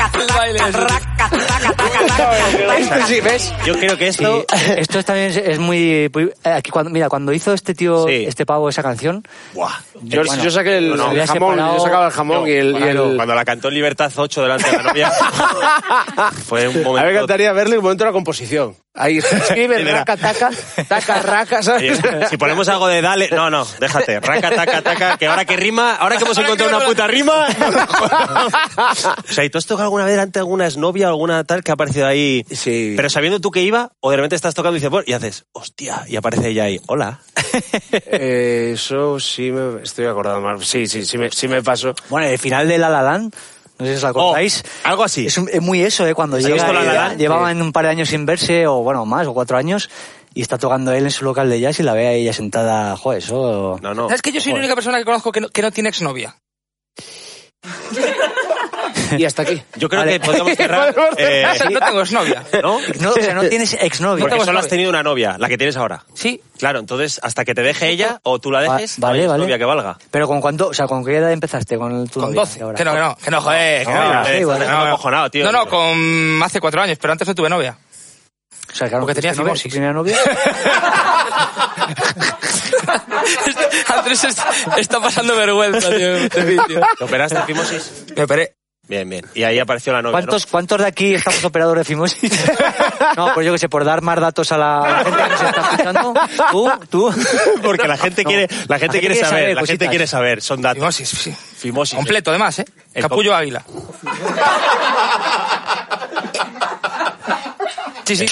Speaker 4: Este sí, ¿ves?
Speaker 2: Yo creo que esto...
Speaker 1: Sí, esto también es- es muy muy- eh, aquí cuando mira cuando hizo este tío
Speaker 2: Sí.
Speaker 1: este pavo esa canción
Speaker 2: Buah.
Speaker 4: Yo,
Speaker 1: Bueno,
Speaker 4: yo saqué el,
Speaker 1: no, no.
Speaker 4: el
Speaker 1: Había
Speaker 4: jamón,
Speaker 1: separado-
Speaker 4: yo sacaba el jamón
Speaker 2: Yo,
Speaker 4: y el... y
Speaker 2: cuando,
Speaker 4: el-
Speaker 2: cuando la cantó en Libertad 8 delante de la novia, fue un
Speaker 4: A mí me
Speaker 2: momento
Speaker 4: encantaría verle el momento de la composición. Ahí escribe, raca, taca, taca, raca,
Speaker 2: Oye,
Speaker 4: ¿sabes?
Speaker 2: ¿eh? Si ponemos algo de dale, no, no, déjate. Raca, taca, taca, que ahora que rima, ahora que hemos encontrado una puta rima. o sea, ¿y tú has tocado alguna vez ante alguna exnovia o alguna tal que ha aparecido ahí?
Speaker 4: Sí.
Speaker 2: Pero sabiendo tú que iba, o de repente estás tocando y dices, "Bueno", y haces, hostia, y aparece ella ahí, hola.
Speaker 4: Eh, eso sí me estoy acordando mal. Sí, sí, sí me, sí me pasó.
Speaker 1: bueno el final de La La Land no sé si os la acordáis
Speaker 2: Oh, algo así.
Speaker 1: es, un- es muy eso eh cuando llega
Speaker 2: visto La La
Speaker 1: ella,
Speaker 2: Land?
Speaker 1: llevaban un par de años sin verse o bueno más o cuatro años y está tocando él en su local de jazz y la ve a ella sentada joder eso
Speaker 2: No, no.
Speaker 5: ¿sabes que yo soy la única persona que conozco que no, que no tiene exnovia?
Speaker 4: Y hasta aquí.
Speaker 2: Yo creo
Speaker 1: Vale.
Speaker 2: que podríamos cerrar. eh,
Speaker 5: O sea, no tengo exnovia.
Speaker 2: ¿No?
Speaker 1: No, o sea, no tienes exnovio.
Speaker 2: Porque solo has tenido una novia, la que tienes ahora.
Speaker 5: Sí,
Speaker 2: Claro, entonces, hasta que te deje ella o tú la
Speaker 1: Va-
Speaker 2: dejes, no
Speaker 1: vale,
Speaker 2: hay
Speaker 1: vale.
Speaker 2: novia que valga.
Speaker 1: Pero con cuánto, o sea, ¿con qué edad empezaste con el tu
Speaker 5: con
Speaker 1: novia
Speaker 5: 12.
Speaker 1: ahora?
Speaker 5: Que no, que no, que no, joder. que
Speaker 2: No,
Speaker 5: no.
Speaker 2: no,
Speaker 1: sí,
Speaker 2: eh,
Speaker 1: vale.
Speaker 2: estás acojonado, tío.
Speaker 5: Ah, No, no, con hace cuatro años, pero antes no tuve novia.
Speaker 1: O sea, claro,
Speaker 5: Porque tenía
Speaker 1: ¿tu novia- tu
Speaker 5: fimosis.
Speaker 1: primera novia?
Speaker 5: Andrés está, está pasando vergüenza, tío. este vídeo.
Speaker 2: ¿Te operaste fimosis?
Speaker 5: Me operé.
Speaker 2: Bien, bien. Y ahí apareció la novia. ¿no?
Speaker 1: ¿Cuántos, ¿Cuántos de aquí estamos operadores de fimosis? No, pues yo que sé, por dar más datos a la, a la gente que nos está escuchando. Tú, tú.
Speaker 2: Porque la gente
Speaker 1: No.
Speaker 2: quiere, la gente quiere saber, la gente
Speaker 1: cositas.
Speaker 2: quiere saber, son datos.
Speaker 5: Fimosis, sí.
Speaker 2: Fimosis.
Speaker 5: Completo, además, ¿eh?
Speaker 2: El
Speaker 5: Capullo águila. Sí, sí.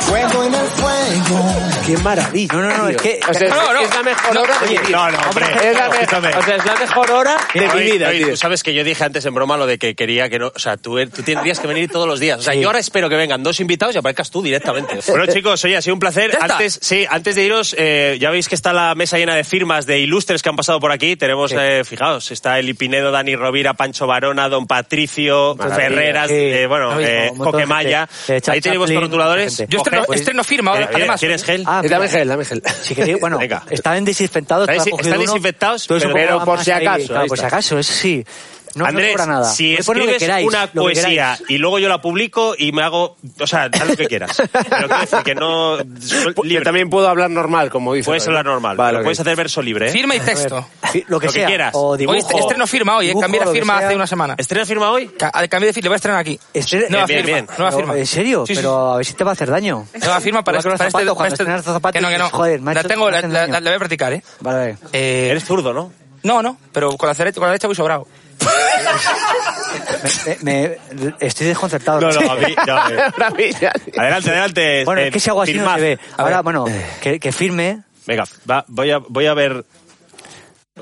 Speaker 8: Fuego en el fuego,
Speaker 4: Qué maravilla.
Speaker 1: No, no, no,
Speaker 4: tío.
Speaker 1: es que-
Speaker 4: O sea,
Speaker 5: No, no.
Speaker 4: es la mejor
Speaker 5: No,
Speaker 4: hora de mi
Speaker 1: oye,
Speaker 4: vida.
Speaker 2: No, no, hombre.
Speaker 4: Es la, me-
Speaker 2: escúchame.
Speaker 4: o sea, es la mejor hora
Speaker 1: Eh,
Speaker 4: de
Speaker 2: Oye,
Speaker 4: mi vida,
Speaker 2: oye,
Speaker 4: tío.
Speaker 2: tú sabes que yo dije antes en broma lo de que quería que no. O sea, tú, tú tendrías que venir todos los días. O sea, yo ahora espero que vengan dos invitados y aparezcas tú directamente. Bueno, chicos, oye, ha sido un placer.
Speaker 5: Ya está.
Speaker 2: Antes, sí, antes de iros, eh, ya veis que está la mesa llena de firmas de ilustres que han pasado por aquí. Tenemos, eh, fijaos, está Eli Pinedo, Dani Rovira, Pancho Barona, Don Patricio, Ferreras,
Speaker 1: Sí.
Speaker 2: eh, bueno,
Speaker 1: Ahí,
Speaker 2: eh,
Speaker 1: un montón de
Speaker 2: Coquemaya.
Speaker 1: gente. Eh, Chap
Speaker 2: Ahí tenemos
Speaker 1: Chaplin,
Speaker 2: rotuladores.
Speaker 1: gente. pues,
Speaker 5: Yo estreno,
Speaker 2: Coge-
Speaker 5: estreno firma ahora,
Speaker 2: Eh, oye,
Speaker 5: además.
Speaker 2: ¿Tienes gel?
Speaker 1: Ah,
Speaker 4: Eh, Dame
Speaker 1: mira,
Speaker 4: gel, dame gel.
Speaker 1: Sí, que, bueno,
Speaker 2: Venga.
Speaker 1: están desinfectados. tú
Speaker 2: Están
Speaker 1: has
Speaker 2: desi-
Speaker 1: cogido
Speaker 2: están
Speaker 1: uno,
Speaker 2: desinfectados,
Speaker 1: tú eres un
Speaker 2: pero-
Speaker 1: poco
Speaker 4: pero por
Speaker 1: más
Speaker 4: si
Speaker 1: ahí,
Speaker 4: acaso,
Speaker 1: claro,
Speaker 4: ahí
Speaker 1: por si
Speaker 4: está.
Speaker 1: acaso, eso sí. No nos
Speaker 2: Andrés,
Speaker 1: cobra nada.
Speaker 2: si
Speaker 1: Podéis poner lo que
Speaker 2: escribes
Speaker 1: queráis,
Speaker 2: una
Speaker 1: lo que
Speaker 2: poesía
Speaker 1: queráis.
Speaker 2: y luego yo la publico y me hago, o sea, haz lo que quieras. Pero quiero decir que no sol-
Speaker 4: Pu-
Speaker 2: libre.
Speaker 4: Que también puedo hablar normal, como dice.
Speaker 2: puedes
Speaker 4: ¿no?
Speaker 2: hablar normal,
Speaker 4: Vale,
Speaker 2: pero
Speaker 4: ok.
Speaker 2: puedes hacer verso libre. ¿eh?
Speaker 5: Firma y texto.
Speaker 1: Sí, lo que,
Speaker 2: Lo que
Speaker 1: sea,
Speaker 2: quieras.
Speaker 1: O dibujo,
Speaker 5: Hoy est- estreno firma hoy, eh.
Speaker 1: dibujo,
Speaker 5: Cambié la
Speaker 1: lo que
Speaker 5: firma
Speaker 1: sea. Este-
Speaker 5: hace una semana.
Speaker 2: ¿Estrena firma hoy?
Speaker 5: Ca- Al cambio de firma, lo voy a estrenar aquí.
Speaker 1: Estre-
Speaker 2: Bien,
Speaker 5: Nueva firma,
Speaker 2: bien, bien.
Speaker 5: nueva
Speaker 1: Pero,
Speaker 5: firma.
Speaker 1: ¿En serio?
Speaker 5: Sí, sí,
Speaker 1: pero a ver si te va a hacer daño.
Speaker 5: sí. Nueva firma para,
Speaker 1: Igual que los
Speaker 5: para
Speaker 1: zapatos,
Speaker 5: este... para
Speaker 1: cuando
Speaker 5: este-
Speaker 1: estrenas los zapatos
Speaker 5: que no, que no.
Speaker 1: dices, joder, macho,
Speaker 5: la tengo,
Speaker 1: te
Speaker 5: la,
Speaker 1: hacen
Speaker 5: la-
Speaker 1: daño.
Speaker 5: la voy a practicar, eh.
Speaker 1: Vale, vale.
Speaker 5: Eh,
Speaker 2: Eres zurdo, ¿no?
Speaker 5: No, no, pero con la derecha, con la derecha voy sobrado.
Speaker 1: Me, me- me- estoy desconcertado.
Speaker 2: a mí- no, a mí.
Speaker 4: Maravilla, tío.
Speaker 2: Adelante, adelante.
Speaker 1: Bueno,
Speaker 2: eh,
Speaker 1: es que si hago así no
Speaker 2: firmad.
Speaker 1: se ve. Ahora, bueno, que, que firme.
Speaker 2: Venga, va, voy, a, voy a ver.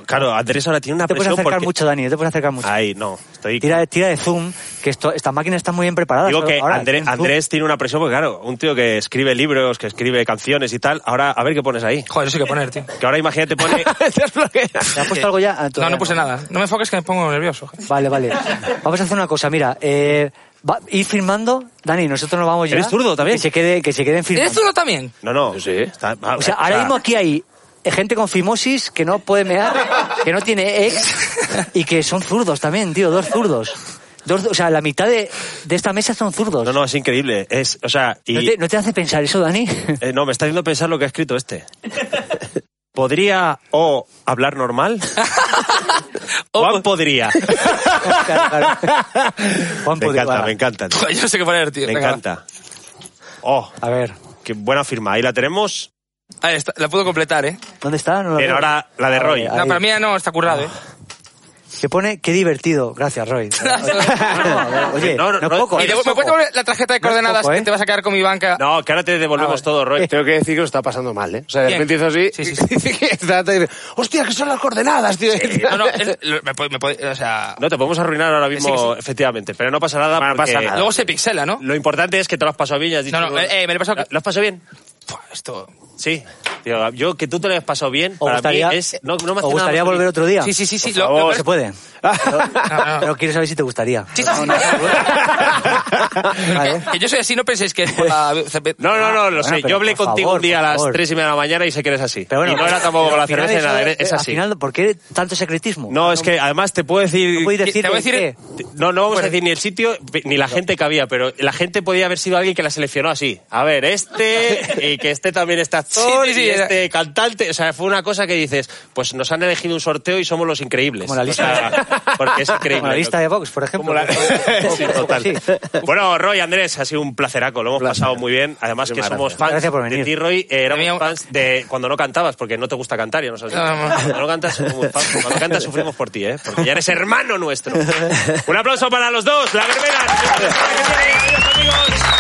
Speaker 2: Claro, Andrés ahora tiene una
Speaker 1: Te puedes
Speaker 2: presión
Speaker 1: acercar
Speaker 2: porque...
Speaker 1: mucho, Dani, te puedes acercar mucho.
Speaker 2: Ay, no, estoy...
Speaker 1: Tira, de- tira de zoom, que esto, esta máquina está muy bien preparada.
Speaker 2: Digo que
Speaker 1: Ahora,
Speaker 2: Andrés,
Speaker 1: en zoom.
Speaker 2: Andrés tiene una presión porque, claro, un tío que escribe libros, que escribe canciones y tal. Ahora, a ver qué pones ahí.
Speaker 5: Joder, eso hay que poner, tío.
Speaker 2: Que ahora imagínate pone...
Speaker 1: ¿Te has puesto algo ya? Ah,
Speaker 5: No,
Speaker 1: todavía
Speaker 5: no puse nada. No me enfoques que me pongo nervioso.
Speaker 1: Vale, vale. Vamos a hacer una cosa, mira. Eh, va- ir firmando, Dani, nosotros nos vamos ya.
Speaker 2: ¿Eres zurdo también?
Speaker 1: Que se, quede, que se queden firmando.
Speaker 5: ¿Eres zurdo también?
Speaker 2: No, no.
Speaker 4: Sí.
Speaker 2: Está- va-
Speaker 1: O sea, ahora mismo aquí hay gente con fimosis que no puede mear, que no tiene ex y que son zurdos también, tío, dos zurdos. Dos, o sea, la mitad de, de esta mesa son zurdos.
Speaker 2: No, no, es increíble. Es, o sea, y...
Speaker 1: ¿No, te, no te hace pensar eso, Dani?
Speaker 2: eh, no, me está haciendo pensar lo que ha escrito este. ¿Podría o hablar normal? Juan podría.
Speaker 1: Claro, claro. Juan
Speaker 2: me
Speaker 1: podría-
Speaker 2: encanta,
Speaker 1: va.
Speaker 2: me encanta. tío.
Speaker 5: Joder, yo no sé qué poner, tío.
Speaker 2: Me
Speaker 5: Venga, va.
Speaker 2: encanta. Oh,
Speaker 1: A ver,
Speaker 2: qué buena firma. Ahí la tenemos.
Speaker 5: Ahí está, la puedo completar, eh.
Speaker 1: ¿dónde está? No lo
Speaker 2: Pero
Speaker 1: veo.
Speaker 2: ahora la de
Speaker 1: Ah,
Speaker 2: Roy.
Speaker 1: vale,
Speaker 5: No,
Speaker 1: ahí.
Speaker 5: para mí ya no está currado, eh.
Speaker 1: Que pone, qué divertido. Gracias, Roy. Oye,
Speaker 2: No,
Speaker 1: no,
Speaker 2: no,
Speaker 1: es
Speaker 2: Roy,
Speaker 1: poco,
Speaker 5: Y
Speaker 1: ¿eh?
Speaker 5: de-
Speaker 1: No es
Speaker 5: me
Speaker 1: poco.
Speaker 5: cuesta poner la tarjeta de
Speaker 1: No es
Speaker 5: coordenadas
Speaker 1: poco, ¿eh?
Speaker 5: que te vas a quedar con mi banca.
Speaker 2: No, que ahora te devolvemos
Speaker 1: Ah, vale.
Speaker 2: todo, Roy.
Speaker 4: eh, Tengo que decir que lo está pasando mal, ¿eh? O sea, de
Speaker 5: Bien.
Speaker 4: repente hizo así.
Speaker 5: Sí, sí, sí.
Speaker 4: y trata y dice, hostia, que son las coordenadas, tío.
Speaker 5: No, no, es- lo- me puede- me puede- o sea,
Speaker 2: No, te podemos arruinar ahora mismo,
Speaker 5: Sí,
Speaker 2: efectivamente. Pero no pasa nada. porque
Speaker 4: pasa nada.
Speaker 5: luego se pixela, ¿no?
Speaker 2: Lo importante es que te lo has pasado bien. y has dicho-
Speaker 5: No, no, eh, eh, me lo he pasado-
Speaker 2: ¿Lo has pasado bien?
Speaker 5: Pua, Esto.
Speaker 2: Sí. Tío, yo que tú te lo hayas pasado bien,
Speaker 1: ¿Os
Speaker 2: para
Speaker 1: gustaría,
Speaker 2: mí es... No, no me
Speaker 1: ¿os
Speaker 2: hace nada
Speaker 1: gustaría
Speaker 2: más
Speaker 1: volver
Speaker 2: feliz.
Speaker 1: otro día?
Speaker 5: Sí, sí, sí, sí.
Speaker 1: Por
Speaker 5: lo-
Speaker 1: favor,
Speaker 5: lo-
Speaker 1: se puede.
Speaker 5: no,
Speaker 1: Pero quiero saber si te gustaría.
Speaker 5: Sí, sí, sí.
Speaker 1: Vale.
Speaker 5: Que yo soy así, no penséis que es por la...
Speaker 2: No, no, no,
Speaker 1: Bueno,
Speaker 2: lo sé.
Speaker 1: Ah, pero
Speaker 2: Yo hablé
Speaker 1: por
Speaker 2: contigo
Speaker 1: favor,
Speaker 2: un día a
Speaker 1: por
Speaker 2: las
Speaker 1: favor.
Speaker 2: tres y media de la mañana y sé que eres así.
Speaker 1: Pero bueno,
Speaker 2: y no era tampoco con la
Speaker 1: al final
Speaker 2: cerveza ni
Speaker 1: eso-
Speaker 2: nada, es
Speaker 1: eh, Al
Speaker 2: así.
Speaker 1: final, ¿por qué tanto secretismo?
Speaker 2: No, es que además te puedo decir...
Speaker 1: No podéis decir,
Speaker 5: te voy a
Speaker 1: de
Speaker 5: decir-
Speaker 1: qué.
Speaker 2: No, no vamos a decir ni el sitio ni la gente que había, pero la gente podía haber sido alguien que la seleccionó así. A ver, este, y que este también está actor,
Speaker 5: Sí, sí, sí,
Speaker 2: y
Speaker 5: era-
Speaker 2: este cantante. O sea, fue una cosa que dices, pues nos han elegido un sorteo y somos los increíbles.
Speaker 1: Como la lista-
Speaker 2: O sea, porque es increíble.
Speaker 1: Como la lista de Vox, por ejemplo.
Speaker 2: Como la- Sí,
Speaker 1: Un poco
Speaker 2: total.
Speaker 1: así.
Speaker 2: Bueno, Roy, Andrés, ha sido un placeraco, lo hemos pasado muy bien. Además que
Speaker 4: Muchísimas
Speaker 2: somos
Speaker 4: gracias.
Speaker 2: fans
Speaker 1: Gracias por venir.
Speaker 2: de ti, Roy. eh, éramos
Speaker 5: También-
Speaker 2: fans de cuando no cantabas, porque no te gusta cantar, ya no sabes.
Speaker 5: Ah,
Speaker 2: Cuando no cantas, somos muy fans. Cuando cantas, sufrimos por ti, ¿eh? Porque ya eres hermano nuestro. Un aplauso para los dos, la verbena. Adiós, amigos.